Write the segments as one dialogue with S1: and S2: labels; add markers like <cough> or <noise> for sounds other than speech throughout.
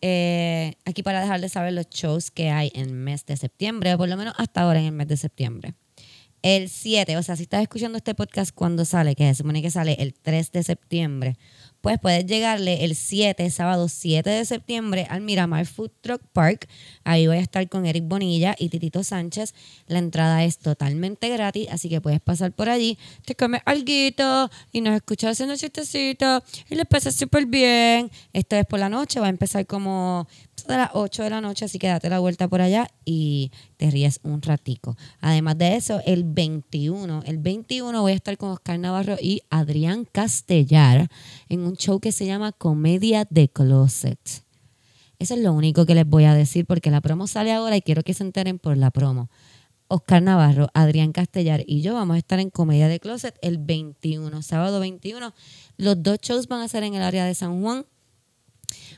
S1: Eh, Aquí para dejarles saber los shows que hay en mes de septiembre, o por lo menos hasta ahora en el mes de septiembre. El 7, o sea, si estás escuchando este podcast cuando sale, que se supone que sale el 3 de septiembre, pues puedes llegarle el 7, sábado 7 de septiembre, al Miramar Food Truck Park. Ahí voy a estar con Eric Bonilla y Titito Sánchez. La entrada es totalmente gratis, así que puedes pasar por allí, te comes alguito y nos escuchas haciendo chistecitos y les pasa súper bien. Esto es por la noche, va a empezar como a las 8 de la noche, así que date la vuelta por allá y te ríes un ratico. Además de eso, el 21, el 21 voy a estar con Oscar Navarro y Adrián Castellar en un show que se llama Comedia de Closet. Eso es lo único que les voy a decir porque la promo sale ahora y quiero que se enteren por la promo. Oscar Navarro, Adrián Castellar y yo vamos a estar en Comedia de Closet el 21, sábado 21. Los dos shows van a ser en el área de San Juan.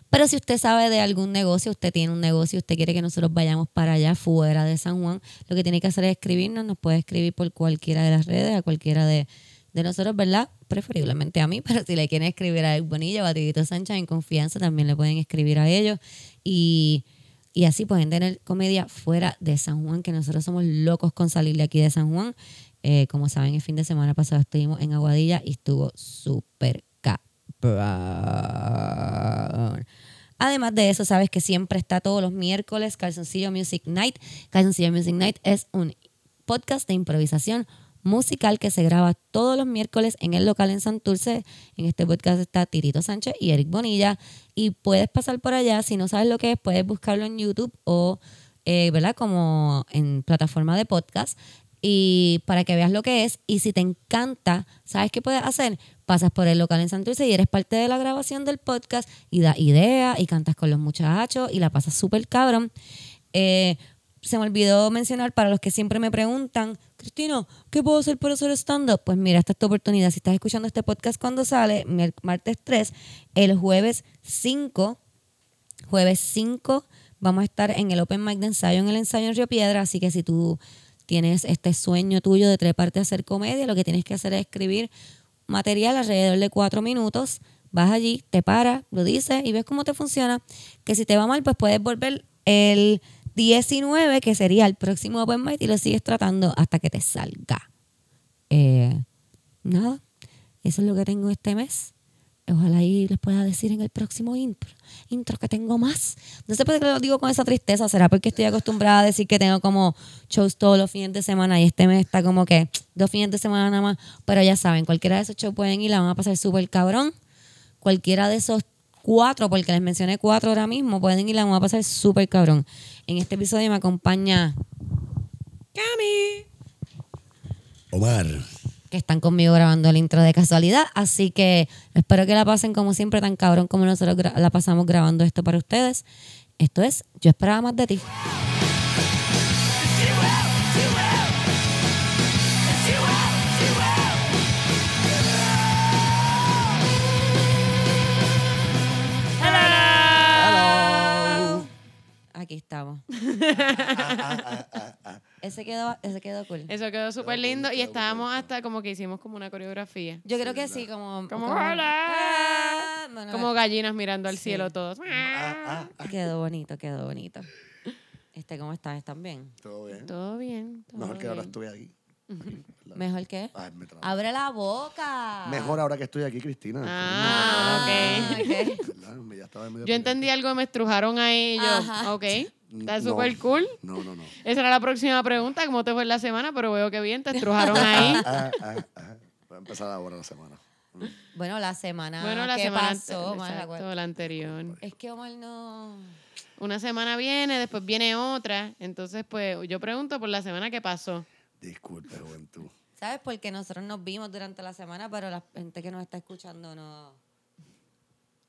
S1: Pero si usted sabe de algún negocio, usted tiene un negocio, usted quiere que nosotros vayamos para allá fuera de San Juan, lo que tiene que hacer es escribirnos, nos puede escribir por cualquiera de las redes, a cualquiera de, de nosotros, ¿verdad? Preferiblemente a mí, <laughs> pero si le quieren escribir a El Bonilla o a Tidito Sánchez en confianza, también le pueden escribir a ellos. Y, y así pueden tener comedia fuera de San Juan, que nosotros somos locos con salir de aquí de San Juan. Eh, como saben, el fin de semana pasado estuvimos en Aguadilla y estuvo súper cabrón. Además de eso, sabes que siempre está todos los miércoles Calzoncillo Music Night. Calzoncillo Music Night es un podcast de improvisación musical que se graba todos los miércoles en el local en Santurce. En este podcast está Tirito Sánchez y Eric Bonilla. Y puedes pasar por allá. Si no sabes lo que es, puedes buscarlo en YouTube o, eh, ¿verdad? Como en plataforma de podcast. Y para que veas lo que es. Y si te encanta, ¿sabes qué puedes hacer? pasas por el local en Santurce y eres parte de la grabación del podcast y da ideas y cantas con los muchachos y la pasas súper cabrón. Eh, se me olvidó mencionar para los que siempre me preguntan, Cristino, ¿qué puedo hacer para hacer stand-up? Pues mira, esta es tu oportunidad. Si estás escuchando este podcast cuando sale, el martes 3, el jueves 5, jueves 5, vamos a estar en el Open Mic de ensayo, en el ensayo en Río Piedra. Así que si tú tienes este sueño tuyo de treparte a hacer comedia, lo que tienes que hacer es escribir material alrededor de cuatro minutos. Vas allí, te paras, lo dices y ves cómo te funciona. Que si te va mal, pues puedes volver el 19, que sería el próximo Open Mic, y lo sigues tratando hasta que te salga. Eh, nada, eso es lo que tengo este mes. Ojalá ahí les pueda decir en el próximo intro, intro que tengo más. No sé por qué lo digo con esa tristeza, será porque estoy acostumbrada a decir que tengo como shows todos los fines de semana y este mes está como que dos fines de semana nada más. Pero ya saben, cualquiera de esos shows pueden ir, la van a pasar súper cabrón. Cualquiera de esos cuatro, porque les mencioné cuatro ahora mismo, pueden ir, la van a pasar súper cabrón. En este episodio me acompaña Cami,
S2: Omar.
S1: que están conmigo grabando el intro de casualidad. Así que espero que la pasen como siempre, tan cabrón como nosotros gra- la pasamos grabando esto para ustedes. Esto es Yo esperaba más de ti. Aquí estamos. ese quedó, ese quedó cool.
S3: Eso quedó súper lindo y estábamos hasta como que hicimos como una coreografía.
S1: Yo creo que sí, como.
S3: Como, "Hola".
S1: Ah, bueno,
S3: Como gallinas mirando al
S1: Sí.
S3: cielo todos.
S1: <laughs>
S2: Ah,
S1: Quedó bonito, quedó bonito. Este, ¿cómo estás? ¿Están bien?
S2: Todo bien.
S3: Todo bien. todo
S2: Mejor que ahora
S3: bien.
S2: estoy aquí.
S1: ¿Mejor qué?
S2: Ay, me trabo.
S1: ¡Abre la boca!
S2: Mejor ahora que estoy aquí, Cristina.
S3: Ah, ok.
S1: ok.
S2: ¿Verdad? Me- ya estaba medio
S3: Yo entendí algo, me estrujaron ahí y yo,
S1: Ajá.
S3: ok, está
S2: No.
S3: súper cool.
S2: No, no, no.
S3: Esa era la próxima pregunta, ¿cómo te fue la semana? Pero veo que bien, te estrujaron
S1: <laughs>
S3: ahí.
S2: Ah, ah, ah. Voy a empezar ahora la semana.
S1: <laughs> Bueno, la semana.
S3: bueno, la
S1: Ah, ¿Qué
S3: semana ante-
S1: pasó? Omar? La
S3: exacto,
S1: cual-
S3: la anterior.
S1: Es que Omar no.
S3: Una semana viene, después viene otra. Entonces, pues, yo pregunto por la semana que pasó.
S2: Disculpe, juventud.
S1: ¿Sabes? Porque nosotros nos vimos durante la semana, pero la gente que nos está escuchando no.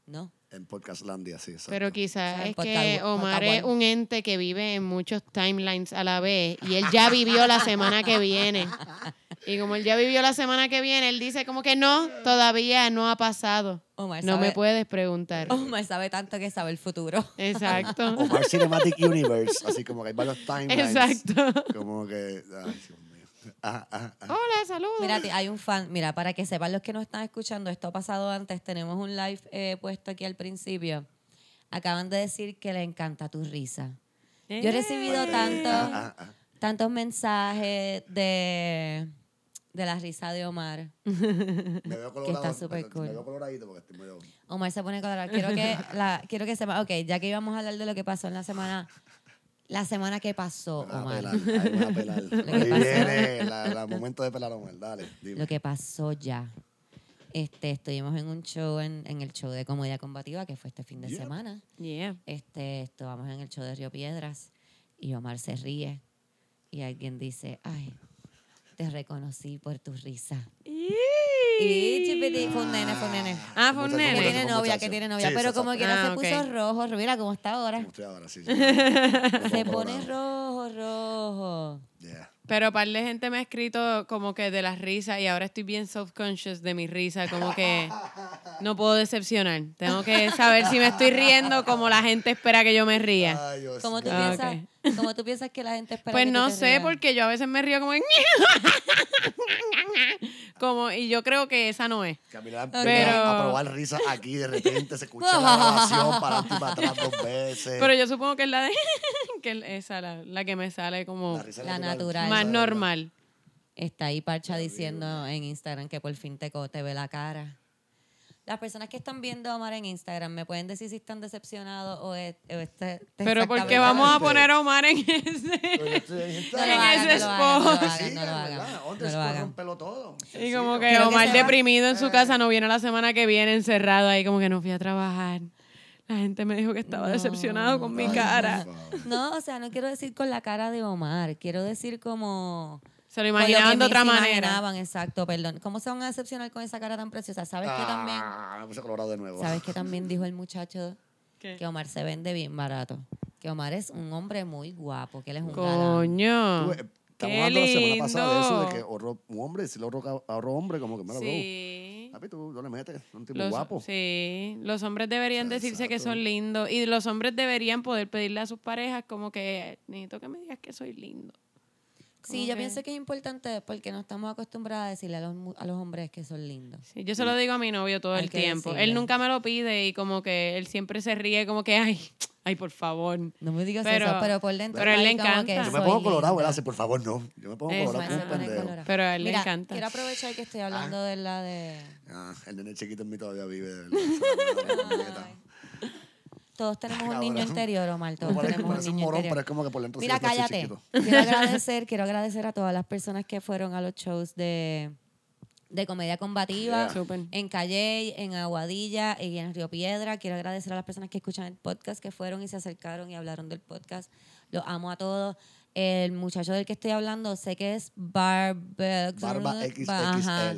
S1: No.
S2: En Podcastlandia, sí. exacto.
S3: Pero
S1: O sea,
S3: quizás es
S1: porque
S3: que
S1: agu-
S3: Omar
S1: porque
S3: es un ente que vive en muchos timelines a la vez y él ya vivió la semana que viene. Y como él ya vivió la semana que viene, él dice como que no, todavía no ha pasado.
S1: Omar
S3: No
S1: Pues, sabe-
S3: me puedes preguntar.
S1: Omar sabe tanto que sabe el futuro.
S3: Exacto.
S2: Omar Cinematic Universe, así como que hay varios <laughs> timelines. <laughs>
S3: Exacto.
S2: Como que. Ay, Dios mío. Ah, ah, ah.
S3: Hola, saludos.
S1: Mira, ti- hay un fan. Mira, para que sepan los que nos están escuchando, esto ha pasado antes. Tenemos un live eh, puesto aquí al principio. acaban de decir que le encanta tu risa.
S4: Eh.
S1: Yo he recibido tantos,
S2: Ah, ah, ah.
S1: tantos mensajes de, de la risa de Omar.
S2: Me veo
S1: Que
S2: colorado.
S1: está súper
S2: me-
S1: cool.
S2: Me veo coloradito porque estoy medio.
S1: Omar se pone colorado. Quiero que, la, quiero que sepa. Ok, ya que íbamos a hablar de lo que pasó en la semana. La semana que pasó,
S2: Me van a
S1: Omar.
S2: pelar. ahí me van
S1: <laughs>
S2: a pelar. Ahí
S1: pasa-
S2: viene la, la momento de pelar a Omar. Dale,
S1: Lo
S2: dime.
S1: que pasó ya. Este, estuvimos en un show, en, en el show de Comedia Combativa, que fue este fin de
S2: Yep.
S1: semana.
S4: Yeah.
S1: Este, estábamos en el show de Río Piedras y Omar se ríe y alguien dice, ay, te reconocí por tu risa. Y chipiti, fue un nene, fue un nene.
S4: Ah, fue un
S2: Muchacho,
S4: nene.
S1: Que
S2: muchacho,
S1: tiene
S2: muchacho.
S1: novia, que tiene novia,
S2: Sí,
S1: pero
S2: exacto.
S1: como que no
S4: Ah,
S1: se
S4: ok.
S1: puso rojo, mira cómo está ahora.
S2: Como estoy ahora, sí. sí.
S1: <laughs>
S2: Me
S1: Se
S2: veo
S1: pone rojo,
S2: colorado.
S1: rojo.
S2: Yeah.
S4: Pero par de gente me ha escrito como que de las risas y ahora estoy bien self-conscious de mi risa, como que no puedo decepcionar. Tengo que saber si me estoy riendo como la gente espera que yo me ría.
S2: Ay, Dios
S1: Como tú,
S2: mío.
S4: Ah,
S1: piensas, como tú piensas que la gente espera
S4: Pues
S1: que tú
S4: no
S1: te
S4: sé,
S1: rías.
S4: porque yo a veces me río como en... <laughs> como, y yo creo que esa no
S1: Eh.
S4: es.
S2: Camila
S4: Pero-
S2: empieza a probar risas aquí de repente se escucha la
S1: <laughs>
S2: grabación para adelante y para atrás dos veces.
S4: Pero yo supongo que es la de... <laughs> que es esa, la, la que me sale como
S2: La risa
S1: La natural.
S4: más normal.
S1: Está ahí Parcha diciendo en Instagram que por fin te, co- te ve la cara. Las personas que están viendo a Omar en Instagram, ¿me pueden decir si están decepcionados o, es, o este- este
S4: Pero porque
S1: exactamente-
S4: vamos a poner a Omar en <laughs> ese...
S2: Pero yo estoy en
S1: No lo
S2: Instagram.
S1: hagan,
S4: en ese
S1: no lo hagan, no lo
S4: spot.
S1: hagan, no lo hagan, no lo hagan.
S2: Pelo todo.
S4: Y como que Ah.
S1: Quiero que
S4: Omar
S1: se vaya.
S4: deprimido
S2: Eh,
S4: en su casa no viene la semana que viene encerrado ahí como que no fui a trabajar. La gente me dijo que estaba
S1: No.
S4: decepcionado con mi cara.
S1: No, o sea, no quiero decir con la cara de Omar, quiero decir como...
S4: Se lo
S1: con lo que
S4: imaginaban de
S1: me
S4: otra
S1: se
S4: manera.
S1: imaginaban, exacto, perdón. ¿Cómo se van a decepcionar con esa cara tan preciosa? ¿Sabes que también?
S2: Ah, me puse colorado de nuevo.
S1: ¿Sabes que también dijo el muchacho?
S4: ¿Qué?
S1: Que Omar se vende bien barato. Que Omar es un hombre muy guapo, que él es un galán.
S4: Coño.
S2: Tú, eh, Estamos
S4: Qué
S2: hablando la semana pasada de eso, de
S4: lindo.
S2: que ahorró un hombre, decirle a otro, a otro hombre, como que, mira,
S4: Sí.
S2: bro, papi, tú no le metes, es un tipo
S4: Los,
S2: guapo.
S4: sí, los hombres deberían decirse que son lindos y los hombres deberían poder pedirle a sus parejas como que necesito que me digas que soy lindo.
S1: Sí,
S4: Como
S1: yo
S4: que-
S1: pienso que es importante porque no estamos acostumbrados a decirle a los, mu- a los hombres que son lindos.
S4: Sí, yo se lo digo a mi novio todo
S1: Hay
S4: el
S1: que
S4: tiempo.
S1: decirle.
S4: Él nunca me lo pide y como que él siempre se ríe como que, ay, ay, por favor.
S1: No me digas
S4: Pero-
S1: eso, pero por dentro.
S4: pero a él le
S1: ay, como que
S4: encanta.
S2: Yo me
S1: soy
S2: pongo colorado, él
S1: linda.
S2: hace, por favor, no. Yo me pongo
S4: Eso,
S1: Omar
S2: colorado como
S1: se
S2: un
S1: pone
S2: pendejo.
S1: colorado.
S4: Pero a él le
S1: Mira,
S4: encanta.
S1: Quiero aprovechar que estoy hablando de la de.
S2: Ah, el nene chiquito en mí todavía vive, de verdad. esa es la mierda.
S1: Todos tenemos un niño
S2: Ah, Cabrón.
S1: interior, Omar. Todos
S2: Como parece-
S1: tenemos un
S2: parece un
S1: niño
S2: morón,
S1: interior.
S2: pero es como que por dentro sí
S1: Mira,
S2: que estoy
S1: cállate.
S2: chiquito.
S1: Quiero
S2: <laughs>
S1: agradecer, quiero agradecer a todas las personas que fueron a los shows de, de comedia combativa.
S2: Yeah.
S4: Súper.
S1: En Calle, en Aguadilla y en Río Piedra. Quiero agradecer a las personas que escuchan el podcast, que fueron y se acercaron y hablaron del podcast. Los amo a todos. El muchacho del que estoy hablando, sé que es Barba,
S2: Barba XXL
S1: Ajá.
S2: en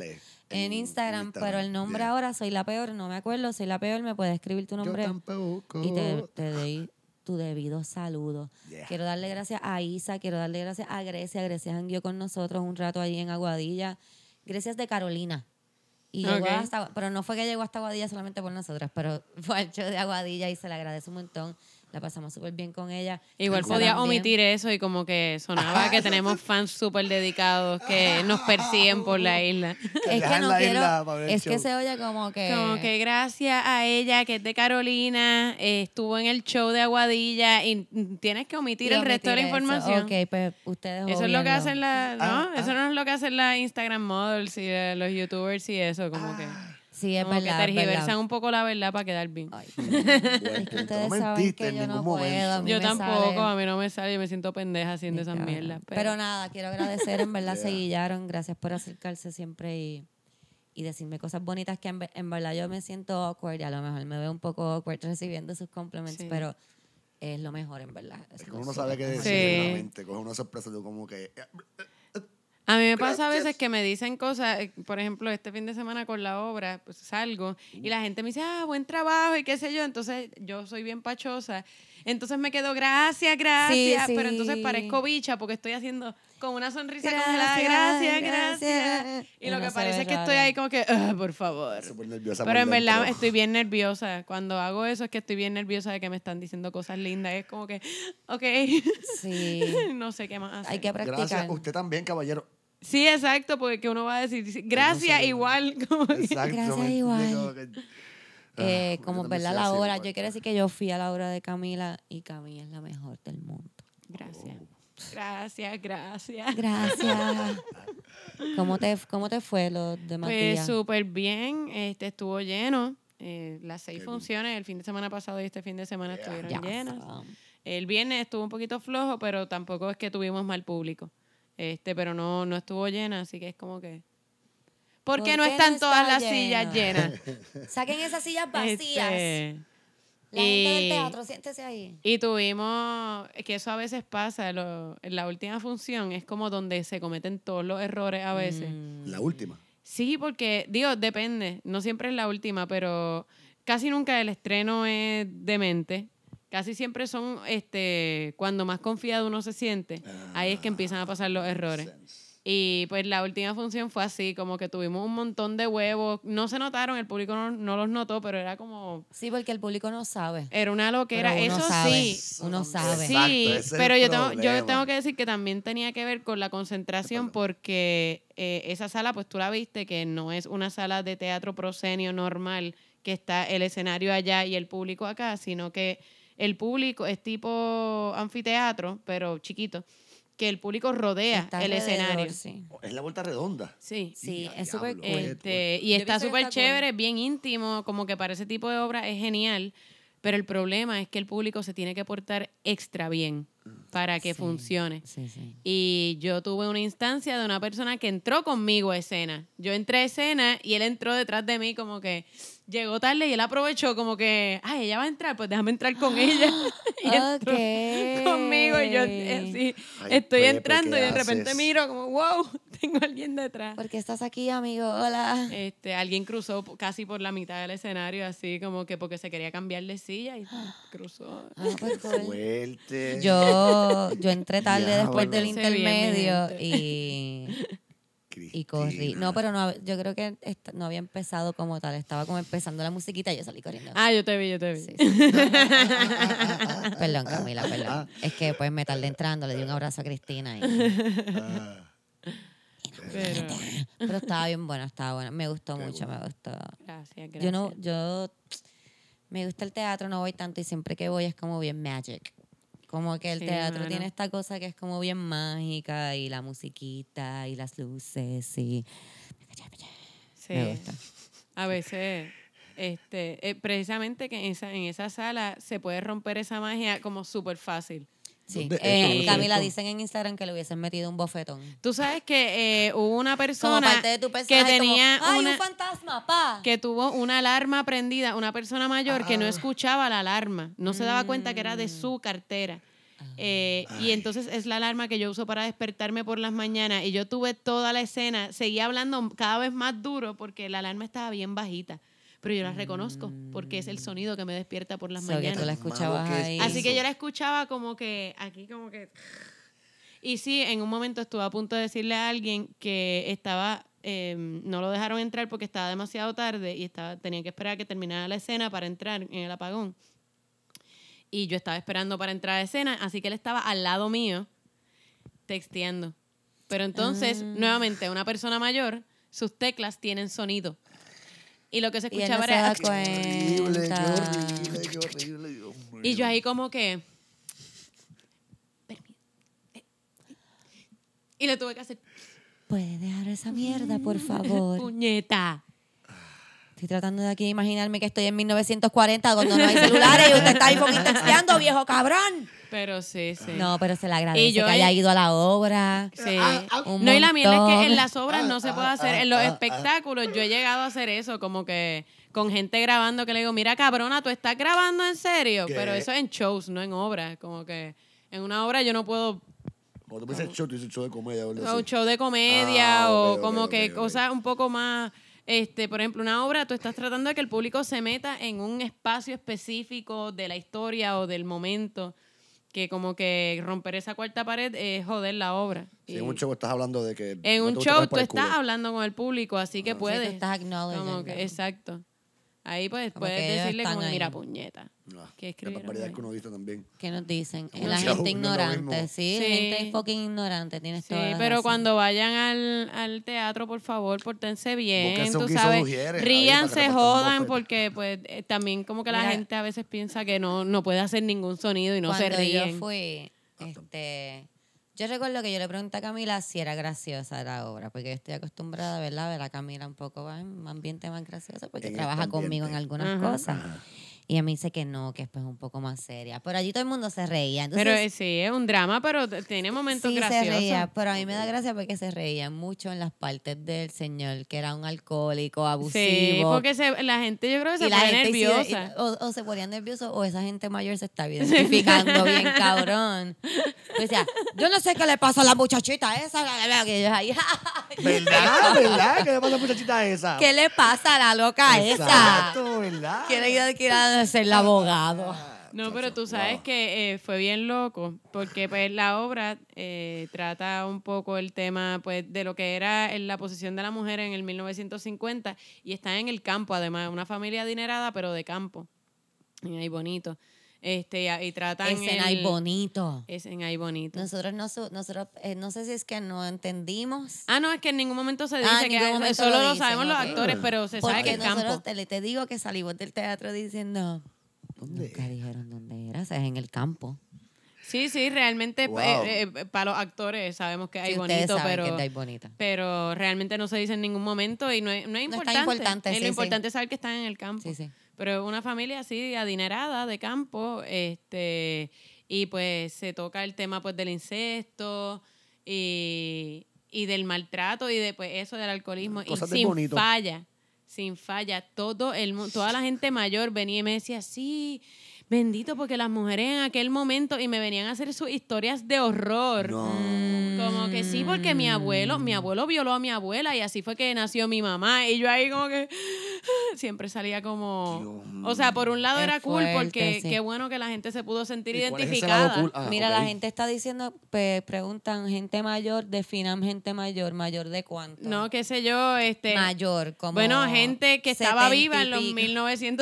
S1: En Instagram,
S2: Instagram.
S1: pero el nombre
S2: Yeah.
S1: ahora soy la peor, no me acuerdo, soy la peor, me puedes escribir tu nombre
S2: Yo tampoco. Ah.
S1: y te, te doy tu debido saludo.
S2: Yeah.
S1: Quiero darle gracias a Isa, quiero darle gracias a Grecia. Grecia jangueó con nosotros un rato allí en Aguadilla. Grecia es de Carolina. Y llegó
S4: Ok.
S1: hasta, pero no fue que llegó hasta Aguadilla solamente por nosotras, pero <laughs> fue al show de Aguadilla y se le agradece un montón. La pasamos súper bien con ella.
S4: Igual
S1: Isa
S4: podía
S1: también.
S4: omitir eso y como que sonaba <laughs> que tenemos fans súper dedicados que nos persiguen por la isla.
S1: Es que
S2: Dejan
S1: no
S2: la isla para
S1: quiero.
S2: ver el
S1: Es que
S2: show.
S1: se oye como que.
S4: Como que gracias a ella, que es de Carolina, eh, estuvo en el show de Aguadilla y mm, tienes que omitir
S1: y
S4: el resto de la
S1: omitir eso.
S4: información.
S1: Ok, pues ustedes.
S4: Eso es lo que
S1: obvienlo.
S4: hacen la, ¿no?
S2: Ah,
S4: eso no es lo que hacen las Instagram models y eh, los youtubers y eso, como que,
S1: Ah, Sí, es
S4: como que
S1: verdad. es verdad.
S4: tergiversan un poco la verdad para quedar bien. <laughs>
S1: Ay,
S2: <laughs> Buen
S1: es que
S2: punto.
S1: ustedes
S2: no
S1: saben
S2: mentiste
S1: que
S2: en
S1: yo
S2: ningún
S1: no puedo. a
S2: momento.
S1: mí
S4: Yo
S1: me
S4: tampoco,
S1: sale-
S4: a mí no me sale, yo me siento pendeja haciendo esas
S1: Cabrón.
S4: mierdas. Pero,
S1: Pero, nada, quiero agradecer, en verdad
S2: <laughs> Yeah.
S1: se guillaron. Gracias por acercarse siempre y, y decirme cosas bonitas que en, ve- en verdad yo me siento awkward y a lo mejor me veo un poco awkward recibiendo sus compliments,
S4: Sí.
S1: pero es lo mejor en verdad. Es
S2: Es que
S1: lo
S2: uno no
S1: súper
S2: sabe qué
S1: mejor.
S2: decir
S4: Sí.
S2: en la mente, coge una sorpresa, tú como que... "Ah,
S4: a mí me pasa a veces que me dicen cosas, eh, por ejemplo, este fin de semana con la obra, pues salgo y la gente me dice, ah, buen trabajo y qué sé yo. Entonces yo soy bien pachosa. Entonces me quedo, gracias, gracias.
S1: Sí,
S4: Pero
S1: sí.
S4: entonces parezco bicha porque estoy haciendo con una sonrisa
S1: Gracias,
S4: congelada, gracias, gracias.
S1: gracias.
S4: Y,
S1: Y
S4: lo
S1: no
S4: que
S1: se
S4: parece
S1: ve
S4: es que
S1: rara.
S4: estoy ahí como que, "Ah, por favor.
S2: Súper nerviosa.
S4: Pero en
S2: por
S4: verdad
S2: dentro.
S4: estoy bien nerviosa. Cuando hago eso es que estoy bien nerviosa de que me están diciendo cosas lindas. Es como que, ok, <laughs>
S1: Sí,
S4: no sé qué más hacer.
S1: hay que practicar.
S2: <laughs> Gracias. Usted también, caballero.
S4: Sí, exacto, porque uno va a decir,
S2: sé
S4: <laughs> gracias
S2: qué-
S4: igual. <laughs> como que-
S2: Exacto.
S1: Gracias
S2: me-
S1: igual.
S2: digo que-
S1: eh,
S2: Ah,
S1: como
S2: yo también
S1: verdad
S2: soy
S1: la
S2: así,
S1: obra.
S2: igual.
S1: Yo quiero decir que yo fui a la obra de Camila y Camila es la mejor del mundo.
S4: Gracias. Gracias, gracias.
S1: Gracias. ¿Cómo te, cómo te fue los demás
S4: Pues
S1: días?
S4: súper bien, este estuvo lleno. eh, las seis
S2: Qué bien.
S4: funciones, el fin de semana pasado y este fin de semana
S2: Yeah.
S4: estuvieron
S1: Ya.
S4: llenas. El viernes estuvo un poquito flojo, pero tampoco es que tuvimos mal público. Este, pero no, no estuvo llena, así que es como que. ¿Por,
S1: ¿Por
S4: qué no
S1: qué no
S4: están todas
S1: está
S4: las sillas
S1: llena?
S4: llenas?
S1: Saquen esas sillas <laughs> vacías.
S4: Este,
S1: La gente del
S4: y-
S1: teatro, siéntese ahí.
S4: y tuvimos, que eso a veces pasa, lo- en la última función es como donde se cometen todos los errores a veces.
S1: Mm.
S2: La última.
S4: Sí, porque, digo, depende. No siempre es la última, pero casi nunca el estreno es demente. Casi siempre son, este, cuando más confiado uno se siente, ahí es que empiezan a pasar los
S1: Ah,
S4: errores.
S2: Sense.
S4: Y pues la última función fue así, como que tuvimos un montón de huevos. No se notaron, el público no, no los notó, pero era como,
S1: Sí, porque el público no sabe.
S4: era una loquera.
S1: Pero uno
S4: Eso
S1: sabe.
S4: sí,
S1: Uno sabe.
S4: Sí,
S2: Exacto, ese es el
S4: pero yo tengo, yo
S2: problema.
S4: tengo que decir que también tenía que ver con la concentración porque eh, esa sala, pues tú la viste, que no es una sala de teatro prosenio normal, que está el escenario allá y el público acá, sino que el público es tipo anfiteatro, pero chiquito, que el público rodea
S1: Está
S4: el
S1: alrededor,
S4: escenario.
S1: sí.
S2: Es la vuelta redonda.
S4: Sí.
S1: Sí,
S2: Ya,
S1: es súper
S2: diablo,
S1: cool.
S2: qué
S4: Este, y
S1: Yo
S4: está
S1: pienso que
S4: súper
S1: está cool.
S4: chévere, bien íntimo, como que para ese tipo de obra es genial, pero el problema es que el público se tiene que portar extra bien para que
S1: Sí.
S4: funcione.
S1: Sí, sí.
S4: Y yo tuve una instancia de una persona que entró conmigo a escena. Yo entré a escena y él entró detrás de mí como que llegó tarde y él aprovechó como que, ay, ella va a entrar, pues déjame entrar con ella. <laughs> <laughs> y entró
S1: Ok.
S4: conmigo y yo eh, sí,
S2: Ay,
S4: estoy
S2: Pepe,
S4: entrando
S2: ¿qué
S4: y de repente
S2: haces? <laughs>
S4: miro como, wow, <laughs> tengo a alguien detrás.
S1: ¿Por qué estás aquí, amigo? Hola.
S4: Este, alguien cruzó po- casi por la mitad del escenario, así como que porque se quería cambiar de silla y <gasps> cruzó.
S1: Ah,
S2: <laughs>
S1: pues cool.
S2: Fuerte.
S1: Yo, yo entré tarde después
S2: Diablo.
S1: del
S4: Sé bien, mi
S1: intermedio
S4: gente.
S1: y, y corrí.
S2: Cristina.
S1: No, pero no, hab- yo creo que est- no había empezado como tal. Estaba como empezando la musiquita y yo salí corriendo.
S4: Ah, yo te vi, yo te vi.
S1: Sí, sí.
S4: <laughs>
S1: perdón, Camila, perdón. Es que pues me tardé entrando, le di un abrazo a Cristina. y-
S4: <laughs>
S2: Ah,
S1: <laughs>
S4: Pero,
S1: pero estaba bien buena, estaba buena. Me gustó
S2: Qué
S1: mucho, me gustó.
S4: gracias, gracias.
S1: Yo no, yo me gusta el teatro, no voy tanto y siempre que voy es como bien magic. Como que el
S4: Sí,
S1: teatro
S4: mano.
S1: tiene esta cosa que es como bien mágica y la musiquita y las luces y
S4: Sí.
S1: me gusta.
S4: A veces, este, eh, precisamente que en esa, en esa sala se puede romper esa magia como súper fácil.
S1: Sí.
S2: ¿Dónde es
S1: Eh,
S4: esto? ¿Dónde
S1: Camila
S2: es esto?
S1: dicen en Instagram que le hubiesen metido un bofetón.
S4: Tú sabes que eh, hubo una
S1: Como
S4: persona
S1: parte de tu
S4: que
S1: personaje.
S4: tenía
S1: como, ¡Ay,
S4: una,
S1: un fantasma, pa!
S4: que tuvo una alarma prendida, una persona mayor que no
S1: Ah.
S4: escuchaba la alarma, no se daba cuenta que era de
S1: Mm.
S4: su cartera.
S1: Ah.
S4: Eh, y entonces es la alarma que yo uso para despertarme por las mañanas y yo tuve toda la escena, seguía hablando cada vez más duro porque la alarma estaba bien bajita, pero yo la reconozco porque es el sonido que me despierta por las
S1: Mm. So que tú
S4: mañanas.
S1: la
S2: Tan
S1: escuchabas
S2: malo que
S1: ahí.
S2: es
S4: Así que
S2: eso.
S4: yo la escuchaba como que aquí como que... Y sí, en un momento estuve a punto de decirle a alguien que estaba, eh, no lo dejaron entrar porque estaba demasiado tarde y estaba, tenía que esperar a que terminara la escena para entrar en el apagón. Y yo estaba esperando para entrar a escena, así que él estaba al lado mío texteando.
S1: Ah.
S4: Pero entonces, nuevamente, una persona mayor, sus teclas tienen sonido. Y lo que se
S1: Y él no
S4: escuchaba
S1: se
S4: era...
S1: da
S2: horrible, qué
S1: cuenta.
S2: horrible, qué horrible. Dios mío.
S4: Y yo ahí como que... "Permi- eh, eh". Y le tuve que hacer
S1: ¿Puedes dejar esa mierda, por
S4: Mm,
S1: favor?
S4: puñeta.
S1: Estoy tratando de aquí de imaginarme que estoy en 1940 cuando no hay celulares y usted está ahí fucking
S4: <laughs>
S1: texteando, viejo cabrón.
S4: Pero sí, sí.
S1: No, pero se le agradece
S4: Y yo
S1: que haya
S4: en-
S1: ido a la obra.
S4: Sí.
S1: ah, Un
S4: no, y la mierda es que
S1: montón. Ah,
S4: en las obras no se puede hacer. En los espectáculos yo he llegado a hacer eso, como que con gente grabando que le digo, mira cabrona, tú estás grabando en serio.
S2: ¿Qué?
S4: Pero eso es en shows, no en obras. Como que en una obra yo no puedo
S2: Cuando tú dices show, tú dices show de comedia. o algo
S4: o
S2: así.
S4: un show de comedia
S2: Ah,
S4: o
S2: ok, ok,
S4: como
S2: ok,
S4: que
S2: ok.
S4: cosas un poco más este por ejemplo una obra tú estás tratando de que el público se meta en un espacio específico de la historia o del momento que como que romper esa cuarta pared es joder la obra
S2: Sí,
S4: Y
S2: en un show estás hablando de que.
S4: en
S2: no
S4: un
S2: te gusta
S4: show
S2: comer
S4: tú
S2: por el
S4: estás
S2: culo.
S4: hablando con el público así que
S1: Sí, tú
S4: puedes
S1: estás acknowledging
S4: como que-
S1: them.
S4: exacto Ahí pues
S1: Como que
S4: puedes
S1: ellos
S4: decirle como,
S1: están ahí.
S4: mira, puñeta.
S2: Ah,
S4: ¿Qué
S2: la
S4: escribieron
S2: barbaridad
S4: ahí?
S2: que uno dice también.
S1: ¿Qué nos dicen?
S2: Como
S1: la
S2: si
S1: gente
S2: aún no lo
S1: ignorante,
S2: vemos.
S1: sí,
S4: Sí.
S1: gente fucking ignorante, tienes
S4: Sí,
S1: toda la
S4: pero
S1: razón.
S4: cuando vayan al, al teatro, por favor, portense bien,
S2: Búsquense un
S4: tú
S2: guiso
S4: sabes.
S2: de ujieres ahí para que
S4: Ríanse,
S2: repartan
S4: jodan,
S2: bofetas.
S4: porque pues eh, también como que la
S1: Mira.
S4: gente a veces piensa que no, no puede hacer ningún sonido y no se
S1: Cuando
S4: ríen. Ah,
S1: yo fui, este, yo recuerdo que yo le pregunté a Camila si era graciosa la obra, porque yo estoy acostumbrada, ¿verdad? A ver a Camila un poco más en un ambiente más gracioso, porque
S2: En este
S1: trabaja conmigo en
S2: ambiente.
S1: algunas cosas. Y ella me dice que no, que es pues un poco más seria. Pero allí todo el mundo se reía. Entonces,
S4: pero eh, sí, es un drama, pero t- tiene momentos
S1: sí
S4: graciosos.
S1: se reía, pero a mí me da gracia porque se reía mucho en las partes del señor, que era un alcohólico, abusivo.
S4: Sí, porque se- la gente yo creo que Pues se
S1: Y la
S4: pone
S1: gente sí-
S4: nerviosa.
S1: y- o, o se ponía nervioso o esa gente mayor se
S4: <laughs>
S1: está identificando bien cabrón. O sea, yo no sé qué le pasa a la muchachita esa. la- la- la- que yo ahí,
S2: <laughs>
S1: <laughs>
S2: ¿Verdad? ¿Verdad? ¿Qué le pasa a la muchachita esa?
S1: ¿Qué le pasa a la loca esa?
S2: Exacto, ¿verdad?
S1: Quiere ir a adquirir a ser el abogado.
S4: No, pero tú
S2: Chacho,
S4: sabes
S2: wow.
S4: que eh, fue bien loco, porque pues la obra eh, trata un poco el tema pues de lo que era en la posición de la mujer en el 1950 y está en el campo además, una familia adinerada pero de campo, en ahí bonito. Este, y, y tratan...
S1: Escena
S4: el-
S1: ahí bonito.
S4: Es en ahí bonito.
S1: Nosotros no, su- nosotros, eh, no sé si es que no entendimos.
S4: Ah, no, es que en ningún momento se
S1: Ah,
S4: dice
S1: en
S4: que
S1: ningún
S4: es-
S1: momento
S4: solo
S1: lo
S4: lo,
S1: dicen,
S4: sabemos los
S1: ok.
S4: actores, pero se sabe que
S1: Porque
S4: es campo.
S1: nosotros te, te digo que salimos del teatro diciendo.
S2: ¿Dónde?
S1: Nunca dijeron dónde era, o sea, es en el campo.
S4: Sí, sí, realmente
S2: Wow.
S4: eh, eh, para los actores sabemos que hay
S1: Sí, ustedes
S4: bonito,
S1: saben
S4: pero...
S1: que es de ahí bonita.
S4: pero realmente no se dice en ningún momento y no es, no es
S1: No es
S4: importante.
S1: tan importante,
S4: Eh,
S1: sí,
S4: lo
S1: sí.
S4: importante es saber que están en el campo.
S1: Sí, sí.
S4: Pero una familia así adinerada de campo, este y pues se toca el tema pues del incesto y, y del maltrato y de pues, eso del alcoholismo
S2: Cosas
S4: y
S2: del
S4: sin
S2: bonito.
S4: falla, sin falla, todo el mu- toda la gente mayor venía y me decía, "Sí, bendito porque las mujeres en aquel momento y me venían a hacer sus historias de horror."
S1: Mm,
S2: No.
S4: Como que sí, porque mi abuelo, mi abuelo violó a mi abuela y así fue que nació mi mamá. Y yo ahí como que <sighs> siempre salía como.
S2: Dios
S4: O sea, por un lado
S1: Qué
S4: era cool
S1: fuerte,
S4: porque
S1: sí.
S4: qué bueno que la gente se pudo sentir
S2: ¿Y cuál es ese lado
S4: identificada.
S2: cool? Ah,
S1: Mira,
S2: ok.
S1: la gente está diciendo, pe- preguntan, gente mayor, definan gente mayor, mayor de cuánto.
S4: No, qué sé yo, este.
S1: mayor, como.
S4: bueno, gente que estaba
S1: 70 y
S4: viva en los
S1: pico.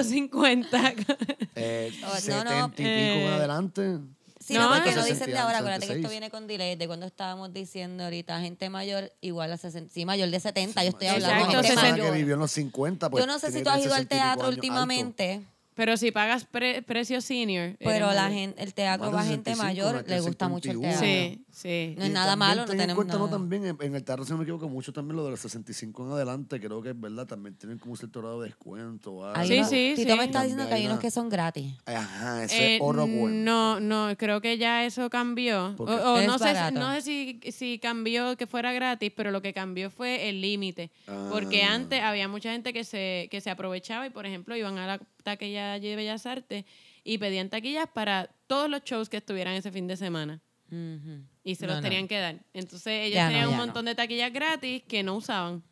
S4: 1950.
S2: Eh,
S1: Oh, no, no,
S2: 70 y pico
S4: eh,
S2: en adelante.
S1: Sí,
S4: No,
S1: no, porque
S4: no.
S1: lo dicen de ahora, acuérdate que esto
S2: 66.
S1: viene con delay, de cuando estábamos diciendo ahorita, gente mayor igual a 60, sí, mayor de 70, yo estoy hablando
S4: Exacto,
S1: de gente
S2: una persona que
S1: mayor.
S2: vivió en los 50, pues
S1: yo no sé si
S2: tiene
S1: tú
S2: que
S1: has
S2: tener
S1: ido al
S2: 60 y pico
S1: teatro
S2: años,
S1: últimamente,
S4: <laughs> Pero si pagas pre- precio senior.
S1: pero
S4: eres
S1: la
S4: mayor.
S1: gente, el teatro
S2: Más de
S1: va gente
S2: 65,
S1: mayor,
S2: más que
S1: le gusta mucho el
S2: 71.
S1: teatro.
S4: Sí, sí.
S1: No
S2: Y
S1: es nada
S2: también
S1: malo, no
S2: ten en
S1: tenemos
S2: cuenta,
S1: nada.
S2: No, también en, en el tarro, si no me equivoco, mucho también lo de los 65 en adelante, creo que es verdad, también tienen como un cierto grado de descuento. o algo.
S1: Hay
S4: Sí,
S1: unos-
S4: sí,
S1: Tito
S4: sí.
S1: me está diciendo
S2: Donde
S1: que
S2: hay
S1: hay unos
S2: una-
S1: que son gratis.
S2: Ajá, ese
S4: Eh,
S2: es oro bueno.
S1: mm,
S4: No, no, creo que ya eso cambió. O,
S2: Porque
S4: o
S1: es
S4: no sé,
S1: barato.
S4: no sé si, si cambió que fuera gratis, pero lo que cambió fue el límite.
S2: Ah.
S4: Porque antes había mucha gente que se, que se aprovechaba y, por ejemplo, iban a la taquilla allí de Bellas Artes y pedían taquillas para todos los shows que estuvieran ese fin de semana. Y se los
S1: No, no.
S4: tenían que dar. Entonces ellos
S1: Ya no,
S4: tenían un
S1: ya no.
S4: montón de taquillas gratis que no usaban.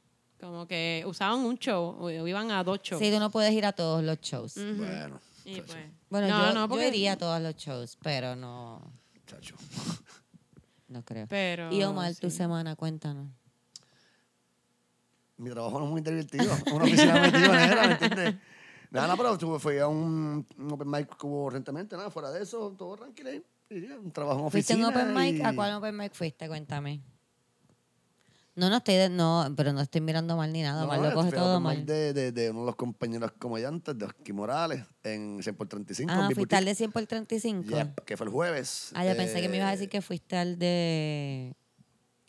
S4: Como que usaban un show o o iban a dos shows.
S1: Sí, tú no puedes ir a todos los shows.
S2: Bueno,
S4: Y pues,
S1: Bueno,
S4: no,
S1: yo,
S4: no,
S1: yo
S4: porque-
S1: iría a todos los shows, pero no,
S2: chacho.
S1: no creo.
S4: Pero,
S1: y Omar, tu
S4: sí.
S1: semana, cuéntanos.
S2: mi trabajo no es muy divertido. Una oficina metida negra, ¿me entiendes? Nada, no, pero estuve, fui a un, un open mic que hubo recientemente, nada, fuera de eso, todo tranquilo. ahí, y ya, Un trabajo en
S1: ¿Fuiste a
S2: oficina.
S1: un open mic?
S2: y-
S1: ¿A cuál open mic fuiste? Cuéntame. No, no estoy, de- no, pero no estoy mirando mal ni nada.
S2: No,
S1: Omar
S2: no,
S1: lo coge
S2: fui a open
S1: todo
S2: mic
S1: mal.
S2: De, de, de uno de los compañeros comediantes, de Oski Morales, en 100 por 35. en
S1: Ah,
S2: Big
S1: fuiste al
S2: Boutique.
S1: de 100 por 35.
S2: Yep, que fue el jueves.
S1: Ah, yo pensé que me ibas a
S2: Eh,
S1: decir que fuiste al de,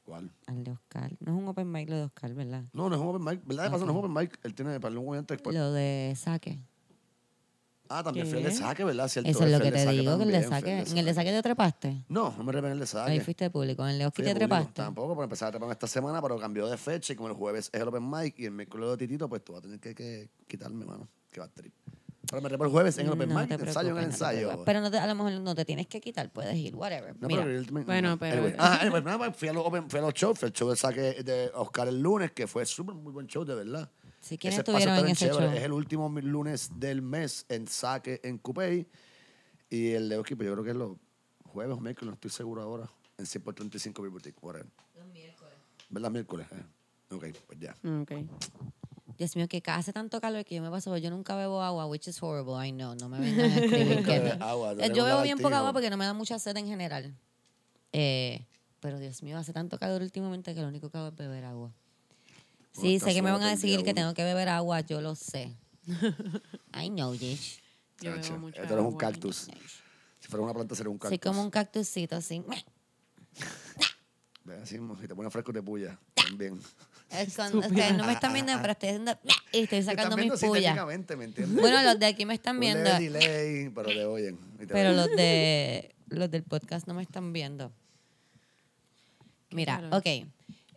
S2: ¿Cuál?
S1: al de Oscar. No es un open mic lo de Oscar, ¿verdad?
S2: No, no es un open mic. ¿Verdad? De paso, no es un open mic. Él tiene para un comediante después.
S1: Lo de saque.
S2: Ah, también fue el
S4: ¿Qué?
S2: de saque, ¿verdad? Cierto,
S1: Eso es lo
S2: fue
S1: que
S2: el de
S1: te
S2: saque
S1: digo, que el de
S2: también, fue
S1: saque. ¿En el de saque te trepaste?
S2: No, no me revelé en el de saque.
S1: Ahí fuiste público. En el de Oscar
S2: Fui
S1: te
S2: de público,
S1: trepaste.
S2: Tampoco, porque empezaba a trepar esta semana, pero cambió de fecha y como el jueves es el open mic y el miércoles de Titito, pues tú vas a tener que, que quitarme, mano. Que va a trip. Pero me trepo el jueves en el open
S1: No
S2: mic,
S1: te
S2: el ensayo en el
S1: preocupes, no te
S2: ensayo.
S1: preocupes. pero no te- a lo mejor no te tienes que quitar, puedes ir, whatever.
S2: No,
S1: Mira,
S2: pero el-
S4: Bueno,
S2: no.
S4: pero-
S2: Anyway.
S1: <laughs>
S2: Ah, anyway, nada, pues, fui, a los open- fui a los shows, fui al show de saque de Oscar el lunes, que fue súper muy buen show, de verdad.
S1: Sí, ¿quiénes
S2: espacio
S1: estuvieron
S2: está
S1: en
S2: bien
S1: ese show?
S2: Es el último mi- lunes del mes en saque en Coupey. Y el de Oski, pues, yo creo que es los jueves o miércoles, no estoy seguro ahora. En 100 por 35
S4: Mm,
S2: Bill Boutique, whatever. Los miércoles. ¿Verdad? Miércoles, eh. Ok, pues ya.
S4: Ok.
S1: Dios mío, que ca- hace tanto calor que yo me paso, yo nunca bebo agua, which is horrible, I know, no me vengan a escribir
S2: <laughs> Nunca
S1: que
S2: bebes
S1: no.
S2: agua,
S1: Eh,
S2: tenés
S1: Yo
S2: un
S1: bebo bien poca
S2: lagartijo.
S1: agua porque no me da mucha sed en general. Eh, pero Dios mío, hace tanto calor últimamente que lo único que hago es beber agua. Sí,
S2: estás
S1: sé que me van
S2: sola
S1: a
S2: Oh, todo el día,
S1: decir que
S2: uno.
S1: tengo que beber agua, yo lo sé. <laughs> I know, Yish.
S4: Yo bebo
S2: Cacho,
S4: mucha
S2: esto era un
S4: agua.
S2: cactus. Si fuera una planta, sería un cactus.
S1: Soy como un cactusito así.
S2: Ve, Así, mismo, si te pones fresco,
S1: <laughs>
S2: te puya. También.
S1: <laughs> Es
S2: <laughs>
S1: con- Ustedes no me están viendo, pero estoy haciendo <laughs> y estoy sacando
S2: Están viendo
S1: mis
S2: así
S1: pullas.
S2: técnicamente, ¿me entiendes?
S1: Bueno, los de aquí me están
S2: Un
S1: viendo.
S2: leve delay, pero te oyen. y te
S1: Pero
S2: ven.
S1: los de los del podcast no me están viendo. Mira,
S4: calor.
S1: ok.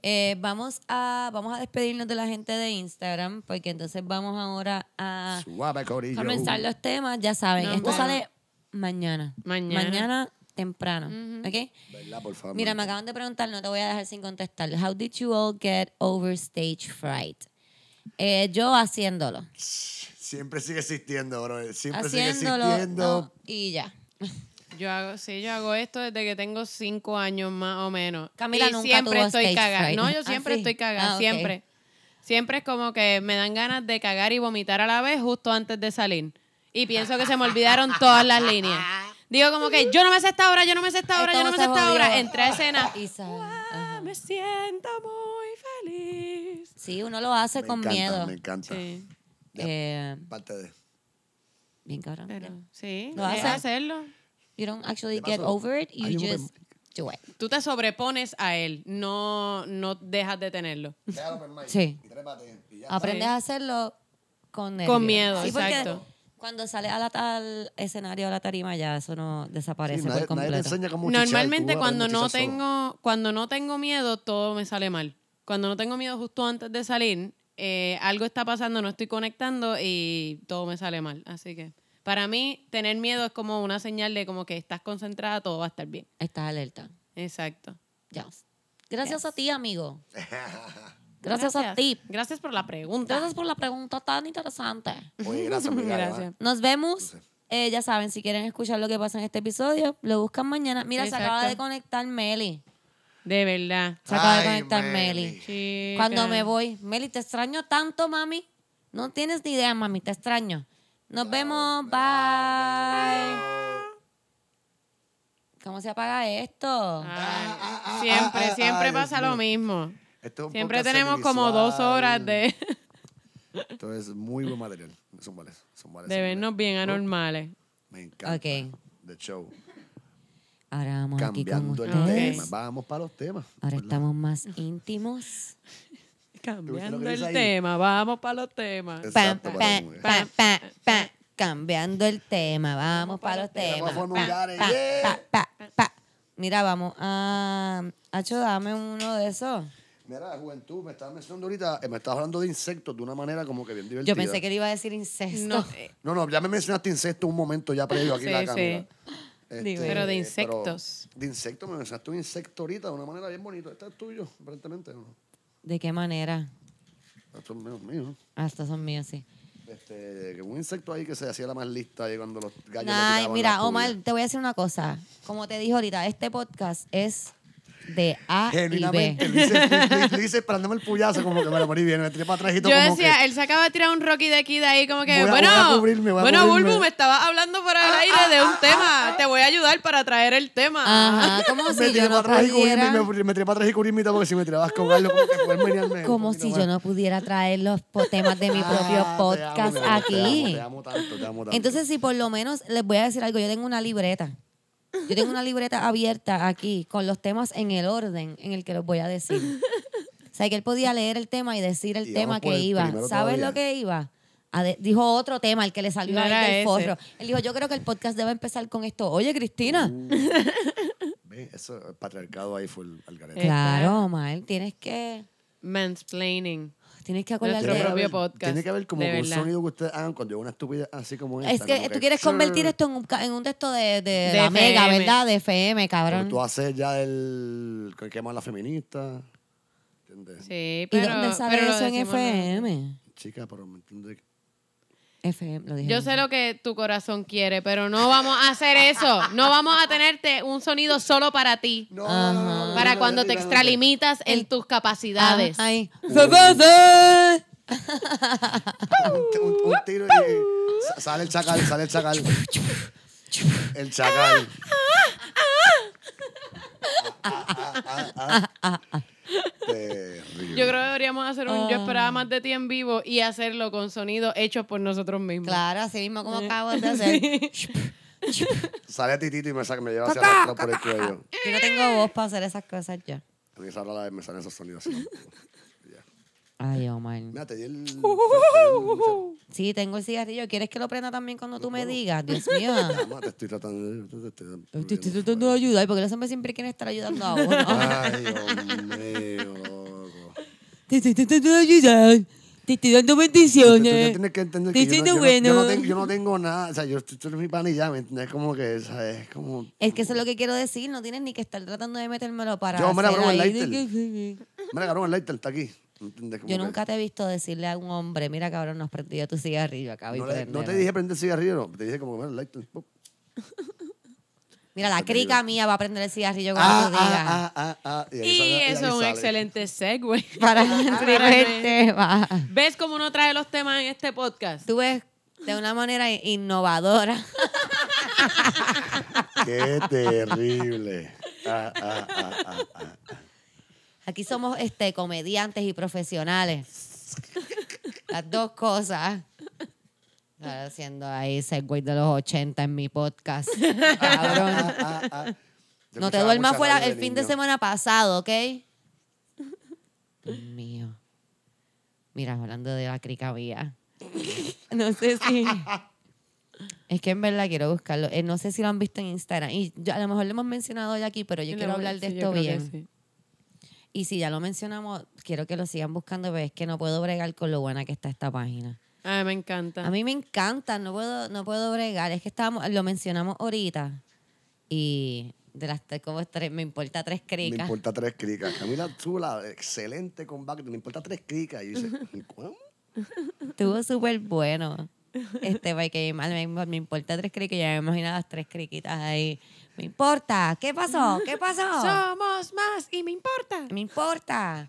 S1: Eh, vamos, a, vamos a despedirnos de la gente de Instagram porque entonces vamos ahora a
S2: Suave, corillo.
S1: comenzar los temas. Ya saben,
S3: No,
S1: esto
S3: no.
S1: sale mañana.
S3: Mañana.
S1: Mañana temprano. ¿Ok?
S2: ¿Verdad? Por favor.
S1: Mira, me acaban de preguntar, no te voy a dejar sin contestar. How did you all get over stage fright? Eh, yo haciéndolo.
S2: Siempre sigue existiendo, bro. Siempre sigue
S1: Haciéndolo.
S2: existiendo.
S1: no, y ya.
S4: Yo hago, sí, yo hago esto desde que tengo cinco años más o menos.
S1: Camila
S4: y
S1: nunca
S4: siempre
S1: tuvo
S4: estoy
S1: stage
S4: cagada.
S1: fright.
S4: No, yo
S1: Ah,
S4: siempre
S1: sí.
S4: estoy cagada,
S1: Ah, ok.
S4: siempre. Siempre es como que me dan ganas de cagar y vomitar a la vez justo antes de salir. Y pienso que se me olvidaron todas las líneas. Digo como que yo no me sé esta hora, yo no me sé esta hora, yo no me sé esta hora. Entré a escena. <laughs>
S1: Y sale.
S4: Ah,
S1: Ajá.
S4: me siento muy feliz.
S1: Sí, uno lo hace
S2: Me
S1: con
S2: encanta,
S1: miedo.
S2: Me encanta.
S4: Sí,
S2: Ya.
S1: Eh,
S2: Parte de.
S1: bien cabrón.
S4: pero sí,
S1: Lo
S4: es
S1: hace.
S4: hacerlo.
S1: You don't actually
S2: De
S1: get
S2: paso,
S1: over it, you
S2: hay un buen-
S1: just do it.
S4: Tú te sobrepones a él, no, no dejas de tenerlo.
S2: Déjalo, open mic,
S1: Sí. Ah,
S2: Y trépate. Y ya.
S1: Aprendes a hacerlo con
S4: Con
S1: nervios.
S4: miedo,
S1: porque
S4: exacto.
S1: Cuando sales a la- al escenario, a la tarima, ya eso no desaparece
S2: Sí, nadie,
S1: por
S2: nadie te
S1: completo.
S2: enseña cómo
S4: Normalmente
S2: chichar, tú
S4: cuando
S2: aprendes
S4: no
S2: a chichar solo.
S4: tengo, cuando no tengo miedo, todo me sale mal. Cuando no tengo miedo justo antes de salir, eh, algo está pasando, no estoy conectando y todo me sale mal. Así que para mí, tener miedo es como una señal de como que estás concentrada, todo va a estar bien.
S1: Estás alerta.
S4: Exacto.
S1: Ya. Gracias a ti,
S2: <laughs>
S1: amigo. Gracias,
S4: Gracias,
S1: a ti.
S4: Gracias por la pregunta.
S1: Gracias por la pregunta tan interesante.
S2: Oye,
S1: <laughs>
S2: gracias, mi gallo,
S4: Gracias.
S2: ¿eh?
S1: Nos vemos. Eh, ya saben, si quieren escuchar lo que pasa en este episodio, lo buscan mañana. Mira, se acaba
S4: Exacto.
S1: de conectar Meli.
S4: De verdad.
S1: Se acaba de
S2: Ay,
S1: conectar Meli.
S2: Meli.
S4: Chica.
S1: Cuando me voy, Meli, te extraño tanto, mami. No tienes ni idea, mami, te extraño. Nos vemos, bye. ¿Cómo se apaga esto?
S4: Ay, siempre,
S2: ah, ah,
S4: siempre
S2: ay,
S4: pasa
S2: Dios
S4: lo mismo.
S2: Esto es un
S4: Siempre
S2: podcast
S4: tenemos como dos
S2: audiovisual.
S4: horas de,
S2: Esto es muy buen material. Son vales. Son vales.
S4: <laughs> de
S2: son
S4: vernos
S2: vales.
S4: bien anormales.
S2: Me encanta.
S1: Ok.
S2: The show.
S1: Ahora vamos aquí con
S2: Cambiando el
S1: ustedes.
S2: tema. Vamos para los temas.
S1: Ahora
S2: ¿verdad?
S1: estamos más íntimos.
S2: ¿Viste lo
S4: Cambiando
S2: que
S4: el
S2: dice ahí?
S4: tema, vamos para los temas.
S2: Es-
S1: Pam,
S2: Exacto,
S1: pam,
S2: para-
S1: pam, pam, pam. Cambiando el tema, vamos para los
S2: Mira,
S1: temas.
S2: vamos a eh.
S1: Pam,
S2: formulares,
S1: pam,
S2: yeah.
S1: pam, pam, pam. Mira, vamos a... Acho, dame uno de esos.
S2: Mira, la juventud, me estabas mencionando ahorita, eh, me estabas hablando de insectos de una manera como que bien divertida.
S1: Yo pensé que le iba a decir incesto.
S4: No, eh,
S2: No, no, ya me mencionaste insectos un momento ya previo aquí en la
S4: Sí,
S2: cámara. Este,
S1: Digo,
S4: pero de
S2: eh,
S4: insectos.
S2: de insectos, me mencionaste un insecto ahorita de una manera bien bonita. Este es tuyo, aparentemente. ¿no?
S1: ¿De qué manera?
S2: Esto es mío, mío.
S1: Ah, estos son míos, sí.
S2: Este, que un insecto ahí que se hacía la más lista ahí cuando los gallos le
S1: Ay,
S2: tiraban las
S1: mira, Omar,
S2: pulgas.
S1: te voy a decir una cosa. Como te dije ahorita, este podcast es de A y
S2: Genuinamente,
S1: B.
S2: lo hice, lo- lo- lo hice esperándome el puyazo como que me lo morí bien, me tiré para atrás y
S4: Yo
S2: todo como
S4: decía,
S2: que...
S4: él se acaba de tirar un Rocky de aquí de ahí, como que,
S2: Voy a-
S4: bueno,
S2: voy a cubrirme, voy a
S4: bueno,
S2: cubrirme. Ah,
S4: Bulbu, me estabas hablando por el aire de un tema, te voy a ayudar para traer el tema.
S2: <laughs>
S1: Ajá, como
S2: me
S1: si
S2: tiré
S1: yo
S2: para
S1: no
S2: atrás y cubrí
S1: pudiera...
S2: mi- me, me tiré para atrás y cubrí mi mitad porque si me tirabas con algo como que poder menearme.
S1: Como si yo no pudiera traer los po- temas de mi propio
S2: Ah, te amo,
S1: podcast
S2: mi amor, Te amo,
S1: aquí.
S2: te amo tanto, te amo tanto.
S1: Entonces, si por lo menos les voy a decir algo, yo tengo una libreta. Yo tengo una libreta abierta aquí con los temas en el orden en el que los voy a decir.
S2: <laughs>
S1: O sea, que él podía leer el tema y decir el
S2: Y
S1: tema
S2: vamos por
S1: que
S2: el
S1: iba.
S2: primero
S1: ¿Sabes
S2: todavía.
S1: lo que iba? A de- dijo otro tema, el que le salió
S4: No
S1: ahí
S4: era
S1: del
S4: ese.
S1: forro. Él dijo, yo creo que el podcast debe empezar con esto. Oye, Cristina.
S2: Uh. Ve, Eso, el patriarcado ahí fue el, al garete.
S4: Eh,
S1: claro, Omar, tienes que,
S4: Mansplaining.
S1: tienes que
S4: nuestro
S1: acordarte.
S2: Tiene que
S4: propio
S2: haber-
S4: podcast,
S2: Tiene que haber como
S4: de
S2: que un
S4: verdad.
S2: sonido que ustedes hagan cuando yo una estupidez así como esta.
S1: Es que
S2: como
S1: tú quieres convertir esto en un, ca- en un texto de, de, la mega,
S4: FM.
S1: ¿verdad? De FM,
S2: Pero
S1: cabrón.
S2: tú haces ya el... que quema a la feminista. ¿Entiendes?
S4: Sí,
S1: ¿Y
S4: pero.
S1: dónde sale
S4: pero lo
S1: eso en
S4: decimos
S1: FM?
S2: Chica, pero me entiendes...
S1: FM, lo dije.
S4: Yo
S1: bien.
S4: sé lo que tu corazón quiere, pero no vamos a hacer eso. No vamos a tenerte un sonido solo para ti.
S2: Ah, No,
S1: Ajá.
S2: <laughs>
S4: Para cuando te extralimitas en tus capacidades.
S1: Ah, ay. Fe, fe, fe.
S2: un, un- un tiro y sa- sale el chacal, sale el chacal. El chacal. Terrible.
S4: Yo creo que deberíamos hacer un Yo
S1: Ah.
S4: esperaba más de ti en vivo y hacerlo con sonidos hechos por nosotros mismos.
S1: Claro, así mismo como acabo de hacer.
S4: <laughs>
S2: Sale a Titito y me, saca, me lleva hacia atrás por el cuello.
S1: Yo no tengo voz para hacer esas cosas yo.
S2: A mí esa hora la- me salen esos sonidos. así. Ya.
S1: Ay, Omar.
S2: Mira, te di el...
S1: Sí, tengo el cigarrillo. ¿Quieres que lo prenda también cuando tú me digas? Dios
S2: <laughs>
S1: mío.
S2: Mamá, te estoy tratando... de- te estoy-
S1: Te estoy tratando de ayudar porque los hombres siempre quieren estar ayudando a uno.
S2: Ay, Dios mío, loco.
S1: <laughs> Te estoy tratando de ayudar. Te estoy dando
S2: Tú- tú- tú
S1: bendiciones.
S2: tienes que entender
S1: Te
S2: que
S1: estoy
S2: yo no,
S1: bueno.
S2: yo no- yo no tengo, yo no tengo nada. O sea, yo estoy, tú eres mi pan y ya, ¿me entiendes? Como que, ¿sabes? Es como...
S1: Es que eso es lo que quiero decir. No tienes ni que estar tratando de metérmelo para.
S2: Yo, mira,
S1: hacer
S2: bro, el
S1: ahí de <laughs>
S2: lighter.
S1: que-
S2: Mira, cabrón, el lighter está aquí. ¿me entiendes? Como
S1: Yo
S2: que-
S1: nunca te he visto decirle a un hombre, mira, cabrón, nos prendió tu cigarrillo. Acabo y
S2: No, le- no te
S1: préndelo".
S2: dije prender el cigarrillo, no. Te dije como que, mira, el lighter. pop.
S1: Mira, la crica mía va a prender el cigarrillo cuando
S2: Ah,
S1: tú digas.
S2: ah, ah, ah, ah. Y, ahí
S4: Y
S2: sale- ahí
S4: eso es un
S2: sale.
S4: excelente segue.
S1: <laughs>
S4: <laughs>
S1: Para
S2: Ah,
S1: el primer tema.
S4: ¿Ves cómo uno trae los temas en este podcast?
S1: Tú ves de una manera innovadora. <laughs>
S2: Qué terrible. Ah, ah, ah, ah, ah.
S1: Aquí somos este, comediantes y profesionales.
S2: <laughs>
S1: Las dos cosas. Ahora haciendo ahí segway de los 80 en mi
S2: <laughs>
S1: podcast. Cabrón.
S2: Ah, ah, ah. Yo
S1: No te
S2: escuchaba
S1: duermas
S2: mucha
S1: fuera
S2: radio
S1: el fin de
S2: niño.
S1: semana pasado, ¿ok? Dios mío. Mira, hablando de la
S4: <laughs>
S1: cricavía. No sé si. Es que en verdad quiero buscarlo. Eh, no sé si lo han visto en Instagram. Y yo- a lo mejor lo hemos mencionado ya aquí, pero yo quiero hablar de
S4: Sí, yo
S1: esto
S4: creo que
S1: bien.
S4: sí.
S1: Y si ya lo mencionamos, quiero que lo sigan buscando, pero es que no puedo bregar con lo buena que está esta página.
S4: Ay, Ah, me encanta.
S1: A mí me encanta, no puedo, no puedo bregar. Es que estábamos, lo mencionamos ahorita. Y de las tres, como tres, me importa tres
S2: Me
S1: cricas.
S2: importa tres cricas. Camila tuvo la excelente comeback. de Me importa tres cricas. Y yo
S1: <laughs>
S2: dice, ¿cómo?
S1: <laughs> Estuvo súper bueno. Este, porque mal, me, me importa tres cricas. Ya me imagino las tres criquitas ahí. Me importa. ¿Qué pasó? ¿Qué
S4: <laughs>
S1: pasó?
S4: Somos más y me importa.
S1: Me importa.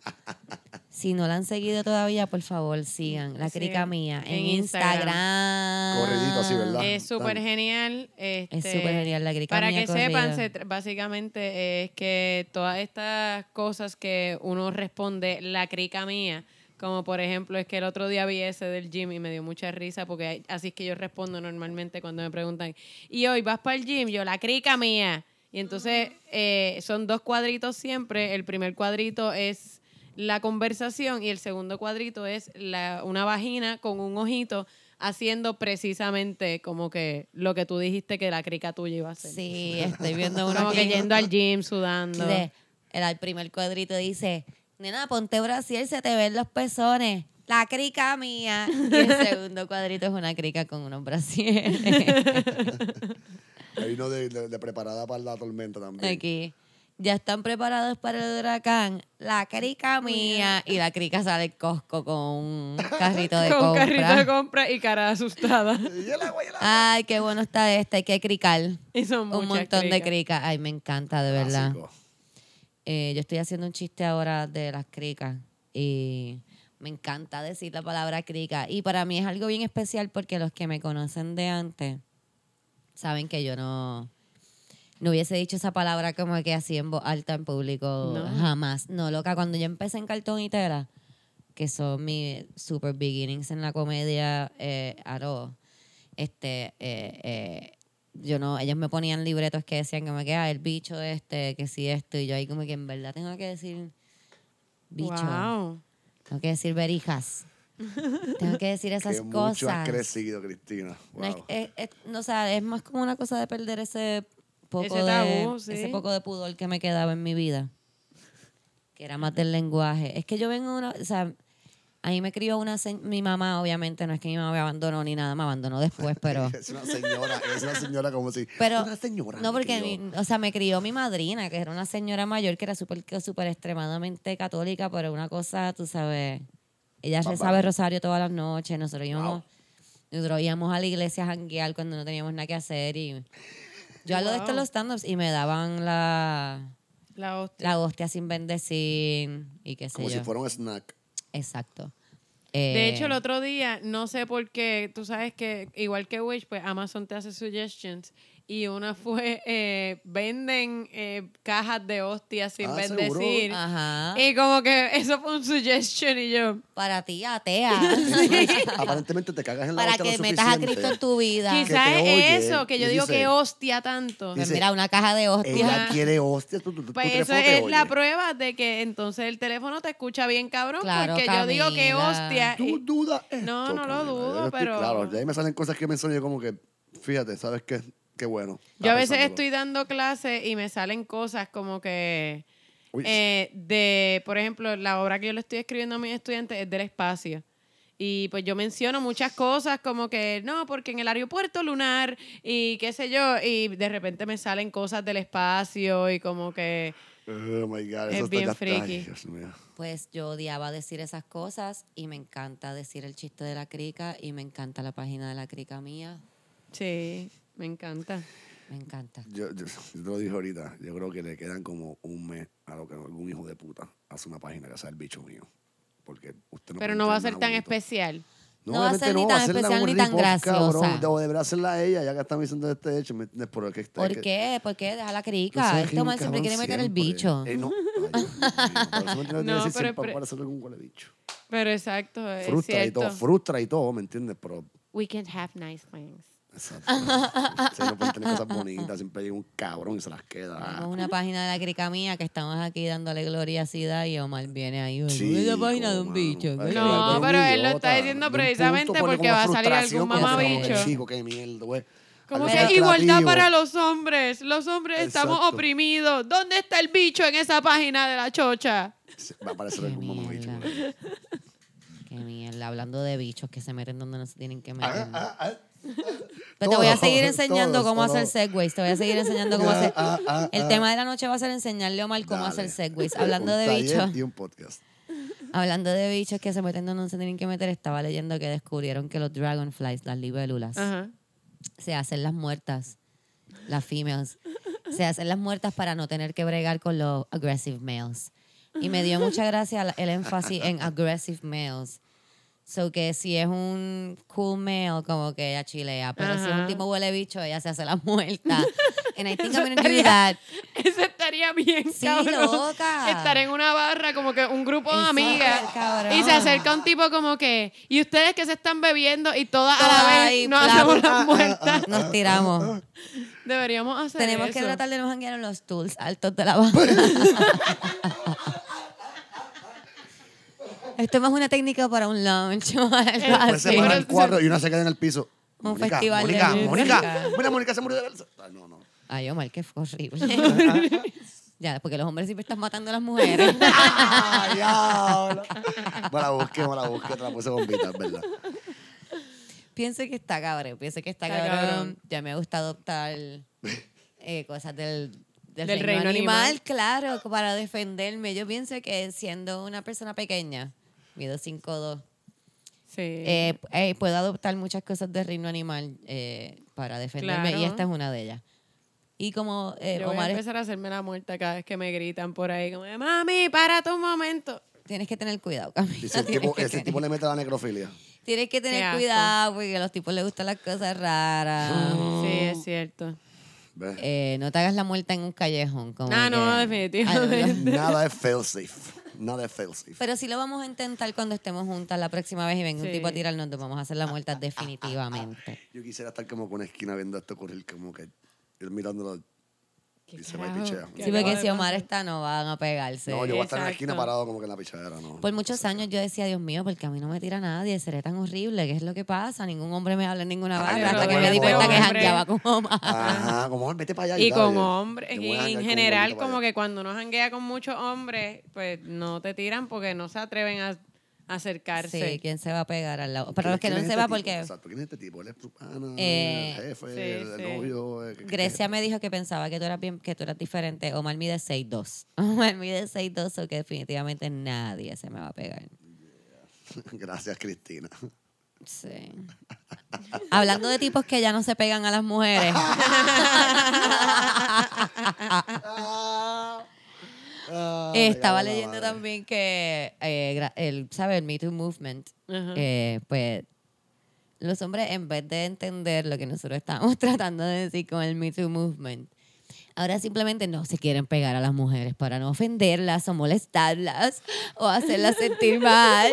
S1: Si no la han seguido todavía, por favor, sigan. La
S4: Sí,
S1: crica mía en,
S4: en
S1: Instagram.
S4: Instagram.
S2: Corridito así, ¿verdad?
S4: Es súper
S2: Ah, Dale.
S4: genial. este,
S1: Es súper genial la grica
S4: Para
S1: mía
S4: que
S1: corrido.
S4: sepan, se tra- básicamente es que todas estas cosas que uno responde, la crica mía, como por ejemplo es que el otro día vi ese del gym y me dio mucha risa porque hay- así es que yo respondo normalmente cuando me preguntan, y hoy vas para el gym, yo la crica mía. Y entonces eh, son dos cuadritos siempre, el primer cuadrito es la conversación y el segundo cuadrito es la, una vagina con un ojito haciendo precisamente como que lo que tú dijiste que la crica tuya iba a hacer.
S1: Sí, estoy viendo uno
S4: Como que
S1: aquí.
S4: yendo al gym, sudando.
S1: Dice, el, al primer cuadrito dice, nena, ponte brasier, se te ven los pezones. La crica mía.
S4: <laughs>
S1: Y el segundo cuadrito es una crica con unos
S4: <laughs>
S1: brasieres.
S2: Hay uno de, de- de preparada para la tormenta también.
S1: Aquí. Ya están preparados para el huracán. La crica mía. Y la crica sale el cosco con un carrito de
S4: <laughs> con un
S1: compra.
S4: carrito de compra y cara asustada. <laughs>
S2: Y el agua, y el agua.
S1: Ay, qué bueno está este. Hay que cricar.
S4: Y son
S1: Un
S4: muchas
S1: montón de
S4: cricas.
S1: cricas. Ay, me encanta, de verdad.
S2: Clásico.
S1: Eh, yo estoy haciendo un chiste ahora de las cricas y me encanta decir la palabra crica. Y para mí es algo bien especial porque los que me conocen de antes saben que yo no, no hubiese dicho esa palabra como que así en voz alta en público
S4: No.
S1: jamás. No, loca, cuando yo empecé en Cartonitera, que son mis super beginnings en la comedia eh, aro, este, eh, eh, yo no, ellos me ponían libretos que decían como que, ah, el bicho este, que si esto, y yo ahí como que en verdad tengo que decir bicho,
S4: Wow.
S1: tengo que decir
S4: <laughs>
S1: berijas, tengo que decir esas
S2: que
S1: cosas.
S2: mucho has crecido, Cristina. Wow.
S1: No, es, es- es- no, o sea, es más como una cosa de perder ese poco,
S4: Ese
S1: de,
S4: tabú, sí.
S1: ese poco de pudor que me quedaba en mi vida. Que era más del lenguaje. Es que yo vengo de una... O sea, a mí me crió una... se- Mi mamá, obviamente, no es que mi mamá me abandonó ni nada, me abandonó después,
S2: <laughs>
S1: pero...
S2: <laughs> Es una señora, es una señora como si.
S1: Pero,
S2: una señora.
S1: no,
S2: me
S1: porque,
S2: crió.
S1: mi- o sea, me crió mi madrina, que era una señora mayor que era súper, que súper extremadamente católica, pero una cosa, tú sabes, ella
S2: Bárbara.
S1: rezaba el rosario todas las noches, nosotros íbamos,
S2: Wow.
S1: nosotros íbamos a la iglesia a janguear cuando no teníamos nada que hacer y yo hablo de esto en
S4: Wow.
S1: los stand-ups y me daban la,
S4: La hostia.
S1: la hostia sin bendecir y qué sé
S2: Como
S1: yo. <laughs>
S2: si fuera un snack.
S1: Exacto.
S4: De
S1: Eh,
S4: hecho, el otro día, no sé por qué, tú sabes que igual que Wish, pues Amazon te hace suggestions. Y una fue, eh, venden eh, cajas de hostias sin
S2: Ah, seguro.
S4: bendecir.
S1: Ajá.
S4: Y como que eso fue un suggestion y yo,
S1: para ti, atea.
S2: <laughs> Ah, Aparentemente te cagas en
S1: <laughs>
S2: la
S1: para
S2: boca lo
S1: que metas a
S2: suficiente.
S1: Cristo en tu vida.
S4: quizás
S2: te oye,
S4: es eso, que yo
S2: y
S4: digo
S2: dice-
S4: que hostia tanto.
S1: Pues
S2: Dice,
S1: mira, una caja de hostias.
S2: Ella
S4: Ajá.
S2: quiere hostias. Tú, tú, tú,
S4: Pues
S2: tú
S4: eso
S2: tres fotos,
S4: es la
S2: oye.
S4: prueba de que entonces el teléfono te escucha bien cabrón
S1: Claro,
S4: porque yo digo que
S1: Camila.
S4: hostia. eh,
S2: Tú
S4: y-
S2: dudas esto.
S4: No, no lo
S2: Camila.
S4: dudo,
S2: Yo estoy
S4: pero-
S2: Claro, de ahí me salen cosas que yo pienso yo como que, fíjate, ¿sabes qué? Qué bueno.
S4: Yo a veces
S2: pensándolo.
S4: estoy dando clases y me salen cosas como que
S2: Uy,
S4: eh, de, por ejemplo, la obra que yo le estoy escribiendo a mis estudiantes es del espacio. Y pues yo menciono muchas cosas como que no, porque en el aeropuerto lunar y qué sé yo, y de repente me salen cosas del espacio y como que
S2: Oh my God,
S4: es
S2: eso está-
S4: bien
S2: ya está- ay,
S4: friki.
S2: Dios mío.
S1: Pues yo odiaba decir esas cosas y me encanta decir el chiste de la crica y me encanta la página de la crica mía.
S4: sí, me encanta.
S1: Me encanta.
S2: Yo, yo- yo te lo dije ahorita, yo creo que le quedan como un mes a lo que algún hijo de puta hace una página que sea el bicho mío. Porque usted no
S4: Pero
S2: puede
S4: no va a
S2: tener nada
S4: ser tan
S2: bonito.
S4: especial.
S1: No va a
S2: obviamente
S1: ser ni
S2: va a
S1: tan
S2: ser la
S1: especial ni
S2: Burry
S1: tan
S2: Pop,
S1: graciosa.
S2: Cabrón, debo- deberá hacerla a ella, ya que están diciendo este hecho, ¿me entiendes? Por qué está
S1: ¿Por
S2: que-
S1: qué? ¿Por qué? Deja la
S2: No sé,
S1: crica.
S2: es que
S1: Este hombre
S2: un
S1: siempre
S2: cabrón
S1: quiere meter el
S2: siempre.
S1: bicho.
S2: Eh, no. Ay, Dios mío, pero eso me
S1: <laughs>
S2: entiendes,
S4: No,
S2: decir
S4: pero
S1: e
S2: siempre
S4: pre-
S2: para hacerle un huele bicho.
S4: Pero exacto, es
S2: Frustra y
S4: cierto.
S2: todo, frustra y todo, ¿me entiendes? Pero
S3: We can have nice things.
S2: Exacto. <laughs> Ustedes no pueden tener cosas bonitas, siempre llega un cabrón y se las
S1: Tenemos
S2: queda.
S1: una página de la crica mía que estamos aquí dándole gloria a Sida y Omar viene ahí.
S2: Chico,
S1: Esa página de un
S2: mano.
S1: bicho.
S2: Ay,
S4: No,
S2: de un
S4: pero él lo
S2: idiota,
S4: está diciendo
S2: de un
S4: precisamente
S2: punto, pone
S4: porque
S2: como
S4: va a salir
S2: frustración,
S4: algún
S2: como que
S1: mamabicho.
S2: como que, Chico, qué mierda, güey.
S4: Como
S2: Algo
S4: que
S2: más
S4: igualdad
S2: creativo.
S4: para los hombres. Los hombres estamos
S2: Exacto.
S4: oprimidos. ¿Dónde está el bicho en esa página de la chocha?
S2: Sí, Va a aparecer
S1: Qué
S2: algún mamabicho.
S1: mierda.
S2: por ahí.
S1: Qué mierda, hablando de bichos que se meten donde no se tienen que meter.
S2: Ah, ah, ah.
S1: Pero te voy a
S2: Todos, <laughs>
S1: seguir enseñando
S2: todos,
S1: cómo hacer
S2: todos.
S1: segways. Te voy a seguir enseñando cómo hacer.
S2: Ah, ah,
S1: El
S2: ah.
S1: tema de la noche va a ser enseñarle a Omar cómo
S2: Dale.
S1: hacer
S2: <laughs>
S1: segways. Hablando
S2: Un
S1: de
S2: taller
S1: bichos.
S2: Y un podcast.
S1: Hablando de bichos que se meten donde no se tienen que meter, estaba leyendo que descubrieron que los dragonflies, las libélulas,
S4: <laughs> Ajá.
S1: se hacen las muertas, las females, se hacen las muertas para no tener que bregar con los aggressive males. Y me dio mucha gracia la- el énfasis en aggressive males. So que si es un cool male, como que ella chilea. Pero si es un
S4: Ajá.
S1: tipo huele bicho, ella se hace la
S4: <laughs>
S1: muerta. And I think
S4: Eso
S1: I'm gonna do
S4: estaría-
S1: that.
S4: Eso estaría bien,
S1: Sí,
S4: cabrón.
S1: loca.
S4: Estar en una barra como que un grupo de
S1: Exacto,
S4: amigas
S1: cabrón.
S4: y se acerca un tipo como que y ustedes que se están bebiendo y todas a la
S1: Ay,
S4: vez nos
S1: plan.
S4: hacemos
S2: Ah,
S4: las muertas.
S1: Nos tiramos.
S4: Deberíamos hacer
S1: Tenemos
S4: eso.
S1: que tratar de no janguear en los tools altos de la barra. <laughs> Esto es más una técnica para un launch. o algo
S4: <laughs> Ah,
S2: Después
S1: así.
S2: se
S4: sí.
S2: paran
S4: Pero-
S2: cuatro y una se queda en el piso.
S1: Un
S2: Mónica,
S1: festival de
S2: Mónica,
S1: música.
S2: Mónica. Mira, Mónica se murió de vergüenza. Ah, No, <laughs> no.
S1: Ay, Omar, que fue horrible. <laughs> ya, porque los hombres siempre están matando a las
S4: <laughs>
S1: mujeres.
S2: ¡Ah, diablo! Me la busqué, me la busqué, te la puse bombita, es verdad.
S1: piense que está cabrón, piense que está,
S4: Está
S1: cabrón.
S4: cabrón.
S1: Ya me gusta adoptar eh, cosas del, del,
S4: Del
S1: reino,
S4: reino
S1: animal,
S4: animal.
S1: claro, para defenderme. Yo pienso que siendo una persona pequeña, mido 5'2".
S4: Sí.
S1: Eh, eh, puedo adoptar muchas cosas del reino animal eh, para defenderme
S4: Claro.
S1: y esta es una de ellas. Y como eh,
S4: Yo voy
S1: Omar,
S4: a empezar a hacerme la muerta cada vez que me gritan por ahí como de, mami, párate un momento.
S1: tienes que tener cuidado, Camila.
S2: Dice, el
S1: tienes,
S2: tipo,
S1: que
S2: ese
S1: tener,
S2: tipo le mete la necrofilia.
S1: tienes que tener
S4: asco.
S1: cuidado porque a los tipos les gustan las cosas
S2: Ah.
S1: raras.
S4: Sí, es cierto.
S2: ¿Ves?
S1: Eh, no te hagas la muerta en un callejón. como
S4: Ah, no,
S1: que-
S4: definitivamente.
S1: <laughs> Ay, no.
S2: Nada es failsafe. Nada es failsafe.
S1: Pero sí lo vamos a intentar cuando estemos juntas la próxima vez y venga un
S4: Sí.
S1: tipo a tirarnos, nos vamos a hacer la muerta
S4: <laughs>
S1: definitivamente.
S2: Yo quisiera estar como con una esquina viendo esto ocurrir, como que él mirándolo y se me
S4: carajo?
S2: pichea.
S4: ¿Qué
S1: Sí, porque
S4: acaba
S1: si
S4: de
S1: Omar está, no van a pegarse.
S2: No, yo voy a estar en la
S4: Exacto.
S2: esquina parado como que en la pichadera, no.
S1: Por muchos años yo decía, Dios mío, porque a mí no me tira nadie, seré tan horrible, ¿qué es lo que pasa? Ningún hombre me habla en ninguna
S2: Ah,
S1: barra
S2: claro,
S1: hasta que
S2: bueno,
S1: me di
S2: bueno,
S1: cuenta que
S4: hombre.
S1: jangueaba con Omar.
S2: Ajá, como vete para allá.
S4: Y
S2: dale.
S4: con hombres,
S2: Te voy a janguear
S4: en
S2: con un
S4: general,
S2: gordito para
S4: como
S2: allá.
S4: que cuando uno janguea con muchos hombres, pues no te tiran porque no se atreven a a acercarse.
S1: Sí, ¿quién se va a pegar al lado? Para los que
S2: ¿Quién
S1: no
S2: es este
S1: se va,
S2: tipo?
S1: porque
S2: Exacto, ¿quién es este tipo? Él es tu pana,
S1: Eh,
S2: el jefe,
S4: sí,
S2: el
S4: sí.
S2: novio. eh, ¿qué- qué-
S1: Grecia me dijo que pensaba que tú eras bien, que tú eras diferente. Omar mide 6'2. <laughs> Omar mide 6'2, o que definitivamente nadie se me va a pegar.
S2: <laughs> Gracias, Cristina.
S1: Sí. <laughs> Hablando de tipos que ya no se pegan a las
S2: <laughs>
S1: mujeres. <laughs>
S2: Ah, ah,
S1: Estaba
S2: me cago en la
S1: leyendo
S2: madre.
S1: también que, eh, gra- el, ¿sabes? El Me Too Movement,
S4: Ajá.
S1: eh, pues los hombres en vez de entender lo que nosotros estamos <laughs> tratando de decir con el Me Too Movement, ahora simplemente no se quieren pegar a las mujeres para no ofenderlas o molestarlas o hacerlas
S4: <laughs>
S1: sentir mal.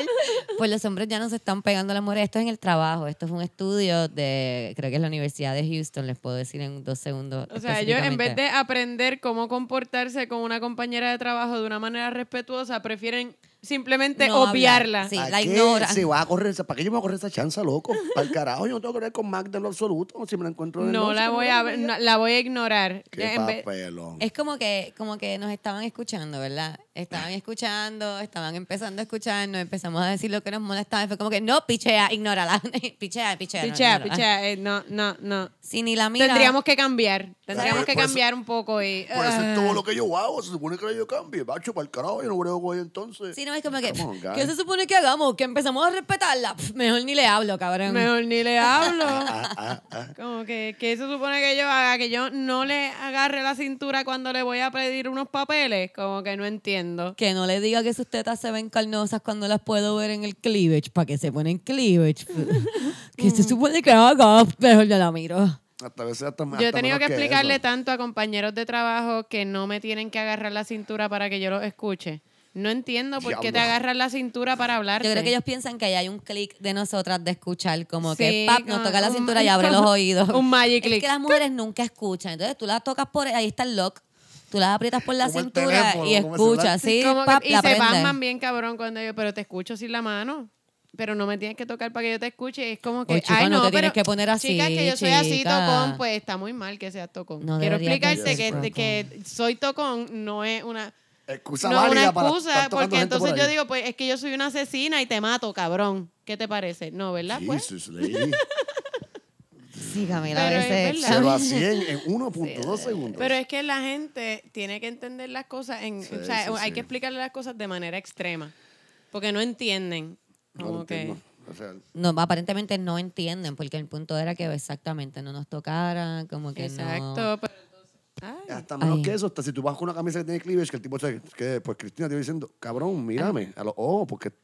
S1: Pues los hombres ya no se están pegando a las mujeres. Esto es en el trabajo. Esto es un estudio de, creo que es la Universidad de Houston, les puedo decir en dos segundos.
S4: O sea, ellos en vez
S1: específicamente.
S4: de aprender cómo comportarse con una compañera de trabajo de una manera respetuosa, prefieren simplemente
S1: No hablar,
S4: obviarla.
S1: sí.
S2: ¿A
S1: la
S2: qué
S1: ignoran.
S2: se va a correr esa- ¿Para qué yo me voy a correr esa chanza, loco? Para el carajo, yo no tengo que ver con Magda en lo absoluto. Si me la encuentro en el
S4: No
S2: noche,
S4: la
S2: me
S4: voy
S2: la
S4: a ver- no, la voy a ignorar.
S2: Qué
S4: En vez-
S2: papelón.
S1: Es como que, como que nos estaban escuchando, ¿verdad? Estaban escuchando, estaban empezando a escucharnos, empezamos a decir lo que nos molestaba y fue como que, no, pichea, ignórala. <laughs> pichea, pichea. no,
S4: Pichea,
S1: ignórala.
S4: pichea, eh, no, no, no.
S1: Si ni la mira.
S4: Tendríamos que cambiar. Tendríamos
S2: Por-
S4: que
S2: por eso-
S4: cambiar un poco y. ah,
S2: Por eso es todo lo que yo hago. Se supone que yo cambie. Bacho, para el carajo, yo no creo que hoy entonces.
S1: Si no, es como que,
S2: Come on, guys.
S1: ¿qué se supone que hagamos? Que empezamos a respetarla. Pff, mejor ni le hablo, cabrón.
S4: Mejor ni le hablo.
S2: Ah, ah, ah.
S4: Como que, que se supone que yo haga, que yo no le agarre la cintura cuando le voy a pedir unos papeles. Como que no entiendo.
S1: Que no le diga que sus tetas se ven carnosas cuando las puedo ver en el cleavage, para que se ponen cleavage. <laughs> que
S4: Mm.
S1: se supone que haga, mejor no la miro.
S2: Hasta a veces hasta más.
S4: Yo he tenido que explicarle tanto a compañeros de trabajo que no me tienen que agarrar la cintura para que yo los escuche. No entiendo por qué te
S2: Diablo.
S4: agarran la cintura para hablar.
S1: Yo creo que ellos piensan que ahí hay un clic de nosotras de escuchar, como que
S4: Sí,
S1: pap, nos
S4: como
S1: toca la
S4: un-
S1: cintura y
S4: <laughs>
S1: abre los oídos.
S4: un magic
S1: Es
S4: click.
S1: que las mujeres nunca escuchan. Entonces tú las tocas por ahí está el lock. Tú las aprietas por la
S2: Como el
S1: cintura
S2: teléfono,
S1: y
S2: como el celular.
S1: escuchas, sí,
S4: Como que-
S1: pap,
S4: y
S1: la
S4: se
S1: aprendes.
S4: van bien cabrón cuando yo, pero te escucho sin la mano. Pero no me tienes que tocar para que yo te escuche. Es como que,
S1: Oye, chica,
S4: ay,
S1: no
S4: no,
S1: te tienes
S4: pero,
S1: que poner así,
S4: Chica, que yo soy así
S1: chica.
S4: tocón, pues está muy mal que seas tocón.
S1: No
S4: Quiero
S1: deberías de
S4: explicarte
S1: ser
S4: que, que soy tocón no es una,
S2: Excusa
S4: no es una
S2: válida para
S4: excusa,
S2: estar tocando
S4: porque
S2: gente por
S4: entonces yo
S2: ahí.
S4: digo, pues es que yo soy una asesina y te mato, cabrón. ¿Qué te parece? No, ¿verdad? Pues,
S2: Jesus,
S4: <laughs>
S2: lady.
S1: Sí, Camila, a
S4: Pero es
S1: veces.
S4: verdad.
S2: Cero a 100 en 1.2 segundos.
S4: pero es que la gente tiene que entender las cosas. En,
S2: Sí,
S4: o sea,
S2: sí,
S4: hay
S2: sí.
S4: que explicarle las cosas de manera extrema. Porque no entienden.
S2: No
S4: Como
S2: lo
S4: que-
S2: entiendo. O sea,
S1: No, aparentemente no entienden, porque el punto era que exactamente no nos tocaran, como que
S4: Exacto.
S1: no.
S4: pero entonces- ay.
S2: hasta menos
S1: Ay.
S2: que eso, hasta si tú vas con una camisa que tiene cleavage, que el tipo se que pues Cristina te iba diciendo, cabrón, mírame a los ojos, porque t-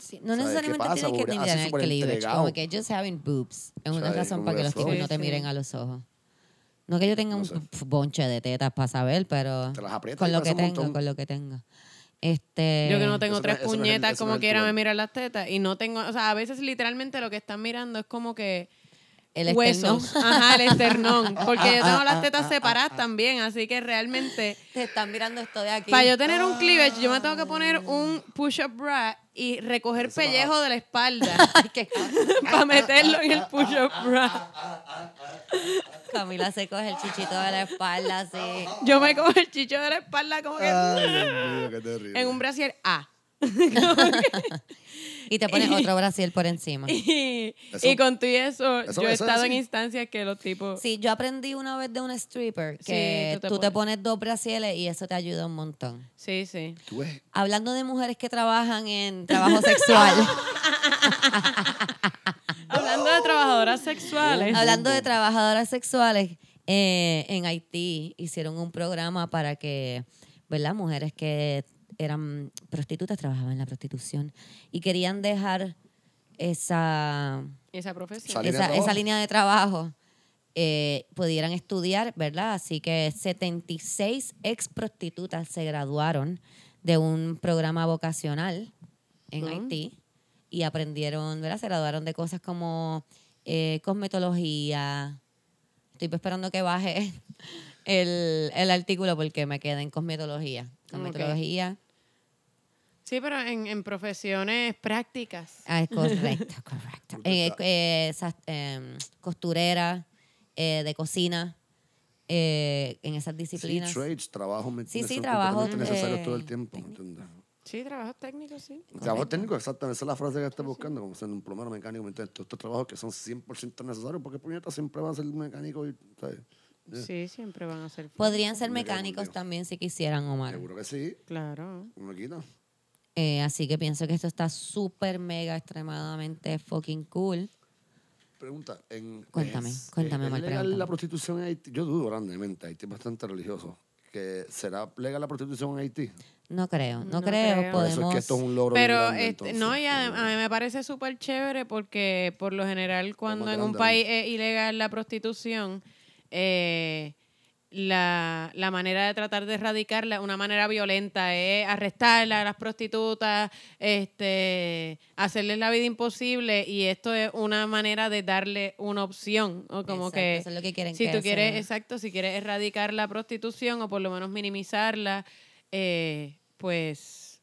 S1: Sí, no
S2: ¿Sabes qué
S1: necesariamente
S2: pasa,
S1: tienes que
S2: pobre?
S1: ni
S2: Así
S1: mirar el
S2: súper
S1: cleavage,
S2: entregado.
S1: como que just having boobs es una
S2: ¿Sabes?
S1: razón
S2: Como
S1: para que
S2: que
S1: los
S2: eso.
S1: tipos
S4: Sí,
S1: no te
S4: sí.
S1: miren a los ojos. No que yo tenga
S2: No
S1: un
S2: sé.
S1: p- bonche de tetas para saber, pero
S2: Te las aprietas
S1: con
S2: y
S1: lo
S2: pasa
S1: que
S2: un
S1: tengo,
S2: montón.
S1: con lo que tengo. Este,
S4: Yo que no tengo
S2: Eso no-
S4: tres
S2: eso no es- eso no
S4: puñetas,
S2: es
S4: como
S2: el
S4: quiera me
S2: tubo.
S4: miran las tetas. Y no tengo, o sea, a veces literalmente lo que están mirando es como que
S1: el este,
S4: huesos. <laughs>
S1: esternón. Ah,
S4: Ah. Ajá,
S1: <laughs>
S4: el esternón. Porque yo tengo las tetas separadas también, así que realmente...
S1: Te están mirando esto de aquí.
S4: Para yo
S1: <laughs>
S4: tener un cleavage, yo me tengo que poner un push-up bra y recoger
S2: Mm. Eso no.
S4: pellejo de la espalda
S1: <laughs> Ay, qué cabrón.
S4: para meterlo en el push-up bra.
S1: Camila se coge el chichito de la espalda así.
S4: Yo me cojo el chicho de la espalda como que
S2: Ay, Dios mío, qué terrible.
S4: <laughs> en un brasier ah. A.
S1: Y te pones otro brasil por encima.
S4: <laughs> <laughs> Y,
S2: Eso-
S4: y con todo eso,
S2: eso-
S4: yo he
S2: eso es
S4: estado en
S2: así.
S4: instancias que los tipos...
S1: Sí, yo aprendí una vez de un stripper que
S4: Sí, tú te
S1: tú te
S4: pones.
S1: pones dos brasiles y eso te ayuda un montón.
S4: Sí, sí.
S2: Tú ves,
S1: Hablando de mujeres que trabajan en trabajo sexual, <laughs>
S4: Hablando de trabajadoras sexuales.
S1: hablando de trabajadoras sexuales, eh, en Haití hicieron un programa para que, ¿verdad? Mujeres que eran prostitutas, trabajaban en la prostitución y querían dejar esa,
S4: Esa profesión.
S2: Sal- Esa línea
S1: esa,
S2: de
S1: esa
S2: trabajo.
S1: línea de trabajo eh, pudieran estudiar, ¿verdad? Así que 76 ex prostitutas se graduaron de un programa vocacional en Haití y aprendieron, ¿verdad? Se graduaron de cosas como eh, cosmetología. Estoy esperando que baje <laughs> el, el artículo porque me queda en cosmetología. Cosmetología.
S4: Sí, pero en, en profesiones prácticas.
S1: Ah, es correcto, correcto. Eh, eh, esas, em, costurera, eh, de cocina, eh, en esas
S2: sí,
S1: disciplinas.
S2: trades, trabajo, ¿me
S1: Sí,
S2: entiendes?
S1: sí,
S2: Son
S1: trabajos,
S2: completamente necesarios
S1: eh,
S2: todo el tiempo, ¿me entiendes?
S4: Sí, trabajos técnicos, sí.
S2: Trabajo técnico, exactamente, esa es la frase que estás buscando, como siendo un plomero mecánico, ¿me entiendes? Todos estos trabajos que son 100% necesarios, porque puñetas siempre va a ser mecánico y, ¿sabes?
S4: Sí, siempre van a ser.
S1: Podrían ser
S2: Me cago en
S1: mecánicos
S2: Dios.
S1: también si quisieran, Omar.
S2: Seguro que sí,
S4: Claro.
S2: uno quita.
S1: Eh, así que pienso que esto está súper, mega, extremadamente fucking cool.
S2: Pregunta, en,
S1: Cuéntame,
S2: ¿es-
S1: cuéntame,
S2: ¿es
S1: Omar,
S2: legal
S1: pregúntame.
S2: la prostitución en Haití? Yo dudo grandemente, Haití es bastante religioso. que será legal la prostitución en Haití.
S1: No creo, no,
S4: No
S1: creo.
S4: creo.
S2: Por eso es
S1: Podemos.
S2: que esto es un logro. bien
S4: Pero
S2: grande,
S4: este,
S2: entonces. eh.
S4: no, y a, a mí me parece súper chévere porque por lo general cuando en un
S2: grande
S4: país es ilegal la prostitución, eh, la, la manera de tratar de erradicarla, una manera violenta, es arrestarla a las prostitutas, este, hacerles la vida imposible y esto es una manera de darle una opción o como
S1: Exacto,
S4: que
S1: eso es lo que quieren
S4: si
S1: que
S4: tú quieres,
S1: sea.
S4: exacto, si quieres erradicar la prostitución o por lo menos minimizarla, eh, pues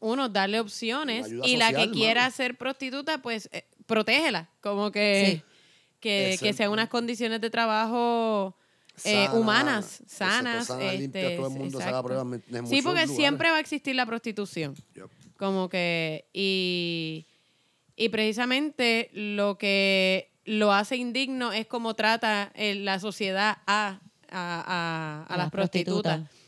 S4: uno, darle opciones
S2: Ayuda
S4: y la
S2: social,
S4: que quiera
S2: mano.
S4: ser prostituta, pues eh, protégela, como que,
S1: Sí.
S4: que, que
S2: Exacto.
S4: sean unas condiciones de trabajo eh,
S2: Sana,
S4: humanas,
S2: exacto,
S4: sanas.
S2: sana, limpia,
S4: este,
S2: todo el mundo se haga
S4: exacto.
S2: pruebas en- en
S4: Sí,
S2: muchos
S4: porque
S2: lugares.
S4: siempre va a existir la prostitución.
S2: Yup.
S4: Como que. Y, y precisamente lo que lo hace indigno es como trata eh, la sociedad a, a- a- a
S1: A
S4: las
S1: las
S4: prostitutas.
S1: prostitutas.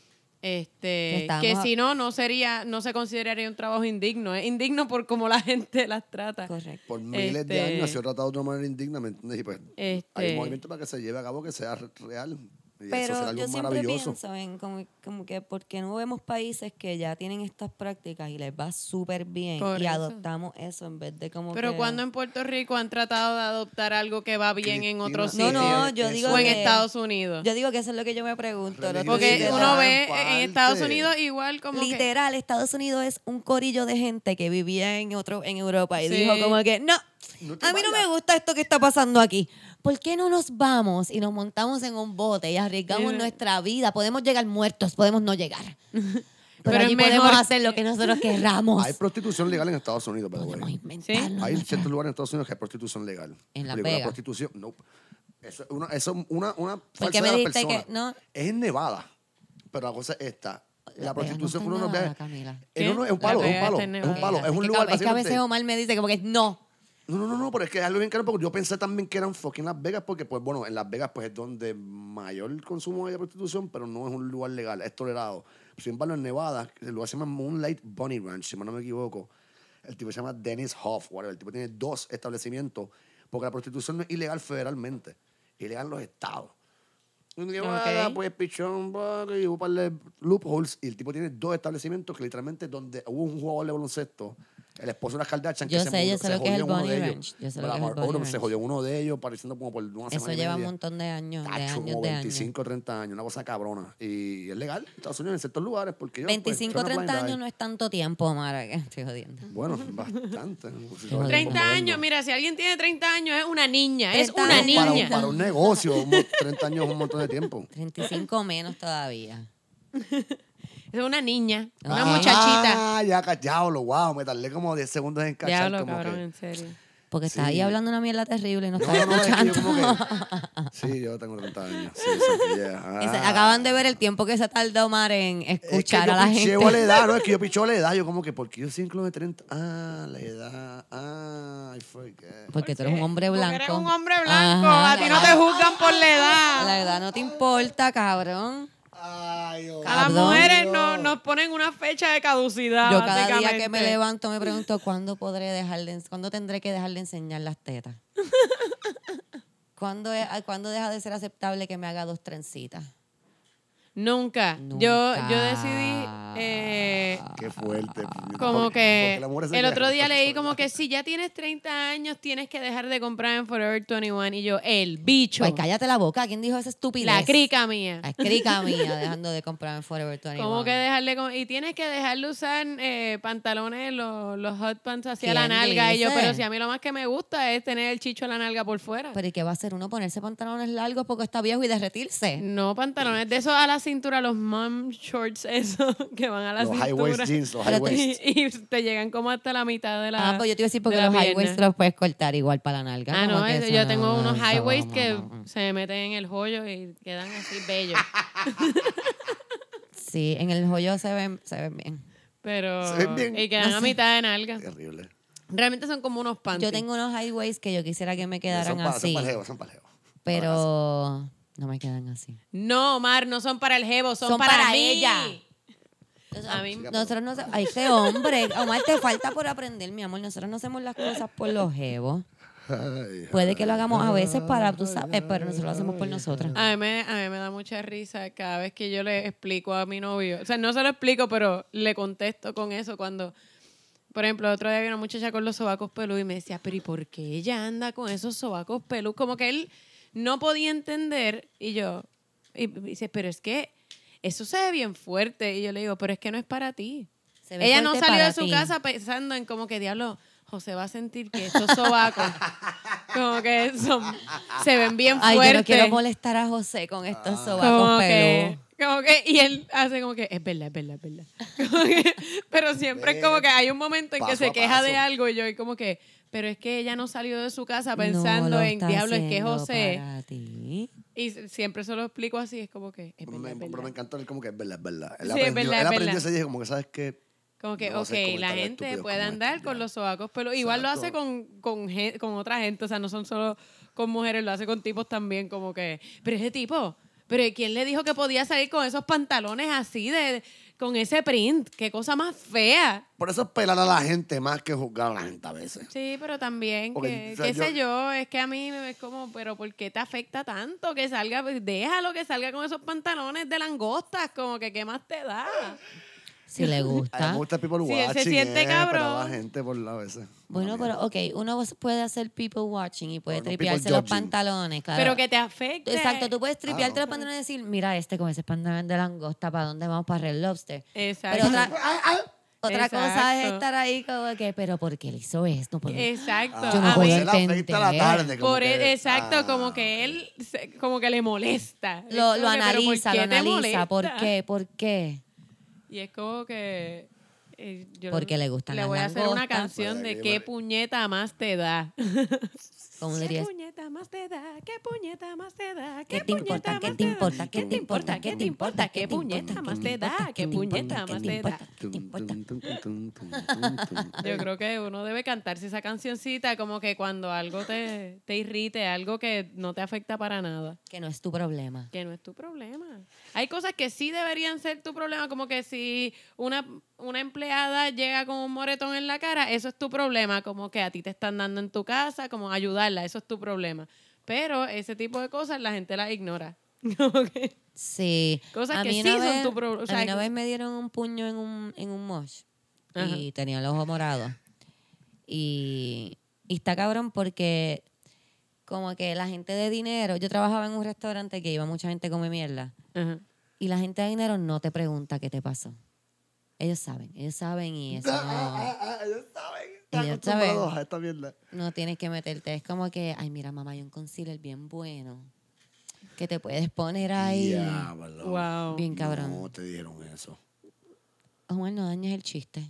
S4: Este,
S1: Que
S4: que
S1: estamos-
S4: si no, no sería, no se consideraría un trabajo indigno. Es indigno por cómo la <laughs> gente las trata.
S1: Correcto.
S2: Por miles de
S4: Este-
S2: años se ha tratado de una manera indigna, ¿me entiendes? Y pues hay
S4: Este-
S2: un movimiento para que se lleve a cabo que sea re- real. Y eso será
S1: Pero
S2: algo
S1: yo siempre
S2: maravilloso.
S1: pienso en como, como que porque no vemos países que ya tienen estas prácticas y les va súper bien
S4: Por
S1: y
S4: eso.
S1: adoptamos eso en vez de como
S4: Pero
S1: que-
S4: cuando en Puerto Rico han tratado de adoptar algo que va bien en otros
S1: No,
S4: sitios.
S2: Cristina,
S1: no, yo
S2: eso
S1: digo
S4: o en
S1: que-
S4: Estados Unidos.
S1: Yo digo que eso es lo que yo me pregunto. el otro
S4: Porque
S1: día.
S2: Literal,
S4: uno ve en
S2: parte.
S4: Estados Unidos igual como que...
S1: Literal, Estados Unidos es un corillo de gente que vivía en otro en Europa y
S4: Sí.
S1: dijo como que no,
S2: No te
S1: a mí no
S2: vayas".
S1: me gusta esto que está pasando aquí. ¿Por qué no nos vamos y nos montamos en un bote y arriesgamos
S4: Eh.
S1: nuestra vida? Podemos llegar muertos, podemos no
S4: <laughs>
S1: llegar. Pero,
S4: Pero es
S1: aquí
S4: mejor-
S1: podemos hacer lo que
S4: <laughs>
S1: nosotros querramos.
S2: Hay prostitución legal en Estados Unidos, by the way.
S1: podemos inventarnos.
S2: Hay ciertos lugares en Estados Unidos que hay prostitución legal.
S1: En La
S2: Digo, la
S1: Vega.
S2: prostitución, no. Eso es una, eso es una, una
S1: ¿Por qué
S2: falsedad
S1: me
S2: de la
S1: dijiste
S2: persona.
S1: que no?
S2: Es en Nevada. Pero la cosa es esta. La,
S1: La Vega no
S2: prostitución
S1: está
S2: que uno
S1: en
S2: no
S1: Nevada,
S2: ve-
S1: Camila.
S2: Eh, no, no, es un
S4: La
S2: palo, es
S4: Vega
S2: un palo.
S4: está en
S2: Es un
S4: Nevada.
S2: palo. Es
S1: que
S2: un
S1: cab-
S2: lugar
S1: Es que a veces
S2: básicamente-
S1: Omar me dice como que no.
S2: No, no, no, no, pero es que es algo bien caro porque yo pensé también que eran fucking Las Vegas porque, pues, bueno, en Las Vegas pues es donde mayor consumo hay de prostitución, pero no es un lugar legal, es tolerado. Sin embargo, en Nevada, el lugar se llama Moonlight Bunny Ranch, si mal no me equivoco. El tipo se llama Dennis Hoff, whatever. El tipo tiene dos establecimientos porque la prostitución no es ilegal federalmente, es ilegal en los estados. En Nevada,
S4: Ok.
S2: pues, pichón, vaga, y hubo un par de loopholes. Y el tipo tiene dos establecimientos que literalmente donde hubo un jugador de baloncesto, el esposo de las Kardashian,
S1: Yo
S2: <laughs> que
S1: sé,
S2: se
S1: yo
S2: murió,
S1: sé
S2: se
S1: lo que es
S2: jodió
S1: el
S2: uno
S1: Bunny
S2: de ellos.
S1: Ranch, yo sé lo
S2: Bueno,
S1: que es el
S2: Barbaro
S1: Bunny
S2: se
S1: Ranch.
S2: jodió uno de ellos, pareciendo como por una
S1: Eso
S2: semana y
S1: lleva un
S2: media.
S1: montón de años, de
S2: Tacho,
S1: años,
S2: como
S1: de años.
S2: 25 o 30 años, pues, una cosa cabrona. Y es legal en Estados Unidos en ciertos lugares porque yo... pues,
S1: 25 o
S2: turn a
S1: 30
S2: blind eye.
S1: años no es tanto tiempo, Mara, que estoy jodiendo. <laughs>
S2: Bueno, bastante. Pues,
S1: Joder.
S4: 30
S2: moderno.
S4: años, mira, si alguien tiene 30 años es una niña, es
S1: 30
S4: una
S1: años.
S2: Para,
S4: niña.
S2: un- para un negocio, un mo- 30 años es un montón de tiempo. <laughs>
S1: 35 menos todavía.
S4: Es una niña, una
S1: Ah.
S4: muchachita.
S2: Ah, ya, ca- diablo, wow, me tardé como 10 segundos en cachar.
S4: Diablo,
S2: como
S4: cabrón,
S2: que-
S4: en serio.
S1: Porque está
S2: Sí.
S1: ahí hablando una mierda terrible y no está
S2: No, no, es que yo
S1: escuchando.
S2: como
S1: <laughs>
S2: que- Sí, yo tengo 30 años. Sí, sí, yeah. Ah.
S1: Ese- Acaban de ver el tiempo que se ha tardado Mar en
S2: Es que
S1: escuchar
S2: yo
S1: a la gente.
S2: picheo a la edad, no, es que yo picheo a la edad. Yo como que, ¿por qué yo soy en club de 30? Ah, la edad. Ah, I forget.
S1: Porque tú eres un hombre
S4: Porque
S1: blanco.
S4: eres un hombre blanco,
S1: Ajá,
S4: a ti
S1: la
S4: no te
S1: edad-
S4: juzgan por la edad.
S1: La edad no te importa, cabrón.
S2: Ay, oh,
S4: A las
S1: Cabrón.
S4: mujeres no, nos ponen una fecha de caducidad.
S1: Yo cada día que
S4: básicamente.
S1: me levanto me pregunto cuándo podré dejar de, ens- cuándo tendré que dejar de enseñar las
S4: <laughs>
S1: tetas. ¿Cuándo, es- ah, ¿Cuándo deja de ser aceptable que me haga dos trencitas?
S4: Nunca.
S1: Nunca.
S4: Yo, yo decidí... eh,
S2: Qué fuerte.
S4: como
S2: Porque-
S4: que
S2: porque la mujer se
S4: el
S2: queja.
S4: otro día leí como que si ya tienes 30 años tienes que dejar de comprar en Forever 21 y yo el bicho
S1: Pues cállate la boca, ¿quién dijo esa estupidez?
S4: la crica mía
S1: La crica mía, dejando de comprar en Forever 21.
S4: como que dejarle com- y tienes que dejarle usar eh, pantalones los, los hot pants hacia la
S1: ¿Quién
S4: nalga y yo
S1: dice?
S4: pero si a mí lo más que me gusta es tener el chicho a la nalga por fuera
S1: Pero ¿y qué va a hacer uno? ¿Ponerse pantalones largos porque está viejo y derretirse?
S4: no pantalones de esos a la cintura los mom shorts <laughs> esos que van a la
S2: Los high waist
S4: cintura
S2: jeans, los
S1: Pero
S2: high
S1: tú-
S2: waist.
S4: <laughs> y, y te llegan como hasta la mitad de la
S1: ah, pues yo te iba a decir porque
S4: de la
S1: los high
S4: pierna.
S1: waist los puedes cortar igual para la nalga.
S4: Ah,
S1: como
S4: no,
S1: que
S4: es-
S1: eso
S4: yo
S1: no-
S4: tengo unos
S1: eso
S4: high
S1: no-
S4: waist que
S1: no- no.
S4: se me meten en el joyo y quedan así
S2: <laughs>
S4: bellos.
S1: Sí, en el joyo se ven, se ven bien.
S4: Pero.
S2: Se ven bien.
S4: Y quedan a mitad de nalga.
S2: Terrible.
S4: Realmente son como unos panties.
S1: Yo tengo unos high waist que yo quisiera que me
S2: Son
S1: quedaran
S2: pa-
S1: así,
S2: Son paleo, son paleo. Ah,
S1: pero no me quedan así.
S4: No, Mar, no son para el jevo, son,
S1: Son
S4: para,
S1: para
S4: mí.
S1: ella.
S2: Ah,
S4: A mí-
S2: pues.
S1: Nosotros no... se- este Ay, qué hombre. Omar, te falta por aprender, mi amor. Nosotros no hacemos las cosas por los jevos. Puede que lo hagamos a veces para, tú sabes, pero nosotros lo hacemos por nosotras.
S2: Ah,
S4: A mí, me, a mí me da mucha risa cada vez que yo le explico a mi novio. O sea, no se lo explico, pero le contesto con eso cuando. Por ejemplo, otro día había una muchacha con los sobacos pelú y me decía, pero ¿y por qué ella anda con esos sobacos pelú? Como que él no podía entender. Y yo, y me dice, pero es que eso se ve bien fuerte. Y yo le digo, pero es que no es para ti.
S1: Se ve
S4: Ella no
S1: fuerte
S4: salió
S1: para
S4: de su
S1: ti.
S4: casa pensando en como que diablo, José va a sentir que estos sobacos como que son, se ven bien
S1: Ay,
S4: fuertes.
S1: yo no quiero molestar a José con estos
S2: Ah.
S4: como
S1: sobacos
S4: que,
S1: pelú.
S4: como que, y él hace como que, es verdad, es verdad, es verdad. <laughs> Como que- pero siempre es como que hay un momento en que
S2: Paso
S4: se
S2: a
S4: queja de
S2: paso.
S4: algo y yo y como que, pero es que ella no salió de su
S1: No
S4: casa
S1: lo
S4: pensando en,
S1: está
S4: diablo, es que
S1: haciendo
S4: José.
S1: para ti.
S4: Y s- siempre se lo explico así, es como que, es verdad,
S2: Me,
S4: es
S2: pero
S4: verdad.
S2: me encantó él como que es verdad, es verdad. Él
S4: Sí, es
S2: aprendió,
S4: verdad, es
S2: él aprendió
S4: verdad.
S2: ese día como que sabes que
S4: Como que,
S2: No
S4: ok,
S2: hacer
S4: la
S2: comentarios
S4: gente
S2: estúpidos
S4: puede
S2: como
S4: andar
S2: este,
S4: con
S2: ya.
S4: los sobacos pero Igual lo hace
S2: Exacto.
S4: con, con, gen- con otra gente, o sea, no son solo con mujeres, lo hace con tipos también, como que, pero ese tipo, pero ¿quién le dijo que podía salir con esos pantalones así, de con ese print? Qué cosa más fea.
S2: por eso es pelar a la gente más que juzgar a la gente a veces.
S4: Sí, pero también,
S2: Ok,
S4: que,
S2: o sea,
S4: qué
S2: yo-
S4: sé yo, es que a mí me es como, pero ¿por qué te afecta tanto que salga? Pues déjalo que salga con esos pantalones de langostas, como que, ¿qué más te da?
S1: Si le
S2: <laughs> A mí
S1: gusta.
S2: me gusta el people
S4: ¿Ah? Sí, él se
S2: watching,
S4: siente
S2: eh, pero a la
S4: cabrón.
S2: gente por la veces.
S1: Bueno,
S2: Una mierda.
S1: pero ok, uno puede hacer people watching y puede
S2: No, no people
S1: tripearse los
S2: judging.
S1: pantalones, claro.
S4: Pero que te afecte.
S1: Exacto, tú puedes tripearte
S2: Claro.
S1: los pantalones y decir, mira este con ese pantalón de langosta, ¿para dónde vamos? Para Red Lobster.
S4: Exacto.
S1: Pero otra, otra cosa es
S4: Exacto.
S1: estar ahí como que, pero ¿por qué le hizo esto? ¿Por qué?
S4: Exacto.
S1: Yo no
S4: A
S2: José
S1: puedo
S4: mí-
S2: le ah, pues afecta la
S1: entender.
S2: tarde. como
S4: por
S2: que,
S4: él- exacto,
S2: ah,
S4: como que él se- como que le molesta. Es
S1: Lo,
S4: como
S1: lo
S4: que, "¿Pero por
S1: analiza,
S4: qué
S1: lo
S4: te
S1: analiza. ¿Por
S4: molesta?".
S1: qué? ¿Por qué?
S4: Y es como que eh, yo
S1: Porque le gustan
S4: le
S1: las
S4: voy a hacer una
S1: langostas.
S4: canción
S2: Madre
S4: de
S2: mía,
S4: qué
S2: madre.
S4: puñeta más te da.
S1: Como
S4: ¿Qué
S1: dirías,
S4: puñeta más te da? ¿Qué puñeta más te da?
S1: ¿Qué te importa?
S4: puñeta
S1: ¿Qué
S4: más
S1: te
S4: da?
S1: importa? ¿Qué te importa?
S4: ¿Qué te importa? ¿Qué puñeta más te da? ¿Qué puñeta más te da?
S2: tum, tum, tum, tum, tum,
S4: <laughs>
S2: tum, tum.
S4: Yo creo que uno debe cantarse esa cancioncita como que cuando algo te, te irrite, algo que no te afecta para nada.
S1: Que no es tu problema.
S4: Que no es tu problema. Hay cosas que sí deberían ser tu problema, como que si una, una empleada llega con un moretón en la cara, eso es tu problema, como que a ti te están dando en tu casa, como ayudarla, eso es tu problema. Pero ese tipo de cosas la gente
S1: <laughs>
S4: las ignora. Como que-
S1: Sí.
S4: Cosas
S1: A
S4: que
S1: mí
S4: sí
S1: una
S4: son
S1: vez-
S4: tu pro- o
S1: a
S4: sea,
S1: mí una
S4: que-
S1: vez me dieron un puño en un, en un mosh y tenía el ojo morado. Y, y está cabrón porque como que la gente de dinero, yo trabajaba en un restaurante que iba mucha gente a comer mierda
S4: Ajá.
S1: y la gente de dinero no te pregunta qué te pasó. Ellos saben, ellos saben y eso no,
S2: Ah, ah, ah, ellos saben,
S1: Ellos
S2: están
S1: saben.
S2: acostumbrados a esta mierda.
S1: no tienes que meterte. Es como que, ay mira mamá, hay un concealer bien bueno que te puedes poner ahí.
S2: Diablo.
S4: Wow.
S1: Bien cabrón.
S2: No te dieron eso.
S1: Juan, no dañes el chiste.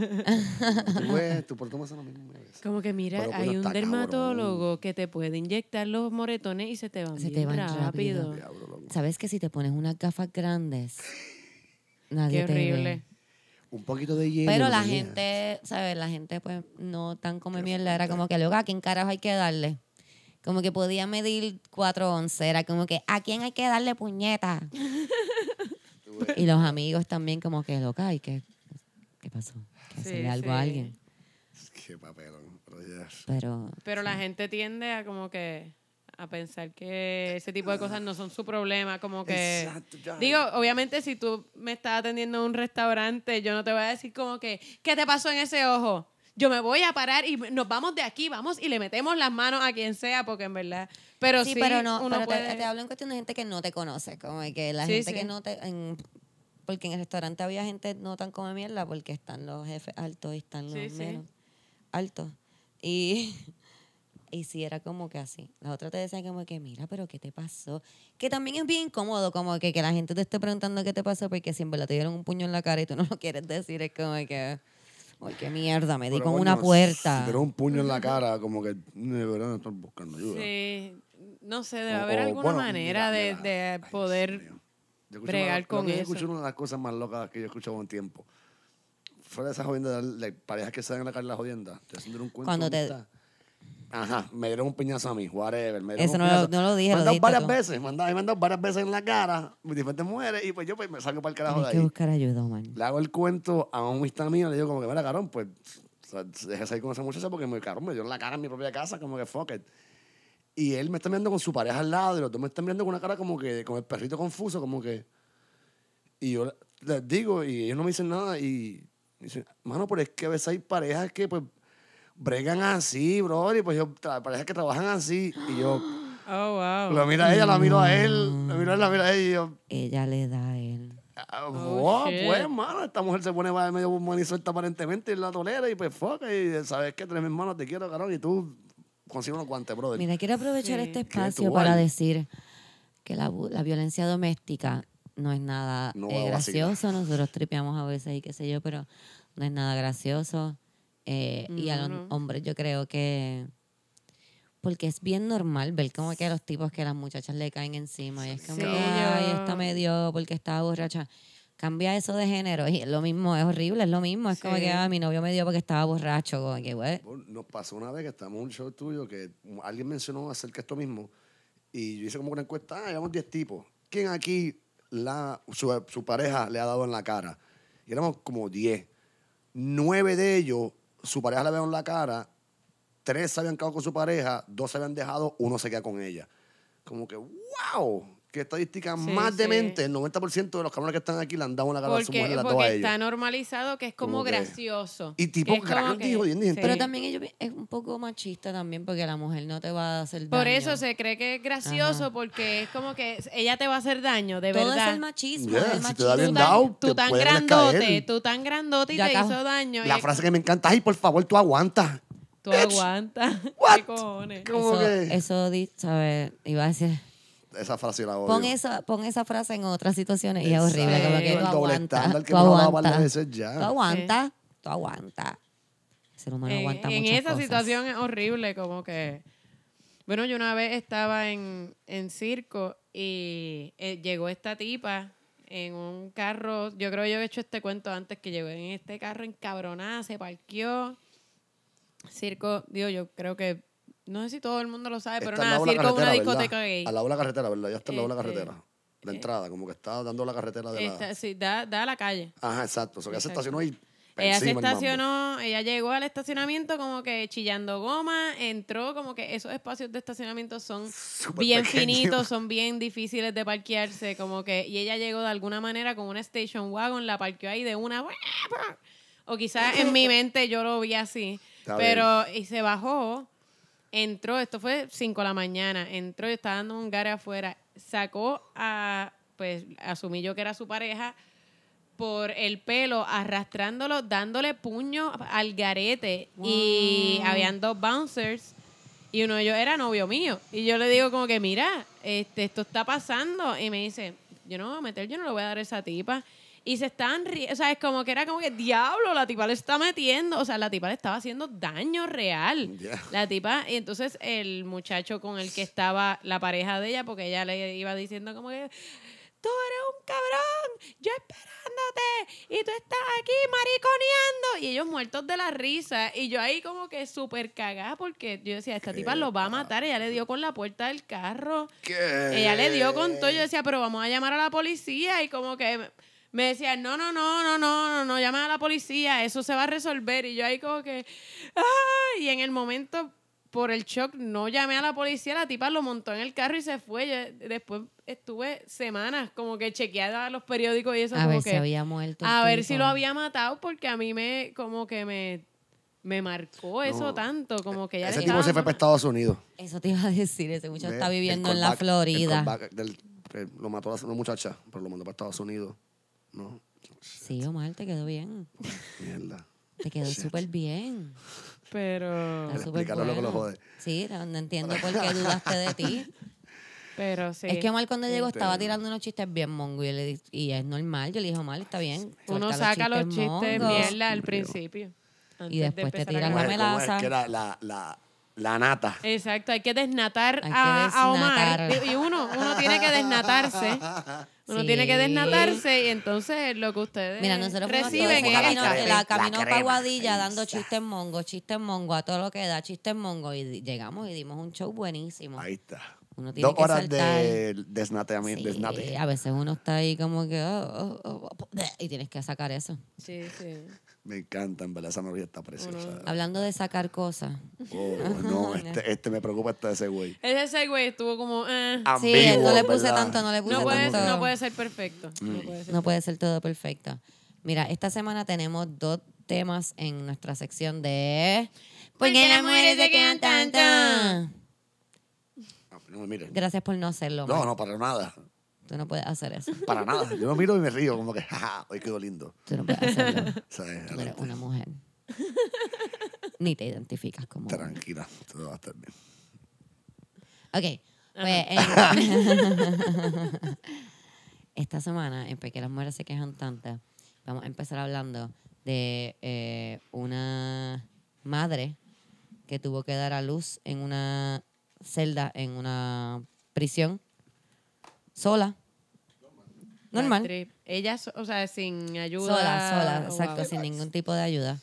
S2: Tú ves, tú por tomas lo mismo. a
S4: <laughs>
S2: veces.
S4: Como que mira,
S2: Pero,
S4: hay
S2: coño,
S4: un
S2: está cabrón.
S4: dermatólogo que te puede inyectar los moretones y se te van,
S1: Se
S4: bien
S1: te van
S4: rápido.
S1: rápido.
S2: Diablo, loco.
S1: ¿Sabes que si te pones unas gafas grandes, nadie
S4: Qué
S1: te ve?
S4: horrible.
S2: Un poquito de hielo.
S1: Pero la
S2: nena.
S1: gente, ¿sabes? La gente, pues, no tan come mierda. Era como que, luego, ¿a quién carajo hay que darle? Como que podía medir 4'11". Era como que, ¿a quién hay que darle puñeta? y los amigos también como que, loca, ¿y qué, qué pasó? Que
S4: Sí,
S1: hacerle algo a
S4: sí.
S1: alguien.
S2: Qué papelón. Pero ya.
S1: Pero
S4: Pero la gente tiende a como que a pensar que ese tipo de cosas no son su problema, como que
S2: Exacto, ya.
S4: digo, obviamente si tú me estás atendiendo en un restaurante, yo no te voy a decir como que ¿qué te pasó en ese ojo? Yo me voy a parar y nos vamos de aquí, vamos y le metemos las manos a quien sea, porque en verdad, pero sí,
S1: sí, pero no,
S4: uno
S1: pero te-
S4: puede-
S1: te, hablo en cuestión de gente que no te conoce, como de que la
S4: Sí,
S1: gente
S4: sí.
S1: que no te... en- porque en el restaurante había gente no tan come mierda porque están los jefes altos y están los
S4: Sí, sí.
S1: menos altos. Y, <laughs> y sí, era como que así. Las otras te decían como que, mira, pero ¿qué te pasó? Que también es bien incómodo como que, que la gente te esté preguntando qué te pasó porque si en verdad te dieron un puño en la cara y tú no lo quieres decir, es como que... Ay, qué mierda, me di
S2: Pero,
S1: con
S2: coño,
S1: una puerta.
S2: si te dieron un puño en la cara, como que de verdad no están buscando ayuda.
S4: Sí, no sé, debe
S2: O-
S4: haber
S2: o,
S4: alguna
S2: bueno,
S4: manera
S2: mira,
S4: de,
S2: mira.
S4: de
S2: Ay, Dios
S4: poder
S2: mío. Yo escuché
S4: bregar
S2: una-
S4: con
S2: creo que Yo
S4: eso.
S2: escuché una de las cosas más locas que yo he escuchado en tiempo. Fuera de esa jodienda de de parejas que salen a la calle en la jodienda. Te haciendo un cuento.
S1: Cuando
S2: de
S1: te-
S2: amistad. Ajá, me dieron un piñazo a mí, whatever. Me dieron
S1: Eso
S2: un
S1: no lo-
S2: piñazo.
S1: no lo dije,
S2: Me
S1: lo
S2: han dado
S1: dijiste
S2: varias
S1: tú.
S2: veces, me han dado, me han dado varias veces en la cara, mis diferentes mujeres, y pues yo pues, me salgo para el carajo
S1: Tienes
S2: de
S1: que
S2: ahí.
S1: buscar ayuda, man.
S2: Le hago el cuento a un amistad mío, le digo como que, mira, carón, pues O sea, dejé salir con esa muchacha porque me, cabrón, me dio en la cara en mi propia casa, como que fuck it. Y él me está mirando con su pareja al lado y los dos me están mirando con una cara como que, como el perrito confuso, como que. Y yo les digo, y ellos no me dicen nada, y dicen, mano, pero es que a veces hay parejas que, pues, bregan así, bro, y pues yo, tra- parejas que trabajan así, y yo,
S4: Oh, wow.
S2: lo miro a ella, la miro a él, la miro a él, la miro a ella, y yo,
S1: Ella le da a él.
S2: Ah,
S4: Oh,
S2: wow,
S4: shit.
S2: pues, mano, esta mujer se pone va- medio buena y suelta aparentemente y la tolera y pues fuck, y sabes que tres hermanos te quiero, carón, y tú consigues unos guantes, brother.
S1: Mira, quiero aprovechar este
S2: Qué
S1: espacio
S2: dual.
S1: para decir que la, bu- la violencia doméstica no es nada
S2: No
S1: eh,
S2: va a vacilar.
S1: gracioso. Nosotros tripeamos a veces y qué sé yo, pero no es nada gracioso. Eh, y a los hombres yo creo que... Porque es bien normal ver como que a los tipos que las muchachas le caen encima y es como
S4: Sí,
S1: que,
S4: yo-
S1: ay, esta me dio porque estaba borracha. Cambia eso de género y es lo mismo, es horrible, es lo mismo. Es como
S4: Sí.
S1: que, ah, mi novio me dio porque estaba borracho. Como que, "What?".
S2: Nos pasó una vez que estábamos en un show tuyo que alguien mencionó acerca de esto mismo y yo hice como una encuesta, ah, éramos 10 tipos. ¿Quién aquí la, su, su pareja le ha dado en la cara? Y éramos como 10. Nueve de ellos, su pareja le había dado en la cara, tres se habían quedado con su pareja, dos se habían dejado, uno se queda con ella. Como que, wow, qué estadística
S4: Sí,
S2: más
S4: sí.
S2: demente. El 90% de los cabrones que están aquí le han dado en la cara a su mujer y
S4: Porque,
S2: las dos a
S4: porque
S2: ellos.
S4: está normalizado que es como,
S2: Como que-
S4: gracioso.
S2: y tipo
S4: Que es como
S2: grande y
S4: que-
S2: jodiendo y gente-
S1: Pero
S4: Sí.
S1: también ellos es un poco machista también porque la mujer no te va a hacer daño.
S4: Por eso se cree que es gracioso
S1: Ajá.
S4: porque es como que ella te va a hacer daño, de
S1: Todo
S4: verdad.
S1: es el machismo.
S2: Yeah,
S1: el
S2: si te
S1: machismo.
S2: da
S4: tú
S2: bien
S4: tan,
S2: dado,
S4: tú
S2: te
S4: tan
S2: puede
S4: grandote,
S2: caer.
S4: tú tan grandote y
S1: Ya
S4: te
S1: acabo-
S4: hizo daño. y
S2: La
S4: es
S2: frase
S4: como,
S2: que me encanta, ay, por favor, tú aguanta.
S4: Tú
S2: <laughs>
S4: aguantas.
S2: What?
S4: ¿Qué cojones?
S2: Como
S1: eso,
S2: que-
S1: eso di- sabe, iba a decir,
S2: Esa frase yo la odio.
S1: pon esa, pon esa frase en otras situaciones y es
S2: Exacto.
S1: horrible, como que
S4: El
S1: tú
S2: doble
S1: aguantas,
S2: estándar que
S1: tú
S2: hemos hablado varias
S1: aguantas,
S2: veces ya.
S1: tú aguantas, tú aguantas. El ser humano
S4: En,
S1: aguanta
S4: Eh, en
S1: muchas
S4: esa
S1: cosas.
S4: situación es horrible, como que... Bueno, yo una vez estaba en, en circo y eh, llegó esta tipa en un carro, yo creo que yo he hecho este cuento antes, que llegó en este carro encabronada, se parqueó. Circo, digo, yo creo que, no sé si todo el mundo lo sabe, pero
S2: Está al
S4: nada,
S2: lado de la
S4: circo es una
S2: carretera, ¿verdad?
S4: discoteca gay.
S2: Al lado de la carretera, ¿verdad? Ya está al lado de la
S4: Este,
S2: carretera. La entrada, como que está dando la carretera de
S4: Esta-
S2: la...
S4: sí, da, da a la calle.
S2: Ajá, exacto. O sea, que ya se
S4: Exacto.
S2: estacionó y...
S4: Ella se
S2: encima el mambo.
S4: estacionó, ella llegó al estacionamiento como que chillando goma, entró como que esos espacios de estacionamiento son
S2: Súper
S4: bien
S2: pequeño.
S4: finitos, son bien difíciles de parquearse, como que y ella llegó de alguna manera con una station wagon, la parqueó ahí de una o quizás en mi mente yo lo vi así,
S2: Está
S4: pero y se bajó, entró, esto fue 5 de la mañana, entró y estaba dando un gare afuera, sacó a pues asumí yo que era su pareja por el pelo, arrastrándolo, dándole puño al garete. Y habían dos bouncers y uno de ellos era novio mío. Y yo le digo como que, mira, este, esto está pasando. Y me dice, yo no me voy a meter, yo no le voy a dar a esa tipa. Y se estaban riendo, o sea, es como que era como que, diablo, la tipa le está metiendo, o sea, la tipa le estaba haciendo daño real.
S2: Yeah.
S4: La tipa, y entonces el muchacho con el que estaba la pareja de ella, porque ella le iba diciendo como que, tú eres un cabrón, yo esperándote, y tú estás aquí mariconeando. Y ellos muertos de la risa, y yo ahí como que súper cagada, porque yo decía, esta tipa lo va a matar, ella le dio con la puerta del carro.
S2: <laughs> ¿Qué?
S4: Ella le dio con
S2: Eh.
S4: todo. Yo decía, pero vamos a llamar a la policía. Y como que me- me decía, no, no, no, no, no, no, no, llama a la policía. Eso se va a resolver. Y yo ahí como que, "Ah", Y en el momento, por el shock, no llamé a la policía. La tipa lo montó en el carro y se fue. Yo después estuve semanas como que chequeada los periódicos y eso.
S1: a
S4: como
S1: ver
S4: que,
S1: si había muerto. el
S4: a ver
S1: tipo.
S4: si lo había matado porque a mí me, como que me, me marcó eso
S2: No.
S4: tanto. Como que ya
S2: Ese tipo se fue para Estados Unidos.
S1: Eso te iba a decir, ese muchacho
S2: Ve,
S1: está
S2: el
S1: viviendo en la
S2: callback- el
S1: Florida.
S2: callback del- eh, Lo mató la una muchacha, pero lo mandó para Estados Unidos.
S4: <laughs>
S2: No,
S1: Sí, Omar, te quedó bien.
S2: mierda.
S1: Te quedó súper bien.
S4: Pero,
S1: Está súper
S2: explicarlo lo que lo
S1: bueno.
S2: jode.
S1: Sí, no, no entiendo por qué dudaste de ti.
S4: pero <laughs> sí.
S1: Es que Omar cuando llegó estaba
S2: Entiendo.
S1: tirando unos chistes bien mongo y, yo le di- y es normal. Yo le dije, Omar, está bien.
S4: Uno
S1: suelta
S4: saca los chistes
S1: mongos".
S4: mierda al principio. antes de
S1: después te
S4: empezar a
S1: tiran
S2: Como
S1: la
S2: es-
S4: grabar.
S2: como es
S1: melaza.
S2: que era la, la, la nata.
S4: Exacto, hay que desnatar
S1: Hay que
S4: a, a Omar.
S1: desnatar.
S4: Y uno, uno tiene que desnatarse. Uno
S1: Sí.
S4: tiene que desnatarse y entonces lo que ustedes
S1: Mira, nosotros fuimos todos
S4: reciben
S1: ese
S4: es
S1: camino,
S2: La
S1: el
S2: crema,
S1: camino
S2: la
S1: para
S2: crema.
S1: Guadilla dando
S2: Ahí está.
S1: chistes mongo, chistes mongo, a todo lo que da, chistes mongo. Y di- llegamos y dimos un show buenísimo.
S2: Ahí está.
S1: Uno tiene
S2: Dos
S1: que
S2: horas
S1: saltar.
S2: de desnate a mí,
S1: Sí,
S2: desnate.
S1: oh", a veces uno está ahí como que... oh, oh, oh, oh, y tienes que sacar eso.
S4: Sí, sí.
S2: Me encanta, en verdad, esa melodía está preciosa.
S1: Hablando de sacar cosas.
S2: Oh,
S1: <laughs>
S2: no, este, este me preocupa hasta ese güey.
S4: Ese segue estuvo como. eh,
S1: Sí,
S2: Ambiguo,
S1: no le
S2: en
S1: puse
S2: verdad.
S1: tanto, no le puse
S4: no, puede,
S1: tanto.
S4: no puede ser perfecto. No puede ser.
S1: No puede ser todo perfecto. Mira, esta semana tenemos dos temas en nuestra sección de... ¿Por qué las mujeres se quedan tanto?
S2: Ah, No me mires.
S1: Gracias por no hacerlo.
S2: No,
S1: Mar.
S2: no, para nada.
S1: Tú no puedes hacer eso.
S2: Para nada. Yo lo miro y me río, como que, jaja, hoy quedó lindo.
S1: Tú no puedes
S2: <laughs>
S1: hacerlo.
S2: ¿Sabes?
S1: Tú eres
S2: Adelante.
S1: una mujer. Ni te identificas como... hombre.
S2: Tranquila, todo va a estar bien.
S1: Ok. Pues,
S4: <laughs>
S1: en- <laughs> esta semana, en Pequeñas Mujeres se quejan tantas, vamos a empezar hablando de eh, una madre que tuvo que dar a luz en una celda, en una prisión, sola. Normal.
S4: La oh, trip. Ella, so- o sea, sin ayuda.
S1: Sola, sola,
S4: o
S1: exacto,
S4: algo.
S1: sin ningún tipo de ayuda.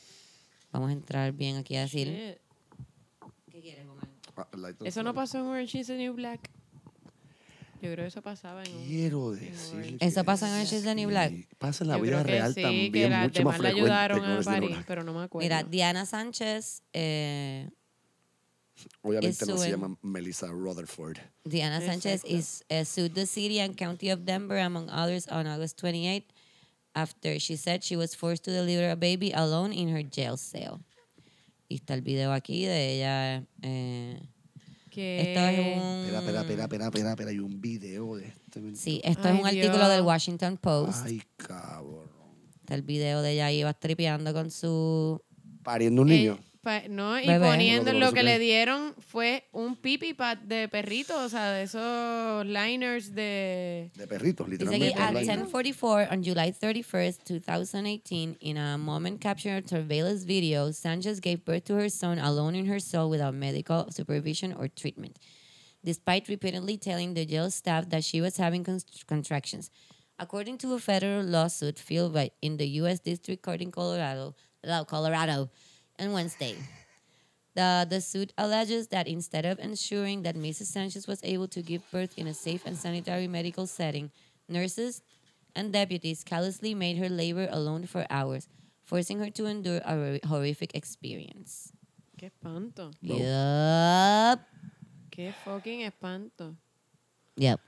S1: Vamos a entrar bien aquí a decir.
S4: Eh,
S1: ¿Qué quieres, Omar?
S2: Ah, la-
S4: Eso no pasó en Orange is the New Black. Yo creo que eso pasaba en. un-
S2: Quiero decir.
S1: Eso pasa en Orange is the New Black.
S2: Pasa en la
S4: yo
S2: vida
S4: creo que
S2: real
S4: sí, que
S2: también,
S4: las
S2: mucho más
S4: demás la
S2: frecuente.
S4: ayudaron
S2: que no
S4: a
S2: es de
S4: París,
S2: Nora.
S4: pero Pues no me acuerdo.
S1: Mira, Diana Sánchez, eh,
S2: Obviamente
S1: es
S2: no
S1: su-
S2: se llama Melissa Rutherford.
S1: Diana Sanchez
S4: Exacto.
S1: is, uh, sued the city and county of Denver, among others, on August 28 after she said she was forced to deliver a baby alone in her jail cell. Y está el video aquí de ella. eh,
S4: que
S1: esto este
S4: Eh.
S1: es un.
S2: Espera, espera, espera, espera, espera, espera. Hay un video de este. men-
S1: Mm. Sí, esto
S4: Ay,
S1: es un artículo del
S4: Dios.
S1: Washington Post.
S2: Ay, cabrón.
S1: Está el video de ella ahí, va tripeando con su.
S2: Pariendo un niño.
S4: Eh, pa- no, y
S1: Bebé.
S4: poniendo
S2: Lo que parece que
S4: lo que le
S2: es.
S4: dieron fue un pipi pad de perrito, o sea, de esos liners de.
S2: De perritos,
S1: Dice aquí,
S2: literalmente.
S1: at
S2: online.
S1: 10:44 on July 31st, 2018, in a moment captured surveillance video, Sanchez gave birth to her son alone in her cell without medical supervision or treatment, despite repeatedly telling the jail staff that she was having con- contractions. According to a federal lawsuit filed by in the U.S. District Court in Colorado, uh, Colorado, on Wednesday. The, the suit alleges that instead of ensuring that Mrs. Sanchez was able to give birth in a safe and sanitary medical setting, nurses and deputies callously made her labor alone for hours, forcing her to endure a hor- horrific experience.
S4: Qué espanto.
S1: Yep.
S4: Qué fucking espanto.
S1: Yep.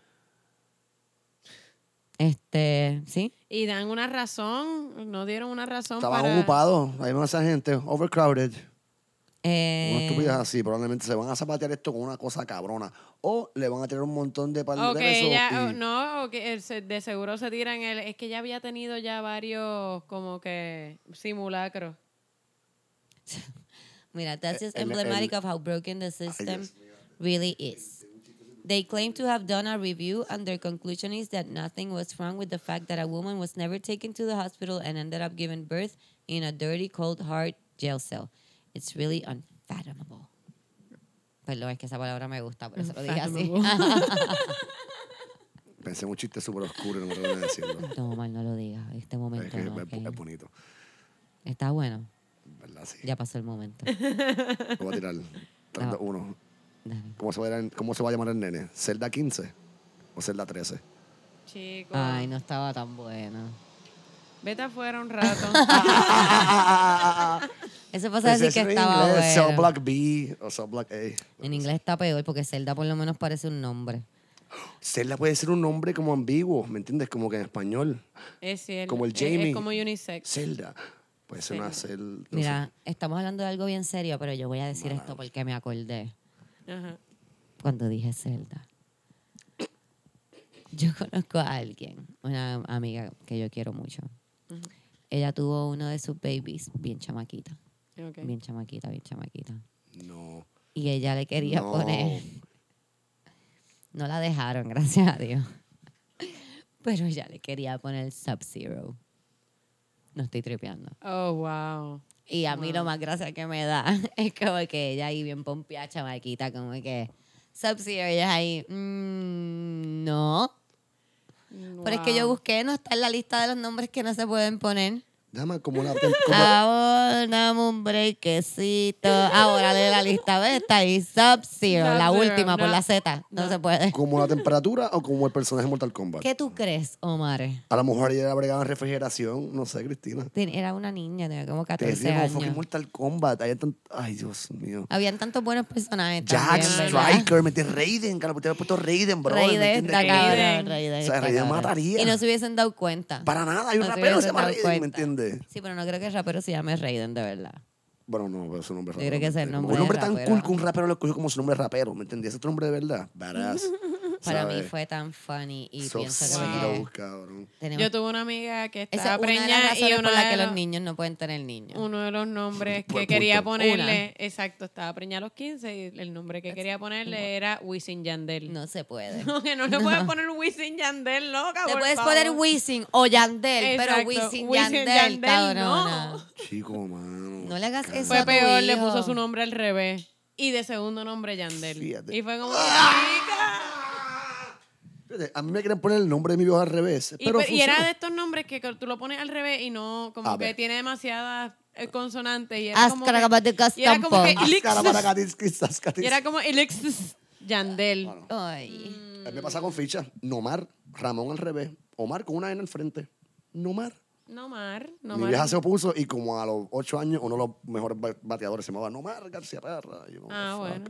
S1: Este, ¿sí?
S4: Y dan una razón, no dieron una razón
S2: Estaban
S4: para.
S2: ocupados. Hay más gente. Overcrowded. Una
S1: Eh,
S2: estupidez así, probablemente se van a zapatear esto con una cosa cabrona. O le van a tirar un montón de par
S4: O
S2: de
S4: que
S2: besos.
S4: ella, o
S1: oh,
S2: y-
S4: oh, no, o que el se- de seguro se tiran el, es que ya había tenido ya varios como que simulacros.
S1: Mira, that's just
S2: el- el-
S1: emblematic of how broken the system really is. They claim to have done a review, and their conclusion is that nothing was wrong with the fact that a woman was never taken to the hospital and ended up giving birth in a dirty, cold, hard jail cell. It's really unfathomable. Perdón, es que esa palabra me gusta, por eso lo dije así.
S2: Pensé en un chiste súper oscuro, y no me atrevo
S1: <laughs>
S2: a decirlo.
S1: <laughs> No, mal, no lo digas. Este
S2: es,
S1: momento
S2: que
S1: no,
S2: es-
S1: ok.
S2: es bonito.
S1: Está bueno.
S2: ¿Verdad? Sí.
S1: Ya pasó el momento.
S2: Lo voy a tirar. Tanto uno.
S1: Dale.
S2: ¿Cómo se, va a llamar, ¿Cómo se va a llamar el nene? ¿Celda 15 o Celda
S1: <laughs>
S2: 13?
S4: Chicos,
S1: Ay, no estaba tan bueno.
S4: vete afuera un rato.
S2: <laughs>
S1: Eso pasa así que estaba bueno.
S2: Block B o Cell Block A.
S1: En inglés está peor porque Zelda por lo menos parece un nombre.
S2: Celda puede ser un nombre como ambiguo, ¿me entiendes? Como que en español.
S4: es cierto.
S2: Como el
S4: es- Es,
S2: Jamie.
S4: como unisex.
S2: Celda. Puede ser una Cel... no sé.
S1: Mira, estamos hablando de algo bien serio, pero yo voy a decir esto porque me acordé
S4: Ajá.
S1: cuando dije Zelda. <coughs> Yo conozco a alguien, una amiga que yo quiero mucho. Ella tuvo uno de sus babies bien chamaquita,
S4: ok.
S1: bien chamaquita, bien chamaquita.
S2: No.
S1: Y ella le quería
S2: No.
S1: poner. No la dejaron, <laughs> gracias a Dios. Pero ella le quería poner Sub-Zero. No estoy tripeando.
S4: Oh, wow.
S1: Y a mí lo más gracia que me da <laughs> es como que ella ahí bien pompeada, chamaquita, como que Sub-Zero, ella ahí, "Mm, no. Pero es que yo busqué, no está en la lista de los nombres que no se pueden poner.
S2: Déjame como la... tem- como-
S1: <laughs> Ah. Ahora dame un brequecito. Ahora lee la lista. ¿Ves? Está ahí. Sub-Zero. La
S4: Sub-Zero,
S1: última por
S4: no,
S1: la Z. No,
S4: no.
S1: se puede.
S2: como la temperatura o como el personaje en Mortal Kombat.
S1: ¿Qué tú crees, Omar?
S2: A lo mejor ella era bregada en refrigeración, no sé, Cristina.
S1: Ten- Era una niña, tenía como
S2: Te
S1: 14
S2: decía como fucking
S1: años.
S2: Mortal Kombat. ahí tan- Ay, Dios mío.
S1: Habían tantos buenos personajes.
S2: Jack
S1: también, ¿verdad?
S2: Striker, metí Raiden, claro, porque te había puesto Raiden, bro.
S1: Rey de
S2: ¿me
S1: esta
S2: entiendes?
S4: cabrón.
S1: cabrón,
S4: Raiden.
S1: rey de
S2: O sea,
S1: esta
S2: Raiden
S1: cabrón.
S2: mataría.
S1: Y no se hubiesen dado cuenta.
S2: Para nada, hay un
S1: No se
S2: rapero que
S1: hubiesen
S2: se llama
S1: dado
S2: Raiden, ¿me
S1: cuenta.
S2: entiendes?
S1: Sí, pero no creo que el rapero se llame Raiden, de verdad.
S2: Bueno, no, pero su nombre es
S1: Yo creo que ese es el
S2: ¿me entiendes?
S1: nombre
S2: Un nombre
S1: de
S2: tan
S1: rapero.
S2: cool que un rapero lo escogió como su nombre de rapero, ¿me entendías? Ese es tu nombre de verdad. Badass.
S1: <laughs> Para
S2: ¿sabes?
S1: mí fue tan funny y
S2: So
S1: pienso
S4: Wow.
S1: que
S2: slow, cabrón.
S1: tenemos...
S4: Yo tuve una amiga que
S1: Esa
S4: estaba
S1: es una de las
S4: preñada
S1: razones
S4: y
S1: por
S4: una
S1: la
S4: de
S1: que los
S4: los-
S1: niños no pueden tener niños.
S4: uno de los nombres
S2: Buen
S4: que quería
S2: punto.
S4: ponerle,
S1: Una.
S4: exacto, estaba preñada a los 15 y el nombre que quería ponerle era Wisin Yandel. <laughs>
S1: No se puede.
S4: No, que no le puedes poner Wisin Yandel, loca,
S1: Te
S4: por
S1: puedes
S4: favor.
S1: poner Wisin o Yandel, pero
S4: Exacto,
S1: Wisin,
S4: Wisin
S1: Yandel,
S4: Yandel,
S1: cabrona.
S4: no.
S2: Chico, mano.
S1: No le hagas eso.
S4: Fue
S1: a tu
S4: peor, le
S1: hijo.
S4: puso su nombre al revés. Y de segundo nombre Yandel.
S2: Fíjate. ¡Ah!
S4: Y fue como,
S2: Fíjate, A mí me quieren poner el nombre de mi viejo al revés.
S4: Y,
S2: pero
S4: pe- y era
S2: funcionó.
S4: de estos nombres que tú lo pones al revés y no, como
S2: A
S4: que
S2: ver.
S4: tiene demasiadas eh, consonantes. Y era como que,
S1: Ascaragabaticas
S4: y era como
S2: Ah,
S4: que
S1: Campos.
S4: Ilixis-
S2: Ascarabaracatisquis, ascatis.
S4: y era como Elixis Yandel.
S2: Bueno,
S4: Mm.
S1: Ay.
S2: a mí me pasa con ficha. Nomar, Ramón al revés. Omar con una N al frente. Nomar.
S4: No mar, no
S2: mi
S4: mar.
S2: vieja se opuso y como a los ocho años uno de los mejores ba- bateadores se llamaba Nomar García Parra. Y yo,
S4: Ah,
S2: fuck.
S4: bueno.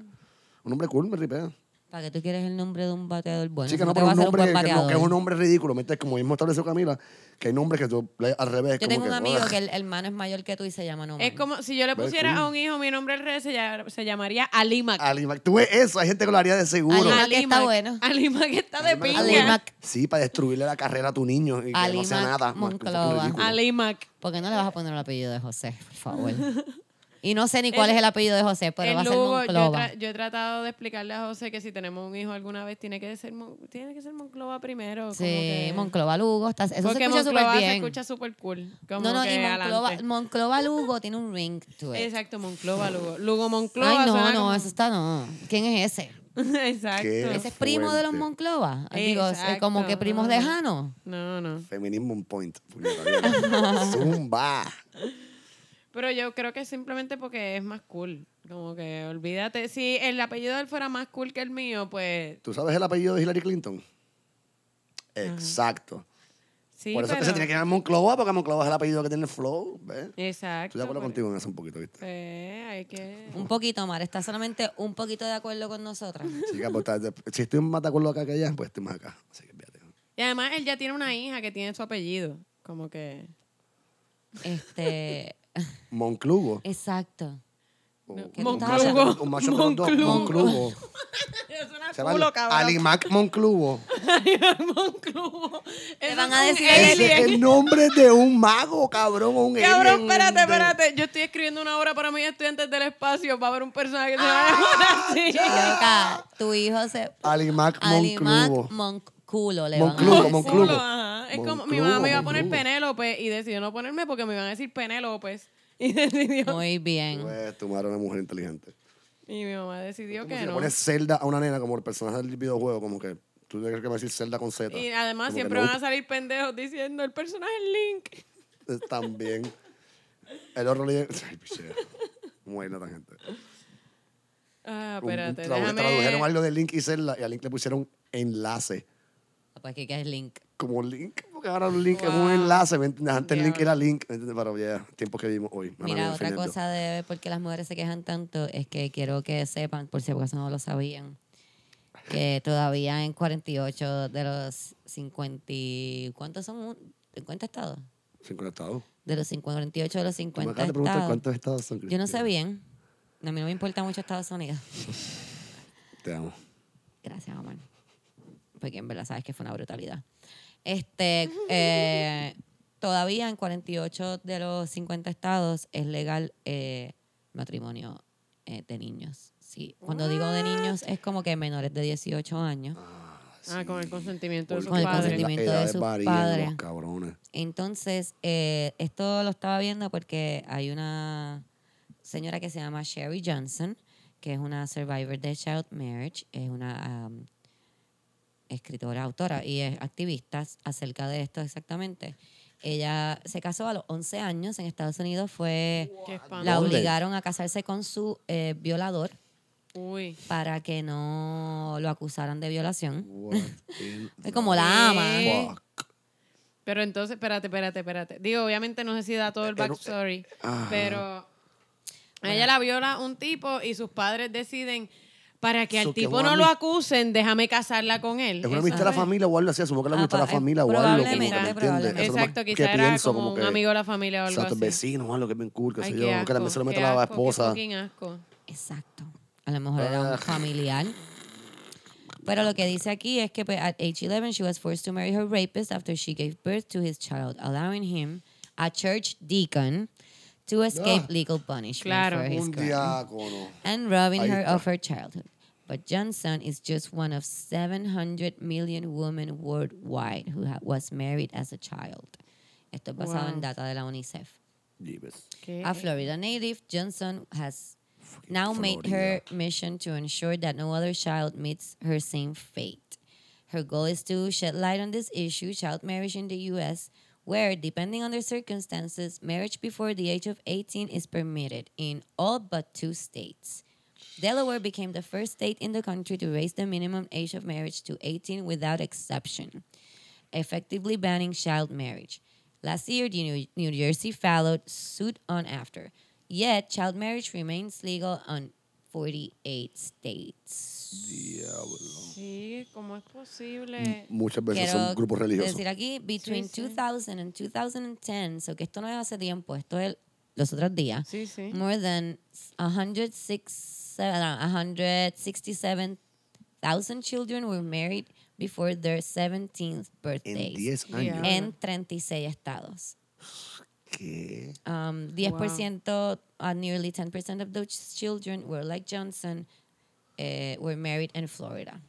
S2: Un nombre cool, me ripea.
S1: ¿Para qué tú quieres el nombre de un bateador bueno?
S2: Chica,
S1: Eso
S2: no,
S1: Pues te
S2: pero
S1: va a hacer
S2: un
S1: un
S2: nombre
S1: buen
S2: que, no, que es
S1: bateador.
S2: un nombre ridículo. ¿me entiendes? Como mismo estableció Camila, que hay nombres que tú le- al revés.
S1: Yo
S2: como
S1: tengo un
S2: que,
S1: amigo
S2: <laughs> "Ugh".
S1: que el hermano es mayor que tú y se llama Nomar.
S4: Es como si yo le
S2: Ve
S4: pusiera
S2: cool. Ah,
S4: a un hijo mi nombre al revés, se, llam- se llamaría Alimac.
S2: Alimac, tú ves eso, hay gente que lo haría de seguro.
S1: Alimac. que está bueno.
S4: Alimac está de
S2: Alimac.
S4: piña. Alimac.
S1: Alimac.
S2: Sí, para destruirle la carrera a tu niño y que no sea
S1: Alimac
S2: nada. más que un
S1: Monclova.
S2: ridículo.
S1: ¿Por qué no le vas a poner el apellido de José, por <laughs> favor? y no sé ni cuál es el apellido de José, pero
S4: El
S1: va a ser
S4: Lugo, Eh, yo,
S1: Monclova.
S4: tra- yo he tratado de explicarle a José que si tenemos un hijo alguna vez tiene que ser, Mon- tiene que ser Monclova primero.
S1: Sí,
S4: como que-
S1: Monclova Lugo. Estás, eso se
S4: porque
S1: escucha súper
S4: Monclova se
S1: bien.
S4: escucha súper cool. Como
S1: No, no,
S4: que
S1: y Monclova,
S4: adelante.
S1: Monclova Lugo tiene un ring to it.
S4: Exacto, Monclova, Lugo. Lugo Monclova.
S1: Ay, no,
S4: suena
S1: no,
S4: como-
S1: eso está no. ¿Quién es ese?
S4: <laughs> Exacto.
S2: ¿Qué?
S1: ¿Ese es primo de los
S2: Fuerte.
S1: Monclova? Ah, Digo, es- es como que
S4: Exacto,
S1: primos
S4: no.
S1: lejanos.
S4: No, no.
S2: Feminismo un point.
S1: <laughs>
S2: puñeta, bien. Zumba.
S4: Pero yo creo que simplemente porque es más cool. Como que olvídate. Si el apellido de él fuera más cool que el mío, pues
S2: ¿Tú sabes el apellido de Hillary Clinton? Exacto.
S4: sí.
S2: Por eso es
S4: pero...
S2: que se tiene que llamar Monclova, porque Monclova es el apellido que tiene el flow. ¿ves?
S4: Exacto.
S2: Estoy de acuerdo
S4: por-
S2: contigo en eso un poquito, ¿viste?
S4: Eh, hay que...
S1: Un poquito, Mar. Está solamente un poquito de acuerdo con nosotras.
S2: Chica, pues, <laughs> estás de- si estoy más de acuerdo acá que allá, pues estoy más acá. Así que fíjate.
S4: Y además él ya tiene una hija que tiene su apellido. Como que...
S1: Este.
S2: Monclugo.
S1: <laughs> Exacto.
S2: O-
S1: ¿qué
S2: un
S1: tú
S2: macho-
S1: estás
S4: hablando?
S2: Un macho de los dos,
S4: Monclugo.
S2: Monclugo.
S4: Es una
S2: Se llama
S4: <laughs>
S2: Alimac Monclugo.
S4: Moncluvo. Te
S1: van a decir-
S2: Ese es el nombre de un mago, cabrón. o Un
S4: Cabrón,
S2: alien
S4: espérate,
S2: de-
S4: espérate. Yo estoy escribiendo una obra para mis estudiantes del espacio. Va a haber un personaje que se
S2: Ah,
S4: va a llamar así.
S1: Loca, tu hijo se.
S2: Alimac
S1: Alimac
S2: Moncluvo.
S1: Monculo le
S2: Moncluvo,
S1: van a decir.
S4: <laughs>
S2: Moncluvo.
S4: Culo, ajá. Es como mi
S2: Moncluvo,
S4: mamá me iba a poner
S2: Moncluvo.
S4: Penélope y decidió no ponerme porque me iban a decir Penélope. pues. <laughs> Y decidió.
S1: Muy bien.
S2: Pues tu madre es una mujer inteligente.
S4: Y mi mamá decidió
S2: Como si
S4: que
S2: le
S4: no.
S2: pones Zelda a una nena como el personaje del videojuego, como que tú tienes que me vas a decir Zelda con Z.
S4: Y además
S2: Como que
S4: siempre
S2: no,
S4: van a salir pendejos diciendo el personaje es Link.
S2: <laughs> eh, También. El horror líder. <laughs> Ay, pichea. Buena tan gente.
S4: Ah,
S2: Un- un
S4: espérate.
S2: tradu- Tradujeron
S4: déjame.
S2: algo de Link y Zelda y a Link le pusieron enlace.
S1: Pues aquí que es Link.
S2: Como Link, porque ahora Link es un
S4: Wow.
S2: enlace. ¿me entiendes? Antes Link
S4: Diablo.
S2: era Link. ¿me entiendes? Pero ya, tiempos que vivimos hoy. Mala
S1: Mira,
S2: mía,
S1: otra
S2: infinito.
S1: cosa de por qué las mujeres se quejan tanto es que quiero que sepan, por si acaso no lo sabían, que todavía en 48 de los 50. y- ¿Cuántos son? Un- ¿50 estados?
S2: Cinco estados.
S1: De los 50, 48 de los
S2: Tú me
S1: 50
S2: acabas de preguntar
S1: estados.
S2: cuántos este, estados son.
S1: Yo no sé
S2: Cristina.
S1: bien. A mí no me importa mucho Estados Unidos.
S2: Te amo.
S1: Gracias, Omar. Porque en verdad sabes que fue una brutalidad. Este, eh, todavía en 48 de los 50 estados es legal eh, matrimonio eh, de niños. Sí. Cuando digo de niños es como que menores de 18 años.
S4: Ah, con el consentimiento de sus
S1: Con el
S4: padres.
S1: consentimiento de sus
S2: padres.
S1: padres.
S2: Los cabrones.
S1: Entonces, eh, esto lo estaba viendo porque hay una señora que se llama Sherry Johnson, que es una survivor de child marriage, es una um, escritora, autora y es activista acerca de esto exactamente. Ella se casó a los 11 años en Estados Unidos, fue...
S4: Qué espanto.
S1: La
S2: ¿Dónde?
S1: obligaron a casarse con su eh, violador
S4: Uy.
S1: para que no lo acusaran de violación.
S2: What in
S1: Es como la ama.
S2: the fuck?
S4: Pero entonces, espérate, espérate, espérate. Digo, obviamente no sé si da todo el
S2: Pero-
S4: backstory,
S2: Ajá.
S4: pero a ella la viola un tipo y sus padres deciden, para que
S2: So
S4: al
S2: que
S4: tipo
S2: una
S4: no lo
S2: ami-
S4: acusen, déjame casarla con él.
S2: Es una
S4: Eso,
S2: amistad de la
S4: ¿sabes?
S2: familia o algo así, supongo que la
S1: Ah,
S2: amistad de la
S1: pa- eh,
S2: familia o algo, como que,
S1: probablemente,
S2: ¿me entiendes?
S1: probablemente.
S2: Eso es lo
S4: Exacto,
S2: más que
S4: quizá era
S2: pienso,
S4: como un
S2: que-
S4: amigo de la familia o algo
S2: Exacto,
S4: así.
S2: vecino o algo que es bien cool, que sé
S4: Ay, qué
S2: yo, que la
S4: asco,
S2: se lo mete
S4: qué
S2: a la
S4: asco, qué
S2: esposa.
S4: fucking asco.
S1: Exacto. A lo mejor era un
S2: Ah.
S1: familiar. Pero lo que dice aquí es que pues, at age 11 she was forced to marry her rapist after she gave birth to his child, allowing him, a church deacon, to escape
S2: Ah.
S1: legal punishment
S4: Claro,
S1: for his
S2: Un
S1: crime.
S2: diácono.
S1: and robbing
S2: Ahí
S1: her
S2: está.
S1: of her childhood. But Johnson is just one of 700 million women worldwide who ha- was married as a child. Esto es basado en
S4: Wow. Eh,
S1: data de la UNICEF.
S2: Jeebus.
S4: Qué
S1: A Florida native, Johnson has now made her mission to ensure that no other child meets her same fate. Her goal is to shed light on this issue, child marriage in the U.S., where, depending on the circumstances, marriage before the age of 18 is permitted in all but two states. Delaware became the first state in the country to raise the minimum age of marriage to 18 without exception, effectively banning child marriage. Last year, the New, New Jersey followed suit on after. Yet, child marriage remains legal on 48 states.
S2: Diablo.
S4: Sí, ¿cómo es
S1: Mm.
S4: posible?
S2: Muchas veces
S1: Quiero
S2: son grupos religiosos.
S1: decir aquí, between
S4: Sí, sí.
S1: 2000 and 2010, so que esto no es hace tiempo, esto es los otros días.
S4: Sí, sí.
S1: more than 106 uh, 167,000 children were married before their 17th
S2: En
S1: birthdays
S2: 10 años.
S4: Yeah.
S1: en 36 estados.
S2: ¿Qué?
S1: Um, 10%, uh, nearly 10% of those children were like Johnson, eh, were married in Florida.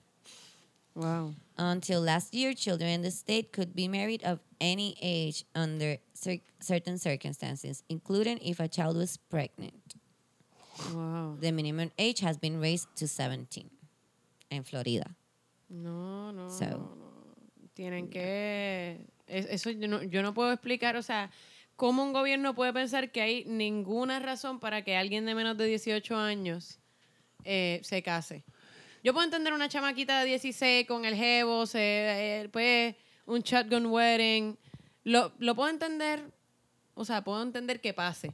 S4: Wow.
S1: Until last year, children in the state could be married of any age under cir- certain circumstances, including if a child was pregnant.
S4: Wow.
S1: The minimum age has been raised to 17 en Florida.
S4: No, no,
S1: So.
S4: no, no. Tienen que... es- Eso yo no, yo no puedo explicar, o sea, cómo un gobierno puede pensar que hay ninguna razón para que alguien de menos de 18 años eh, se case. Yo puedo entender una chamaquita de 16 con el jevo, se, eh, pues, un shotgun wedding. Lo, lo puedo entender, o sea, puedo entender que pase.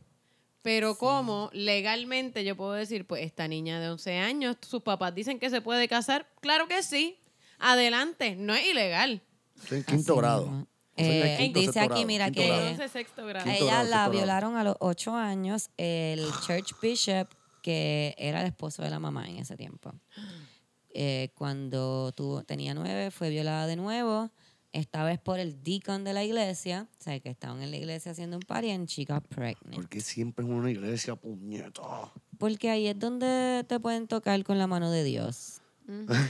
S4: Pero cómo legalmente yo puedo decir, pues esta niña de 11 años, sus papás dicen que se puede casar. Claro que sí. Adelante, no es ilegal.
S2: Estoy en quinto
S1: Así
S2: grado.
S1: mismo.
S2: Estoy en
S1: Eh,
S2: quinto,
S1: dice
S2: sexto
S1: aquí,
S2: grado,
S1: mira
S2: quinto
S1: que-
S2: grado.
S4: Entonces, sexto grado.
S1: A
S2: Quinto
S1: ella
S2: grado,
S1: la
S2: sexto grado.
S1: violaron a los 8 años el church bishop, que era el esposo de la mamá en ese tiempo. Eh, cuando tuvo, tenía 9, fue violada de nuevo. Esta vez por el deacon de la iglesia, o sea, que estaban en la iglesia haciendo un party and she got pregnant.
S2: ¿Por qué siempre es una iglesia, puñeta?
S1: Porque ahí es donde te pueden tocar con la mano de Dios.
S2: <laughs>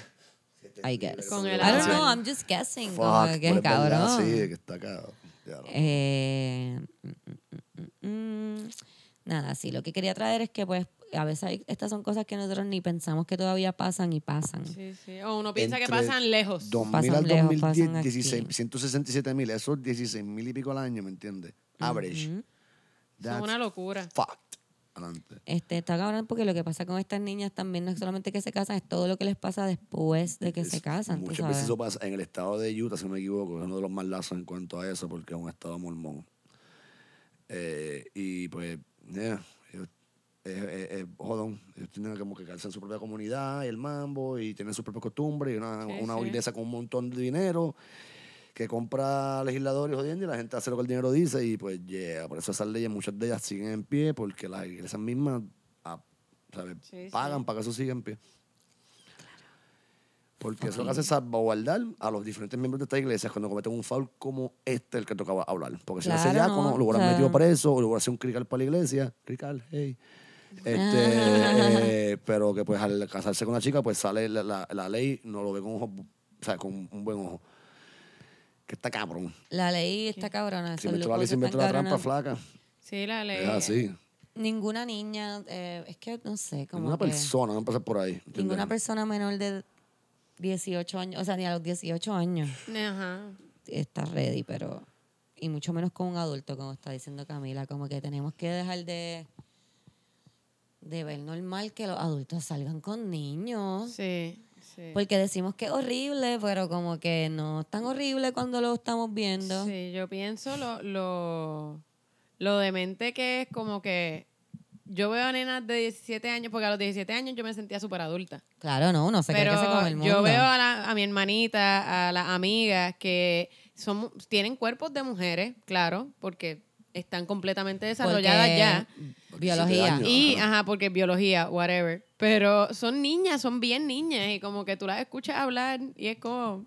S1: I guess.
S4: Con el
S1: I don't know,
S4: amor.
S1: I'm just guessing.
S2: Fuck,
S1: como que
S2: pero es verdad,
S1: cabrón.
S2: Sí, que está cabrón. Ya lo-
S1: Eh, mm, mm, mm, mm, mm. Nada, sí, lo que quería traer es que pues a veces hay- estas son cosas que nosotros ni pensamos que todavía pasan y pasan.
S4: Sí, sí. O uno piensa que
S2: Entre
S4: pasan lejos.
S2: 2000
S1: Pasan
S2: al
S1: lejos,
S2: 2010,
S1: pasan aquí.
S2: 16, 167 mil. Esos 16 mil y pico al año, ¿me entiendes? Average.
S4: Eso
S2: That's
S4: Es una locura.
S2: fucked. Adelante.
S1: Este, está cabrón porque lo que pasa con estas niñas también no es solamente que se casan, es todo lo que les pasa después de que
S2: Es-
S1: se casan. tú
S2: Muchas
S1: sabes.
S2: veces eso pasa en el estado de Utah, si no me equivoco, es uno de los más lazos en cuanto a eso, porque es un estado mormón. Eh, y pues, yeah, ellos- eh, eh, eh, jodón, ellos tienen como que calzar su propia comunidad, y el mambo, y tienen sus propias costumbres, y una,
S4: Sí,
S2: una
S4: sí.
S2: iglesia con un montón de dinero que compra legisladores jodiendo y la gente hace lo que el dinero dice y pues yeah, por eso esas leyes, muchas de ellas siguen en pie porque las iglesias mismas ah, ¿sabes?
S4: Sí, sí.
S2: pagan para que eso siga en pie. Porque eso lo que hace es salvaguardar a los diferentes miembros de esta iglesia cuando cometen un foul como este, el que tocaba hablar. Porque si lo hace
S1: Claro,
S2: ya,
S1: no,
S2: como lo
S1: o
S2: hubieran
S1: sea-
S2: metido preso, o lo hubieran hecho un crical para la iglesia. Crical, hey.
S1: Ah.
S2: Este, eh, pero que pues al casarse con una chica, pues sale la, la- la ley, no lo ve con ojo, o sea, con un buen ojo. Que está cabrón.
S1: La ley está cabrona.
S2: Si
S1: esos
S2: meto la ley,
S1: lujos
S2: si meto
S1: están
S2: la
S1: cabronas.
S2: trampa flaca.
S4: Sí, la ley.
S1: Eh,
S2: Es así.
S1: Ninguna niña, eh, es que no sé, como
S2: Ninguna
S1: que
S2: persona, no pasa por ahí. ¿entiendes?
S1: ninguna persona menor de 18 años, o sea, ni a los 18 años.
S4: Ajá.
S1: está ready, pero y mucho menos con un adulto, como está diciendo Camila, como que tenemos que dejar de, de ver normal que los adultos salgan con niños.
S4: Sí, sí.
S1: Porque decimos que es horrible, pero como que no es tan horrible cuando lo estamos viendo.
S4: Sí, yo pienso lo, lo, lo demente que es como que yo veo nenas de 17 años, porque a los 17 años yo me sentía súper adulta.
S1: Claro, no, uno se cree que se come el mundo.
S4: yo veo a, la- a mi hermanita, a las amigas que son, mu- tienen cuerpos de mujeres, claro, porque están completamente desarrolladas
S1: Porque
S4: ya.
S1: Biología.
S2: daño.
S4: Y,
S2: Ajá.
S4: ajá, porque biología, whatever. Pero son niñas, son bien niñas y como que tú las escuchas hablar y es como,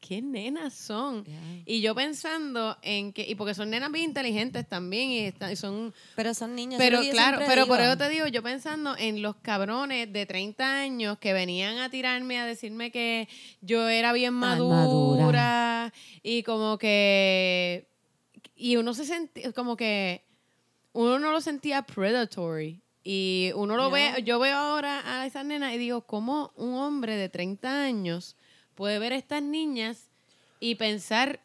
S4: ¿qué nenas son?
S1: Ya.
S4: Y yo pensando en que, y porque son nenas bien inteligentes también y, están- y son
S1: Pero son niños.
S4: pero
S1: eso es lo que yo
S4: claro,
S1: siempre
S4: pero por
S1: digo.
S4: eso te digo, yo pensando en los cabrones de 30 años que venían a tirarme a decirme que yo era bien
S1: Tan
S4: madura,
S1: madura.
S4: y como que y uno se sentía como que uno no lo sentía predatory y uno lo
S1: No.
S4: ve, yo veo ahora a esas nenas y digo, ¿cómo un hombre de 30 años puede ver a estas niñas y pensar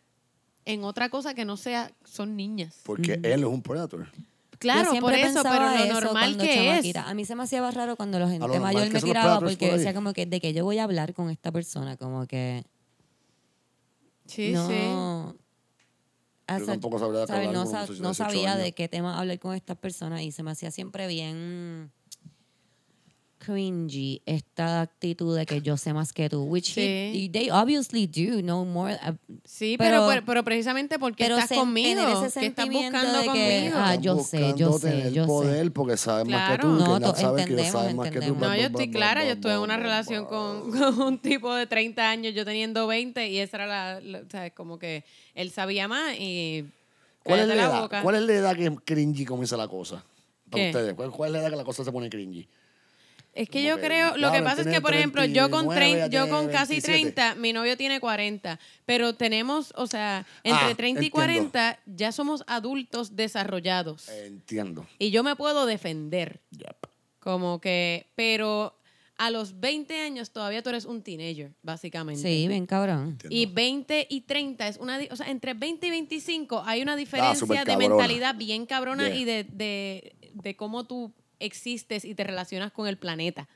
S4: en otra cosa que no sea son niñas?
S2: Porque él es un predator.
S1: Yo
S4: Claro, por
S1: siempre
S4: eso, pero
S1: pensaba
S4: lo
S1: eso
S4: normal
S1: cuando
S4: que es.
S1: chamaquita. A mí se me hacía raro cuando la gente
S2: normal
S1: mayor
S2: que
S1: me
S2: son los
S1: tiraba
S2: predators
S1: porque
S2: por ahí.
S1: decía como que de que yo voy a hablar con esta persona, como que
S4: Sí, sí.
S1: no. Ah,
S2: Yo
S1: sa-
S2: tampoco sabría de qué
S1: ¿sabes?
S2: hablar
S1: No,
S2: con un
S1: sa-
S2: muchacho de
S1: no
S2: 18
S1: sabía de
S2: años.
S1: qué tema hablar con estas personas y se me hacía siempre bien cringy esta actitud de que yo sé más que tú, which he-
S4: Sí.
S1: they obviously do know more. ab-
S4: Sí,
S1: Pero-
S4: pero, pero, pero precisamente porque
S1: pero
S4: estás
S1: sen-
S4: conmigo,
S1: tener ese
S4: que estás
S1: sentimiento
S4: buscando
S1: de que-
S4: conmigo.
S1: Ah, yo
S2: Están
S1: sé, yo
S2: buscando
S1: sé,
S2: tener
S1: yo sé.
S2: poder porque saben más que
S4: Claro.
S2: tú.
S1: No,
S2: que ellas
S1: to-
S2: saben que ellos
S1: entendemos,
S2: saben más que tú.
S1: entendemos.
S2: bla,
S4: no,
S2: bla,
S4: yo
S2: bla,
S4: estoy
S2: bla,
S4: clara,
S2: bla,
S4: yo estuve en
S2: bla,
S4: una
S2: bla,
S4: relación
S2: bla.
S4: con, <laughs> con un tipo de 30 años, yo teniendo 20, y esa era la, la- ¿sabes? Como que él sabía más y...
S2: ¿Cuál es,
S4: cállate
S2: la
S4: la
S2: edad?
S4: boca.
S2: ¿Cuál es la edad que cringy comienza la cosa? Para
S4: ¿Qué?
S2: ustedes, ¿cuál, cuál es la edad que la cosa se pone cringy?
S4: Es que
S2: Como
S4: yo
S2: que,
S4: creo, lo
S2: claro,
S4: que pasa es
S2: tiene
S4: que, por ejemplo, yo con,
S2: 39,
S4: trein- yo
S2: ella
S4: con
S2: tiene
S4: casi
S2: 27.
S4: 30, mi novio tiene 40, pero tenemos, o sea, entre
S2: Ah,
S4: 30 y
S2: entiendo.
S4: 40 ya somos adultos desarrollados.
S2: Eh. Entiendo.
S4: Y yo me puedo defender.
S2: Yep.
S4: Como que, pero a los 20 años todavía tú eres un teenager, básicamente.
S1: Sí, bien cabrón.
S4: Y
S2: Entiendo.
S4: 20 y 30 es una, di- o sea, entre 20 y 25 hay una
S2: Ah,
S4: diferencia
S2: súper
S4: de
S2: cabrona.
S4: mentalidad bien cabrona
S2: Yeah.
S4: y de, de, de cómo tú existes y te relacionas con el planeta.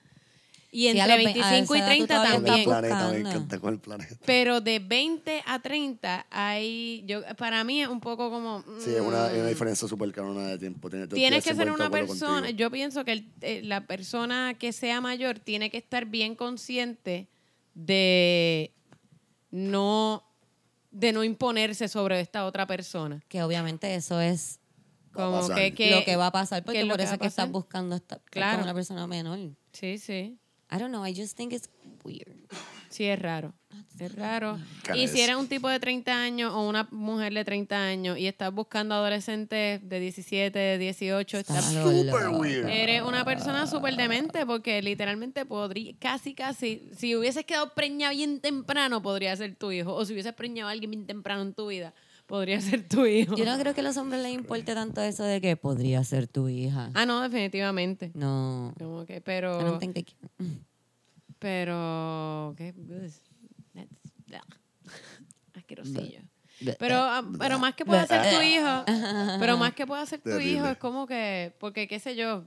S4: Y
S1: Sí, a
S4: entre
S1: los ve- a
S4: 25 y
S1: esa edad tú
S4: 30
S1: todavía
S2: Con el
S4: también.
S1: estás-
S2: planeta, me
S1: buscando.
S2: encanta con el planeta.
S4: Pero de 20 a 30 hay, yo, para mí es un poco como...
S2: Sí, es una, es una
S4: mm,
S2: diferencia súper carona de tiempo. Tiene-
S4: Tienes
S2: estoy
S4: que ser
S2: 50 de
S4: una
S2: acuerdo
S4: persona,
S2: contigo.
S4: yo pienso que el- eh, la persona que sea mayor tiene que estar bien consciente de no de no imponerse sobre esta otra persona.
S1: Que obviamente eso es
S2: Va a
S4: Como
S2: pasar.
S4: que, que-
S1: lo que va a pasar,
S4: que
S1: porque
S4: es lo
S1: por
S4: que
S1: eso
S4: va
S1: es
S4: a
S1: que estás
S4: pasar.
S1: buscando estar estar
S4: Claro.
S1: con una persona menor.
S4: Sí, sí.
S1: I don't know, I just think it's weird.
S4: Sí, es raro. Es raro.
S2: Cara
S4: y
S2: es.
S4: si eres un tipo de 30 años o una mujer de 30 años y estás buscando adolescentes de 17, de 18,
S1: Está
S4: estás
S1: malo,
S2: Súper
S1: loco.
S2: weird.
S4: Eres una persona súper demente porque literalmente podría, casi, casi, si hubieses quedado preñada bien temprano, podría ser tu hijo. O si hubieses preñado a alguien bien temprano en tu vida, podría ser tu hijo.
S1: Yo no creo que a los hombres les importe tanto eso de que podría ser tu hija.
S4: Ah, no, definitivamente.
S1: No.
S4: Como que,
S1: I don't
S4: pero,
S1: think they care.
S4: pero, ¿qué? That's- blah. Asquerosillo.
S1: Bleh.
S2: Eh,
S4: Pero, ah, pero más que pueda ser tu hijo, pero más que pueda ser tu
S2: Terrible.
S4: hijo, es como que, porque qué sé yo,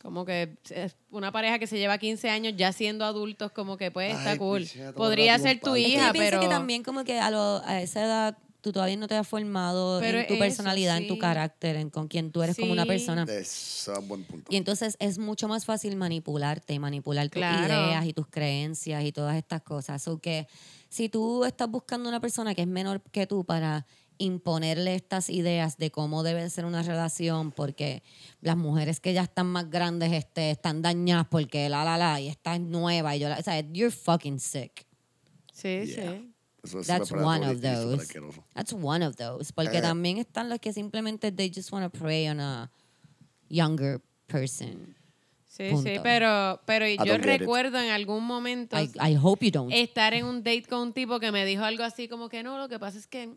S4: como que es una pareja que se lleva 15 años ya siendo adultos, como que pues está
S2: Ay,
S4: cool.
S2: pichea, todo
S4: Podría
S2: rato
S4: ser
S2: con
S4: tu
S2: pan.
S1: Es
S2: Es
S1: que
S4: hija,
S1: yo pienso
S4: pero.
S1: que también como que a, lo- a esa edad tú todavía no te has formado
S4: Pero
S1: en tu
S4: eso,
S1: personalidad, en tu
S4: sí.
S1: carácter, en con quien tú eres como una
S4: Sí.
S1: persona.
S2: Es un buen punto.
S1: Y entonces es mucho más fácil manipularte y manipular tus
S4: Claro.
S1: ideas y tus creencias y todas estas cosas. O que si tú estás buscando una persona que es menor que tú para imponerle estas ideas de cómo debe ser una relación, porque las mujeres que ya están más grandes este, están dañadas porque la la la y esta es nueva y yo la, o sea, you're fucking sick.
S4: Sí,
S2: Yeah.
S4: sí.
S2: Eso es
S1: That's
S2: súper
S1: one
S2: predatorio
S1: of
S2: y súper
S1: those.
S2: asqueroso.
S1: That's one of those. Porque
S2: Eh.
S1: también están los que simplemente they just want to prey on a younger person.
S4: Sí,
S1: Punto.
S4: sí, pero, pero y
S2: I
S4: yo
S2: don't get it.
S4: recuerdo en algún momento
S1: I, I hope you don't.
S4: estar en un date con un tipo que me dijo algo así como que no, lo que pasa es que,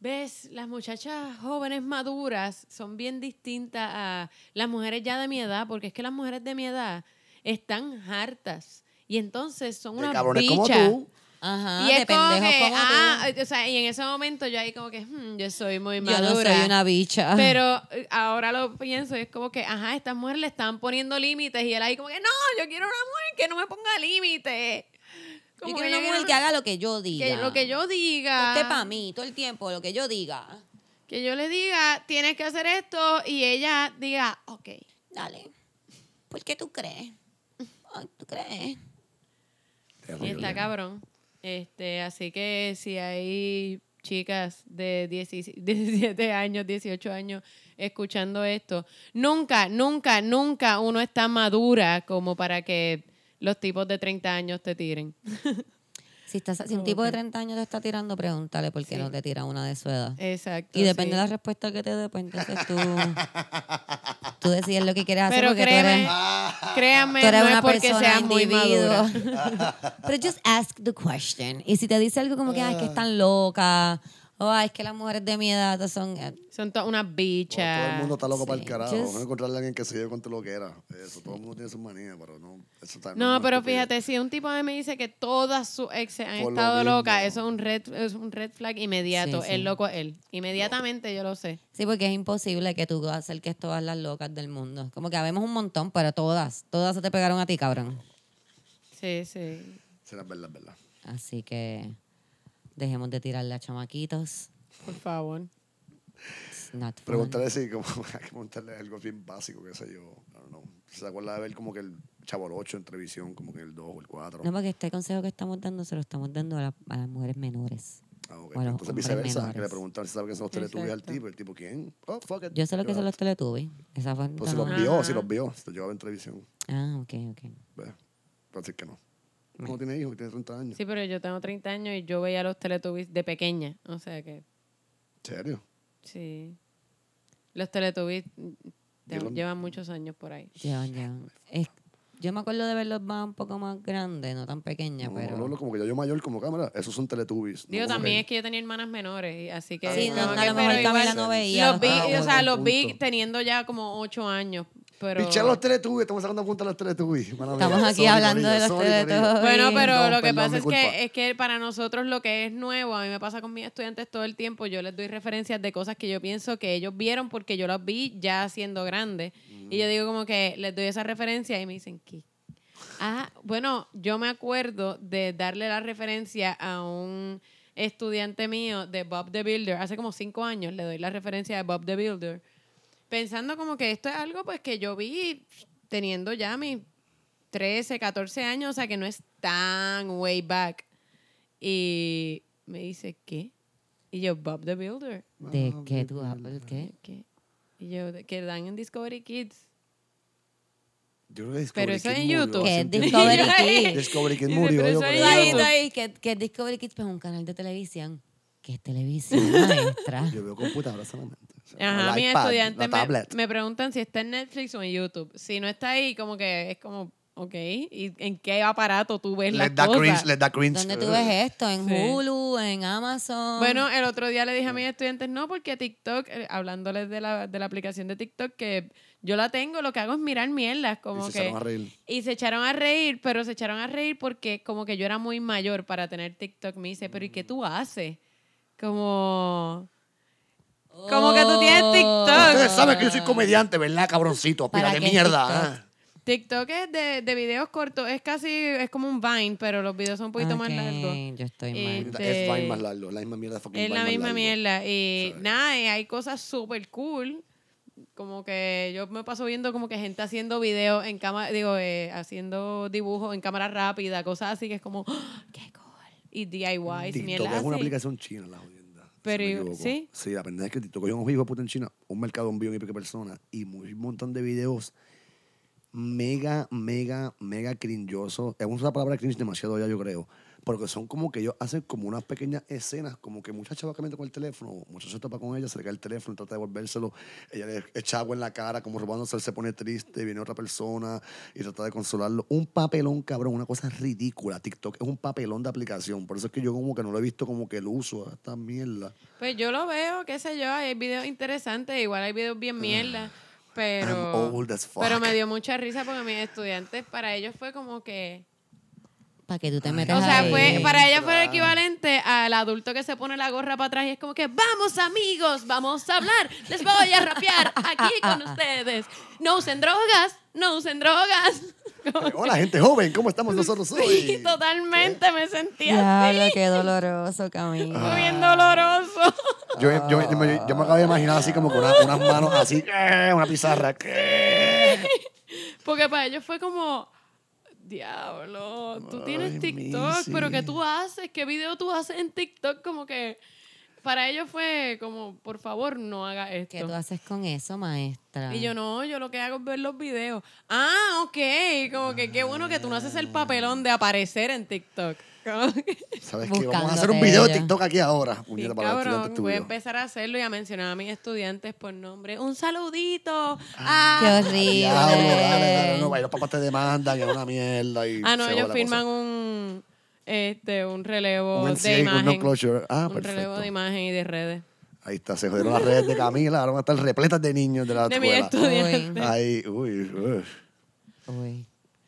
S4: ves, las muchachas jóvenes maduras son bien distintas a las mujeres ya de mi edad, porque es que las mujeres de mi edad están hartas y entonces son
S2: De
S4: unas
S2: cabrones como
S4: bichas.
S2: tú.
S1: Ajá,
S4: y es
S1: Ah, de
S4: como
S1: pendejo
S4: que,
S1: como tú.
S4: ah, o sea, y en ese momento yo ahí como que, hmm, yo soy muy
S1: Yo
S4: madura.
S1: no soy una bicha.
S4: Pero eh, ahora lo pienso y es como que, ajá, estas mujeres le están poniendo límites y él ahí como que, no, yo quiero una mujer que no me ponga límites.
S1: yo
S4: Como
S1: quiero una mujer
S4: quiero
S1: que haga Este lo que yo diga.
S4: que lo que yo diga.
S1: Usted para mí, todo el tiempo, lo que yo diga.
S4: Que yo le diga, tienes que hacer esto y ella diga, ok.
S1: Dale. ¿Por qué tú crees? Ay, ¿Tú crees?
S4: Y
S2: Terrible.
S4: está cabrón. Este, así que si hay chicas de <laughs> 17 17 años, 18 años escuchando esto, nunca, nunca, nunca uno está madura como para que los tipos de 30 años te tiren.
S1: Si, estás, si un tipo de 30 años te está tirando, pregúntale por qué
S4: Sí.
S1: no te tira una de su edad.
S4: Exacto.
S1: Y depende
S4: sí.
S1: de la respuesta que te dé, pues entonces tú, tú decides lo que quieres hacer
S4: Pero
S1: porque
S4: créeme,
S1: tú eres,
S4: Créanme,
S1: tú eres
S4: no es
S1: una
S4: porque
S1: persona
S4: seas muy madura.
S1: individuo.
S4: <laughs>
S1: Pero just ask the question. Y si te dice algo como que, ay, es que están locas, o ay, es que las mujeres de mi edad son... eh,
S4: Son todas unas
S2: Todo
S4: bichas.
S2: el mundo está loco para el
S1: Sí,
S2: carajo.
S1: just-
S2: Vamos a encontrarle a alguien que se lleve con todo lo que era. Eso, todo el mundo tiene sus manías, pero no. Eso está,
S4: No,
S2: es
S4: pero
S2: estúpido.
S4: fíjate, si un tipo a mí me dice que todas sus exes han
S2: Por lo
S4: estado
S2: mismo.
S4: locas, eso es un red, es un red flag inmediato.
S1: Sí, sí.
S4: El loco es él. Inmediatamente yo lo sé.
S1: Sí, porque es imposible que tú acerques todas las locas del mundo. Como que habemos un montón, pero todas, todas se te pegaron a ti, cabrón.
S4: Sí, sí.
S2: Será verdad, es verdad.
S1: Así que dejemos de tirarle a chamaquitos.
S4: Por favor.
S1: It's not fun.
S2: Preguntarle si, como, <laughs> hay que preguntarle algo bien básico, qué sé yo. No, no. ¿Se acuerda de ver como que el Chavo el 8 en televisión, como que el 2 o el 4?
S1: No, porque este consejo que estamos dando se lo estamos dando a, la- a las mujeres menores.
S2: Ah, ok.
S1: Bueno,
S2: Entonces
S1: hombres
S2: viceversa, que
S1: menores.
S2: le preguntan si sabe que son los teletubbies al
S4: Exacto.
S2: tipo. El tipo, ¿quién? Oh, fuck it.
S1: Yo sé lo que
S2: Yo-
S1: son los teletubbies. Esa fue-
S2: Pues si los
S1: Ah.
S2: vio,
S4: Ajá.
S2: si los vio. Si lo llevaba en televisión.
S1: Ah, ok, ok.
S2: Ve. Entonces que no. No tiene hijos, tiene 30 años.
S4: Sí, pero yo tengo 30 años y yo veía los Teletubbies de pequeña. O sea que,
S2: ¿En serio?
S4: sí. Los Teletubbies mm, te-
S2: Llevan-
S4: llevan muchos años por ahí.
S1: Llevan, llevan. Es- yo me acuerdo de verlos más un poco más grandes, no tan pequeñas,
S2: No,
S1: pero...
S2: no, no, como que ya yo mayor como cámara, esos son teletubbies.
S4: Digo,
S2: no como
S4: también es
S2: que-
S4: que yo tenía hermanas menores, y- así que...
S1: Sí,
S2: Ah,
S1: no,
S4: como
S2: ok.
S1: a
S4: que,
S1: lo
S4: pero
S1: mejor Camila
S4: igual
S1: no veía.
S4: Los vi,
S1: Ah,
S4: o
S1: bueno,
S4: sea,
S2: buen
S4: los vi
S2: punto.
S4: teniendo ya como 8 años, pero...
S2: Pichea los teletubbies, estamos sacando punta a los teletubbies.
S1: Estamos aquí hablando de los teletubbies.
S4: Bueno,
S1: Ay,
S4: pero
S2: no,
S4: lo que
S2: perdón,
S4: pasa
S2: mi
S4: es
S2: culpa.
S4: que, es que para nosotros lo que es nuevo, a mí me pasa con mis estudiantes todo el tiempo, yo les doy referencias de cosas que yo pienso que ellos vieron porque yo las vi ya siendo grandes. Y
S2: Mm.
S4: yo digo como que les doy esa referencia y me dicen, ¿qué? Ah, bueno, yo me acuerdo de darle la referencia a un estudiante mío de Bob the Builder, hace como cinco años le doy la referencia de Bob the Builder, pensando como que esto es algo pues que yo vi teniendo ya mis 13, 14 años, o sea que no es tan way back. Y me dice, ¿qué? Y yo, Bob the Builder.
S1: ¿De
S2: ah,
S1: qué tú hablas? ¿Qué?
S4: ¿Qué? Y yo, "De- que dan en Discovery Kids.
S2: Yo creo que Discovery
S4: Pero eso
S2: Kid
S4: en
S2: murió
S4: YouTube.
S1: ¿Qué
S2: hace
S1: es
S2: un tiempo.
S1: Discovery
S2: <laughs>
S1: Kids?
S2: Discovery Kid
S4: Dice,
S2: murió, yo
S4: pero eso
S1: Tú
S4: es
S1: ahí,
S2: creo.
S1: tú ahí, que, que Discovery Kids pues, es un canal de televisión. Que es
S2: <laughs>
S1: televisión, maestra.
S2: Yo veo computadoras solamente. O sea,
S4: Ajá,
S2: el
S4: mis
S2: iPad,
S4: estudiantes
S2: la
S4: me,
S2: tablet.
S4: me preguntan si está en Netflix o en YouTube. Si no está ahí, como que es como, ok, ¿y en qué aparato tú ves las
S2: Les da cringe,
S4: cosas?
S2: les da cringe.
S1: ¿Dónde tú ves esto? ¿En
S4: Sí.
S1: Hulu? ¿En Amazon?
S4: Bueno, el otro día le dije a mis estudiantes, no, porque TikTok, eh, hablándoles de la, de la aplicación de TikTok, que yo la tengo, lo que hago es mirar mierdas,
S2: Y
S4: como
S2: se
S4: que...
S2: echaron a reír.
S4: Y se echaron a reír, pero se echaron a reír porque como que yo era muy mayor para tener TikTok. Me dice, pero ¿y qué tú haces? Como... Como que tú tienes
S1: Oh.
S4: TikTok.
S2: Ustedes saben que yo soy
S4: ah.
S2: comediante, ¿verdad, cabroncito? Pila
S1: ¿Para
S2: de
S1: qué
S2: mierda. ah?
S4: TikTok es de, de videos cortos, es casi, es como un Vine, pero los videos son un poquito más
S1: Ok,
S4: largos.
S1: Yo estoy
S4: Eh,
S1: mal.
S4: de-
S2: Es Vine más largo, la misma mierda. fucking
S4: Es
S2: Vine
S4: la
S2: más
S4: misma
S2: largo.
S4: mierda. Y
S2: Sí.
S4: nada, y hay cosas súper cool. Como que yo me paso viendo como que gente haciendo videos en cámara, digo, eh, haciendo dibujos en cámara rápida, cosas así que es como, ¡Ah, ¡qué cool! Y DIYs,
S2: Mm. TikTok
S4: mierda
S2: es una
S4: así.
S2: aplicación china, la jodienda. si
S4: Pero
S2: me
S4: yo-
S2: equivoco.
S4: ¿sí?
S2: Sí, la pendeja es que TikTok es un hijo de puta en China, un mercado de un billón y pico de personas y muy- un montón de videos mega, mega, mega cringosos. Hemos usado la palabra cringe demasiado ya, yo creo. Porque son como que ellos hacen como unas pequeñas escenas, como que muchacha va caminando con el teléfono, muchacho se topa con ella, se le cae el teléfono, trata de devolvérselo, ella le echa agua en la cara, como robándose, él se pone triste, viene otra persona y trata de consolarlo. Un papelón, cabrón, una cosa ridícula. TikTok es un papelón de aplicación, por eso es que yo como que no lo he visto como que el uso a esta mierda.
S4: Pues yo lo veo, qué sé yo, hay videos interesantes, igual hay videos bien mierda,
S2: Ah. I'm
S4: pero
S2: old as fuck.
S4: pero me dio mucha risa porque mis estudiantes para ellos fue como que
S1: para que tú te
S2: Ay,
S1: metas
S4: O sea,
S1: ahí.
S4: fue, para ella fue
S2: Claro.
S4: el equivalente al adulto que se pone la gorra para atrás y es como que, vamos amigos, vamos a hablar, les voy a rapear aquí
S2: <laughs>
S4: con ustedes. No usen drogas, no usen drogas. <laughs> Como que-
S2: Hola, gente joven, ¿cómo estamos nosotros hoy?
S4: Sí, totalmente me sentía así,
S1: Diablo, qué doloroso, Camilo.
S2: Ah.
S4: muy bien doloroso.
S2: Yo, yo- yo me, yo me acabo de imaginar así como con una- unas manos <laughs> así, ¡eh! una pizarra. ¡eh!
S4: Porque para ellos fue como, diablo, tú
S2: Ay,
S4: tienes TikTok,
S2: Missy.
S4: pero ¿qué tú haces? ¿Qué video tú haces en TikTok? Como que para ellos fue como, por favor, no haga esto.
S1: ¿Qué tú haces con eso, maestra?
S4: Y yo no, yo lo que hago es ver los videos. Ah, ok. Como que qué bueno que tú no haces el papelón de aparecer en TikTok. <laughs> Como que-
S2: ¿Sabes qué? Vamos a hacer un
S1: Buscándote
S2: video de
S1: ella.
S2: TikTok aquí ahora.
S4: Sí,
S2: puñeta, para los
S4: cabrón,
S2: estudiantes
S4: voy a
S2: tuyos.
S4: empezar a hacerlo y a mencionar a mis estudiantes por nombre. Un saludito.
S1: Qué
S4: Ah,
S1: horrible.
S2: Diablo, dale, dale, no, ahí los papás te demandan, que es una mierda. Y
S4: Ah, no,
S2: se
S4: ellos
S2: va la
S4: firman
S2: cosa.
S4: un, este, un relevo
S2: un
S4: de
S2: NCA, un
S4: imagen.
S2: no closure. Ah,
S4: un relevo
S2: perfecto.
S4: de imagen y de redes.
S2: Ahí está, se jodieron las redes de Camila, ahora van a estar repletas de niños de la
S4: De mis
S2: escuela.
S4: estudiantes.
S2: Ahí, uy, uy.
S1: Uy.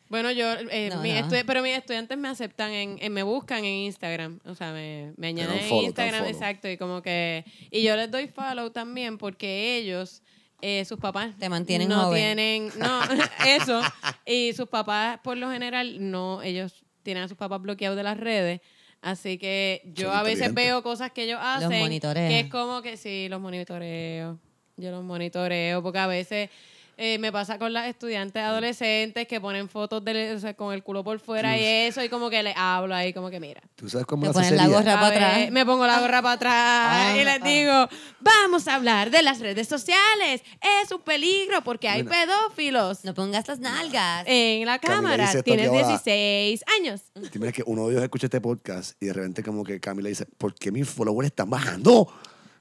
S4: Bueno, yo, eh,
S1: No,
S4: mis
S1: no.
S4: estu- pero mis estudiantes me aceptan, en, en- me buscan en Instagram, o sea, me, me
S2: dan
S4: añaden en
S2: follow, te dan
S4: Instagram,
S2: follow.
S4: exacto, y como que, y yo les doy follow también porque ellos, eh, sus papás
S1: Te mantienen
S4: no
S1: joven.
S4: tienen,
S2: <laughs>
S4: no, <laughs> eso, y sus papás por lo general, no, ellos tienen a sus papás bloqueados de las redes, así que yo
S2: Son
S4: a veces
S2: inteligentes.
S4: veo cosas que ellos hacen,
S1: monitorean.
S4: que es como que sí, los monitoreo. Yo los monitoreo porque a veces eh, me pasa con las estudiantes adolescentes que ponen fotos de, o sea, con el culo por fuera y eso, y como que le hablo ahí, como que mira.
S2: ¿Tú sabes cómo
S1: Te
S2: la
S1: ponen la
S2: sería?
S1: gorra.
S4: a
S1: para atrás.
S4: Me pongo la gorra para atrás
S1: Ah,
S4: y les
S1: ah.
S4: digo, vamos a hablar de las redes sociales. Es un peligro porque hay pedófilos
S1: No pongas las nalgas.
S4: en la
S2: Camila
S4: cámara.
S2: dice esto
S4: Tienes
S2: aquí ahora.
S4: 16 años.
S2: Te imaginas que uno de ellos escucha este podcast y de repente como que Camila dice, ¿por qué mis followers están bajando?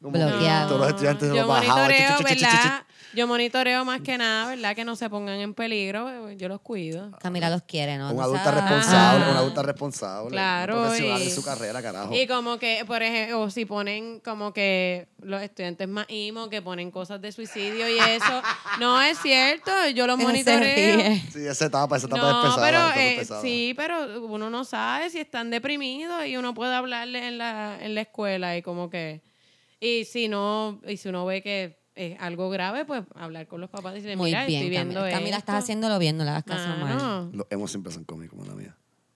S2: Como que
S1: Bloqueado.
S2: Todos los estudiantes se
S4: yo
S2: los bajaban.
S4: monitoreo,
S2: Chi, chi, chi, chi, chi,
S4: ¿verdad? Yo monitoreo más que nada, ¿verdad? Que no se pongan en peligro. eh, Yo los cuido.
S1: Camila los quiere, ¿no?
S2: chi.
S1: Tú
S2: Un adulta
S1: sabes.
S2: responsable,
S4: Ajá.
S2: un adulta responsable.
S4: Ah. Claro,
S2: Un profesional
S4: y-
S2: en su carrera, carajo.
S4: Y como que, por ejemplo, o si ponen como que los estudiantes más imo que ponen cosas de suicidio y
S2: <laughs>
S4: eso. No es cierto, yo lo
S1: Se
S4: monitoreo.
S1: ríe.
S2: Sí, esa etapa, esa etapa es
S4: No,
S2: pesada.
S4: pero
S2: esa etapa es
S4: eh,
S2: pesada.
S4: sí, pero uno no sabe si están deprimidos y uno puede hablarle en la, en la escuela y como que y si no y si uno ve que es algo grave, pues hablar con los papás y decirle,
S1: Muy
S4: mira,
S1: bien,
S4: estoy viendo
S1: Camila. Camila,
S4: esto". Ah,
S1: estás haciéndolo bien, no le hagas caso mal.
S4: Mano,
S2: Los hemos siempre son cómicos, como la mía.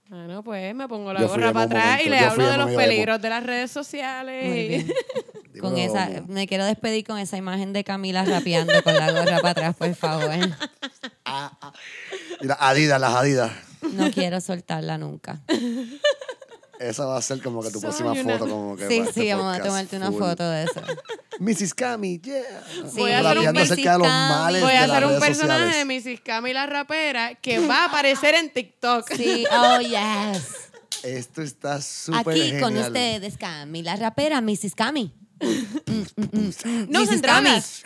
S4: mano, pues me pongo la
S2: Yo fui
S4: gorra
S2: emo
S4: para
S2: un
S4: atrás y
S2: momento,
S4: le
S2: yo
S4: hablo
S2: fui
S4: de
S2: emo,
S4: los
S2: yo emo.
S4: peligros de las redes sociales.
S1: Muy bien.
S2: Digo,
S1: Con esa, eh,
S2: como-
S1: me quiero despedir con esa imagen de Camila rapeando con la gorra para atrás, por favor.
S2: Y las Ah, Adidas, las Adidas.
S1: No quiero soltarla nunca.
S2: Esa va a ser como que tu
S4: Soy
S2: próxima
S4: una-
S2: foto. Como que
S1: Sí,
S2: para este
S1: sí, vamos a
S2: podcast
S1: tomarte una
S2: full.
S1: foto de eso.
S2: Mrs. Cami, yeah.
S1: Sí,
S4: Voy a hacer un
S2: Rapeando acerca de los
S1: Mrs. Cami.
S2: males
S4: Voy a
S2: de las
S4: hacer un
S2: redes
S4: personaje
S2: sociales.
S4: de Mrs. Camila rapera que va a aparecer en TikTok.
S1: Sí, oh yes.
S2: Esto está súper
S1: Aquí
S2: genial.
S1: con ustedes, Camila rapera, Mrs. Cami.
S4: No
S1: Mrs.
S4: se
S1: Cami.
S4: drogas.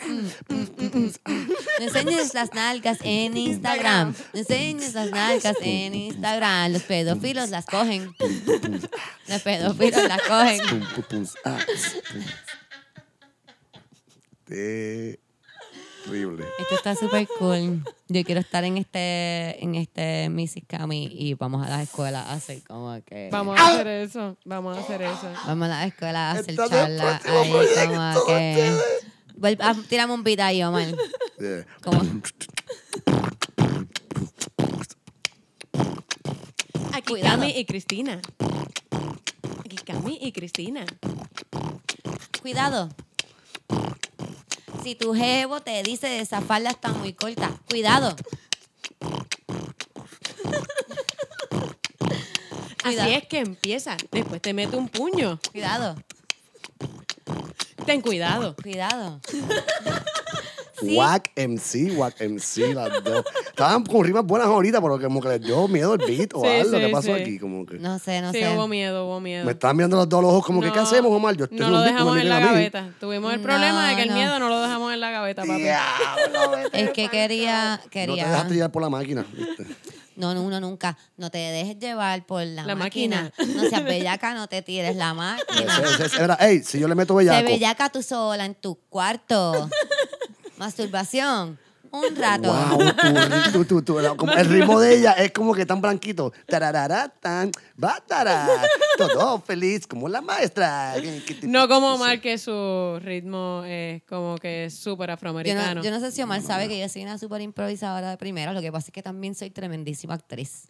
S1: No enseñes las nalgas en Instagram. No enseñes las nalgas en Instagram. Los pedófilos las cogen. Los pedófilos las cogen.
S2: Pum, pum, pum, ah, pum. Terrible.
S1: Esto está súper cool. Yo quiero estar en este, en este Mrs. Cami y vamos a las escuelas a hacer como que.
S4: Vamos a hacer eso. Vamos a hacer eso.
S1: Vamos a las escuelas a hacer
S2: Está bien,
S1: charlas.
S2: próximo
S1: Ahí como que. Vuel- ah, Tírame un beat ahí, Omar.
S2: Yeah.
S1: Como,
S4: Aquí
S1: Cuidado.
S4: Cami y Cristina. Aquí Cami y Cristina.
S1: cuidado. Si tu jevo te dice esa falda está muy corta, cuidado. Cuidado.
S4: Así es que empieza. Después te mete un puño.
S1: Cuidado,
S4: Ten cuidado.
S1: cuidado. Sí.
S2: Wack MC, Wack MC, las dos. Estaban con rimas buenas ahorita, pero como que les dio miedo el beat o
S4: Sí,
S2: algo
S4: sí,
S2: que pasó
S4: sí.
S2: aquí. Como que.
S1: No sé, no
S4: sí,
S1: sé.
S4: hubo miedo, hubo miedo.
S2: Me estaban mirando los dos los ojos como que, ¿qué hacemos, Omar? Yo estoy
S4: no
S2: en
S4: lo
S2: un beat,
S4: dejamos
S2: me
S4: en la
S2: miren a mí.
S4: gaveta. Tuvimos el problema de que el
S1: No, no.
S4: miedo no lo dejamos en la gaveta, papi.
S2: Diablo,
S4: <laughs>
S2: vete
S1: Es que
S2: pa'l
S1: quería,
S2: No te
S1: quería.
S2: dejaste llevar por la máquina. ¿viste?
S1: No, no, uno nunca. No te dejes llevar por la,
S4: La
S1: máquina.
S4: máquina.
S1: No
S4: <laughs>
S1: seas bellaca, no te tires la máquina.
S2: Ese- ese- ese era, ey, si yo le meto
S1: Te
S2: bellaco.
S4: <laughs>
S1: bellaca tú sola en tu cuarto. Masturbación. un rato.
S2: Wow, tú, tú, tú, tú, la- como el ritmo de ella es como que tan blanquito. Tararara, tan, batara, todo feliz, como la maestra.
S4: No como Omar, que su ritmo es como que súper
S1: Yo
S4: afroamericano.
S1: no, yo no sé si Omar sabe que yo soy una súper improvisadora de primera. Lo que pasa es que también soy tremendísima actriz.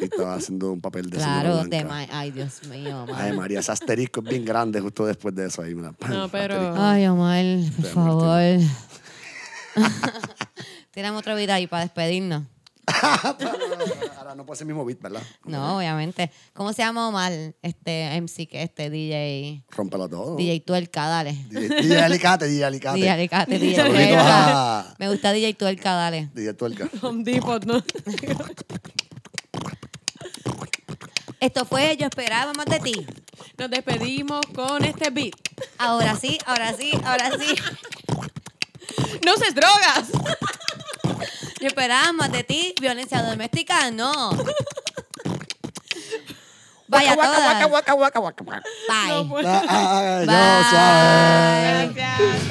S2: Y estaba haciendo un papel de
S1: claro,
S2: Señora
S1: de
S2: Blanca.
S1: ma- Ay, Dios
S2: <laughs>
S1: mío,
S2: Ay,
S1: Omar.
S2: María, ese asterisco es bien grande justo después de eso. Ahí, mira, pam,
S4: No, pero-
S2: asterisco.
S1: Ay, Omar, por
S2: Te
S1: favor.
S2: <laughs>
S1: <laughs> Tiramos otro video ahí para despedirnos.
S2: <laughs> Ahora no puede ser el mismo beat, ¿verdad?
S1: No, obviamente. ¿Cómo se llama Omar? Este MC, que este DJ.
S2: Rómpelo todo.
S1: DJ Tuerca, dale.
S2: DJ, DJ Alicate, DJ Alicate.
S1: DJ Alicate, DJ
S2: Saluditos
S1: Tuerca.
S2: a-
S1: Me gusta DJ Tuerca, dale. <laughs>
S2: DJ Tuerca.
S4: Home Depot, ¿no?
S1: Esto fue Yo Esperaba Más de Ti.
S4: Nos despedimos con este beat.
S1: Ahora sí, ahora sí, ahora sí.
S4: ¡No uses drogas!
S1: Yo esperaba más de ti. Violencia doméstica, no. Vaya todas. Bye.
S4: No puedo.
S2: Ah, ah, ah, yo,
S1: Bye.
S2: suave.
S4: Gracias.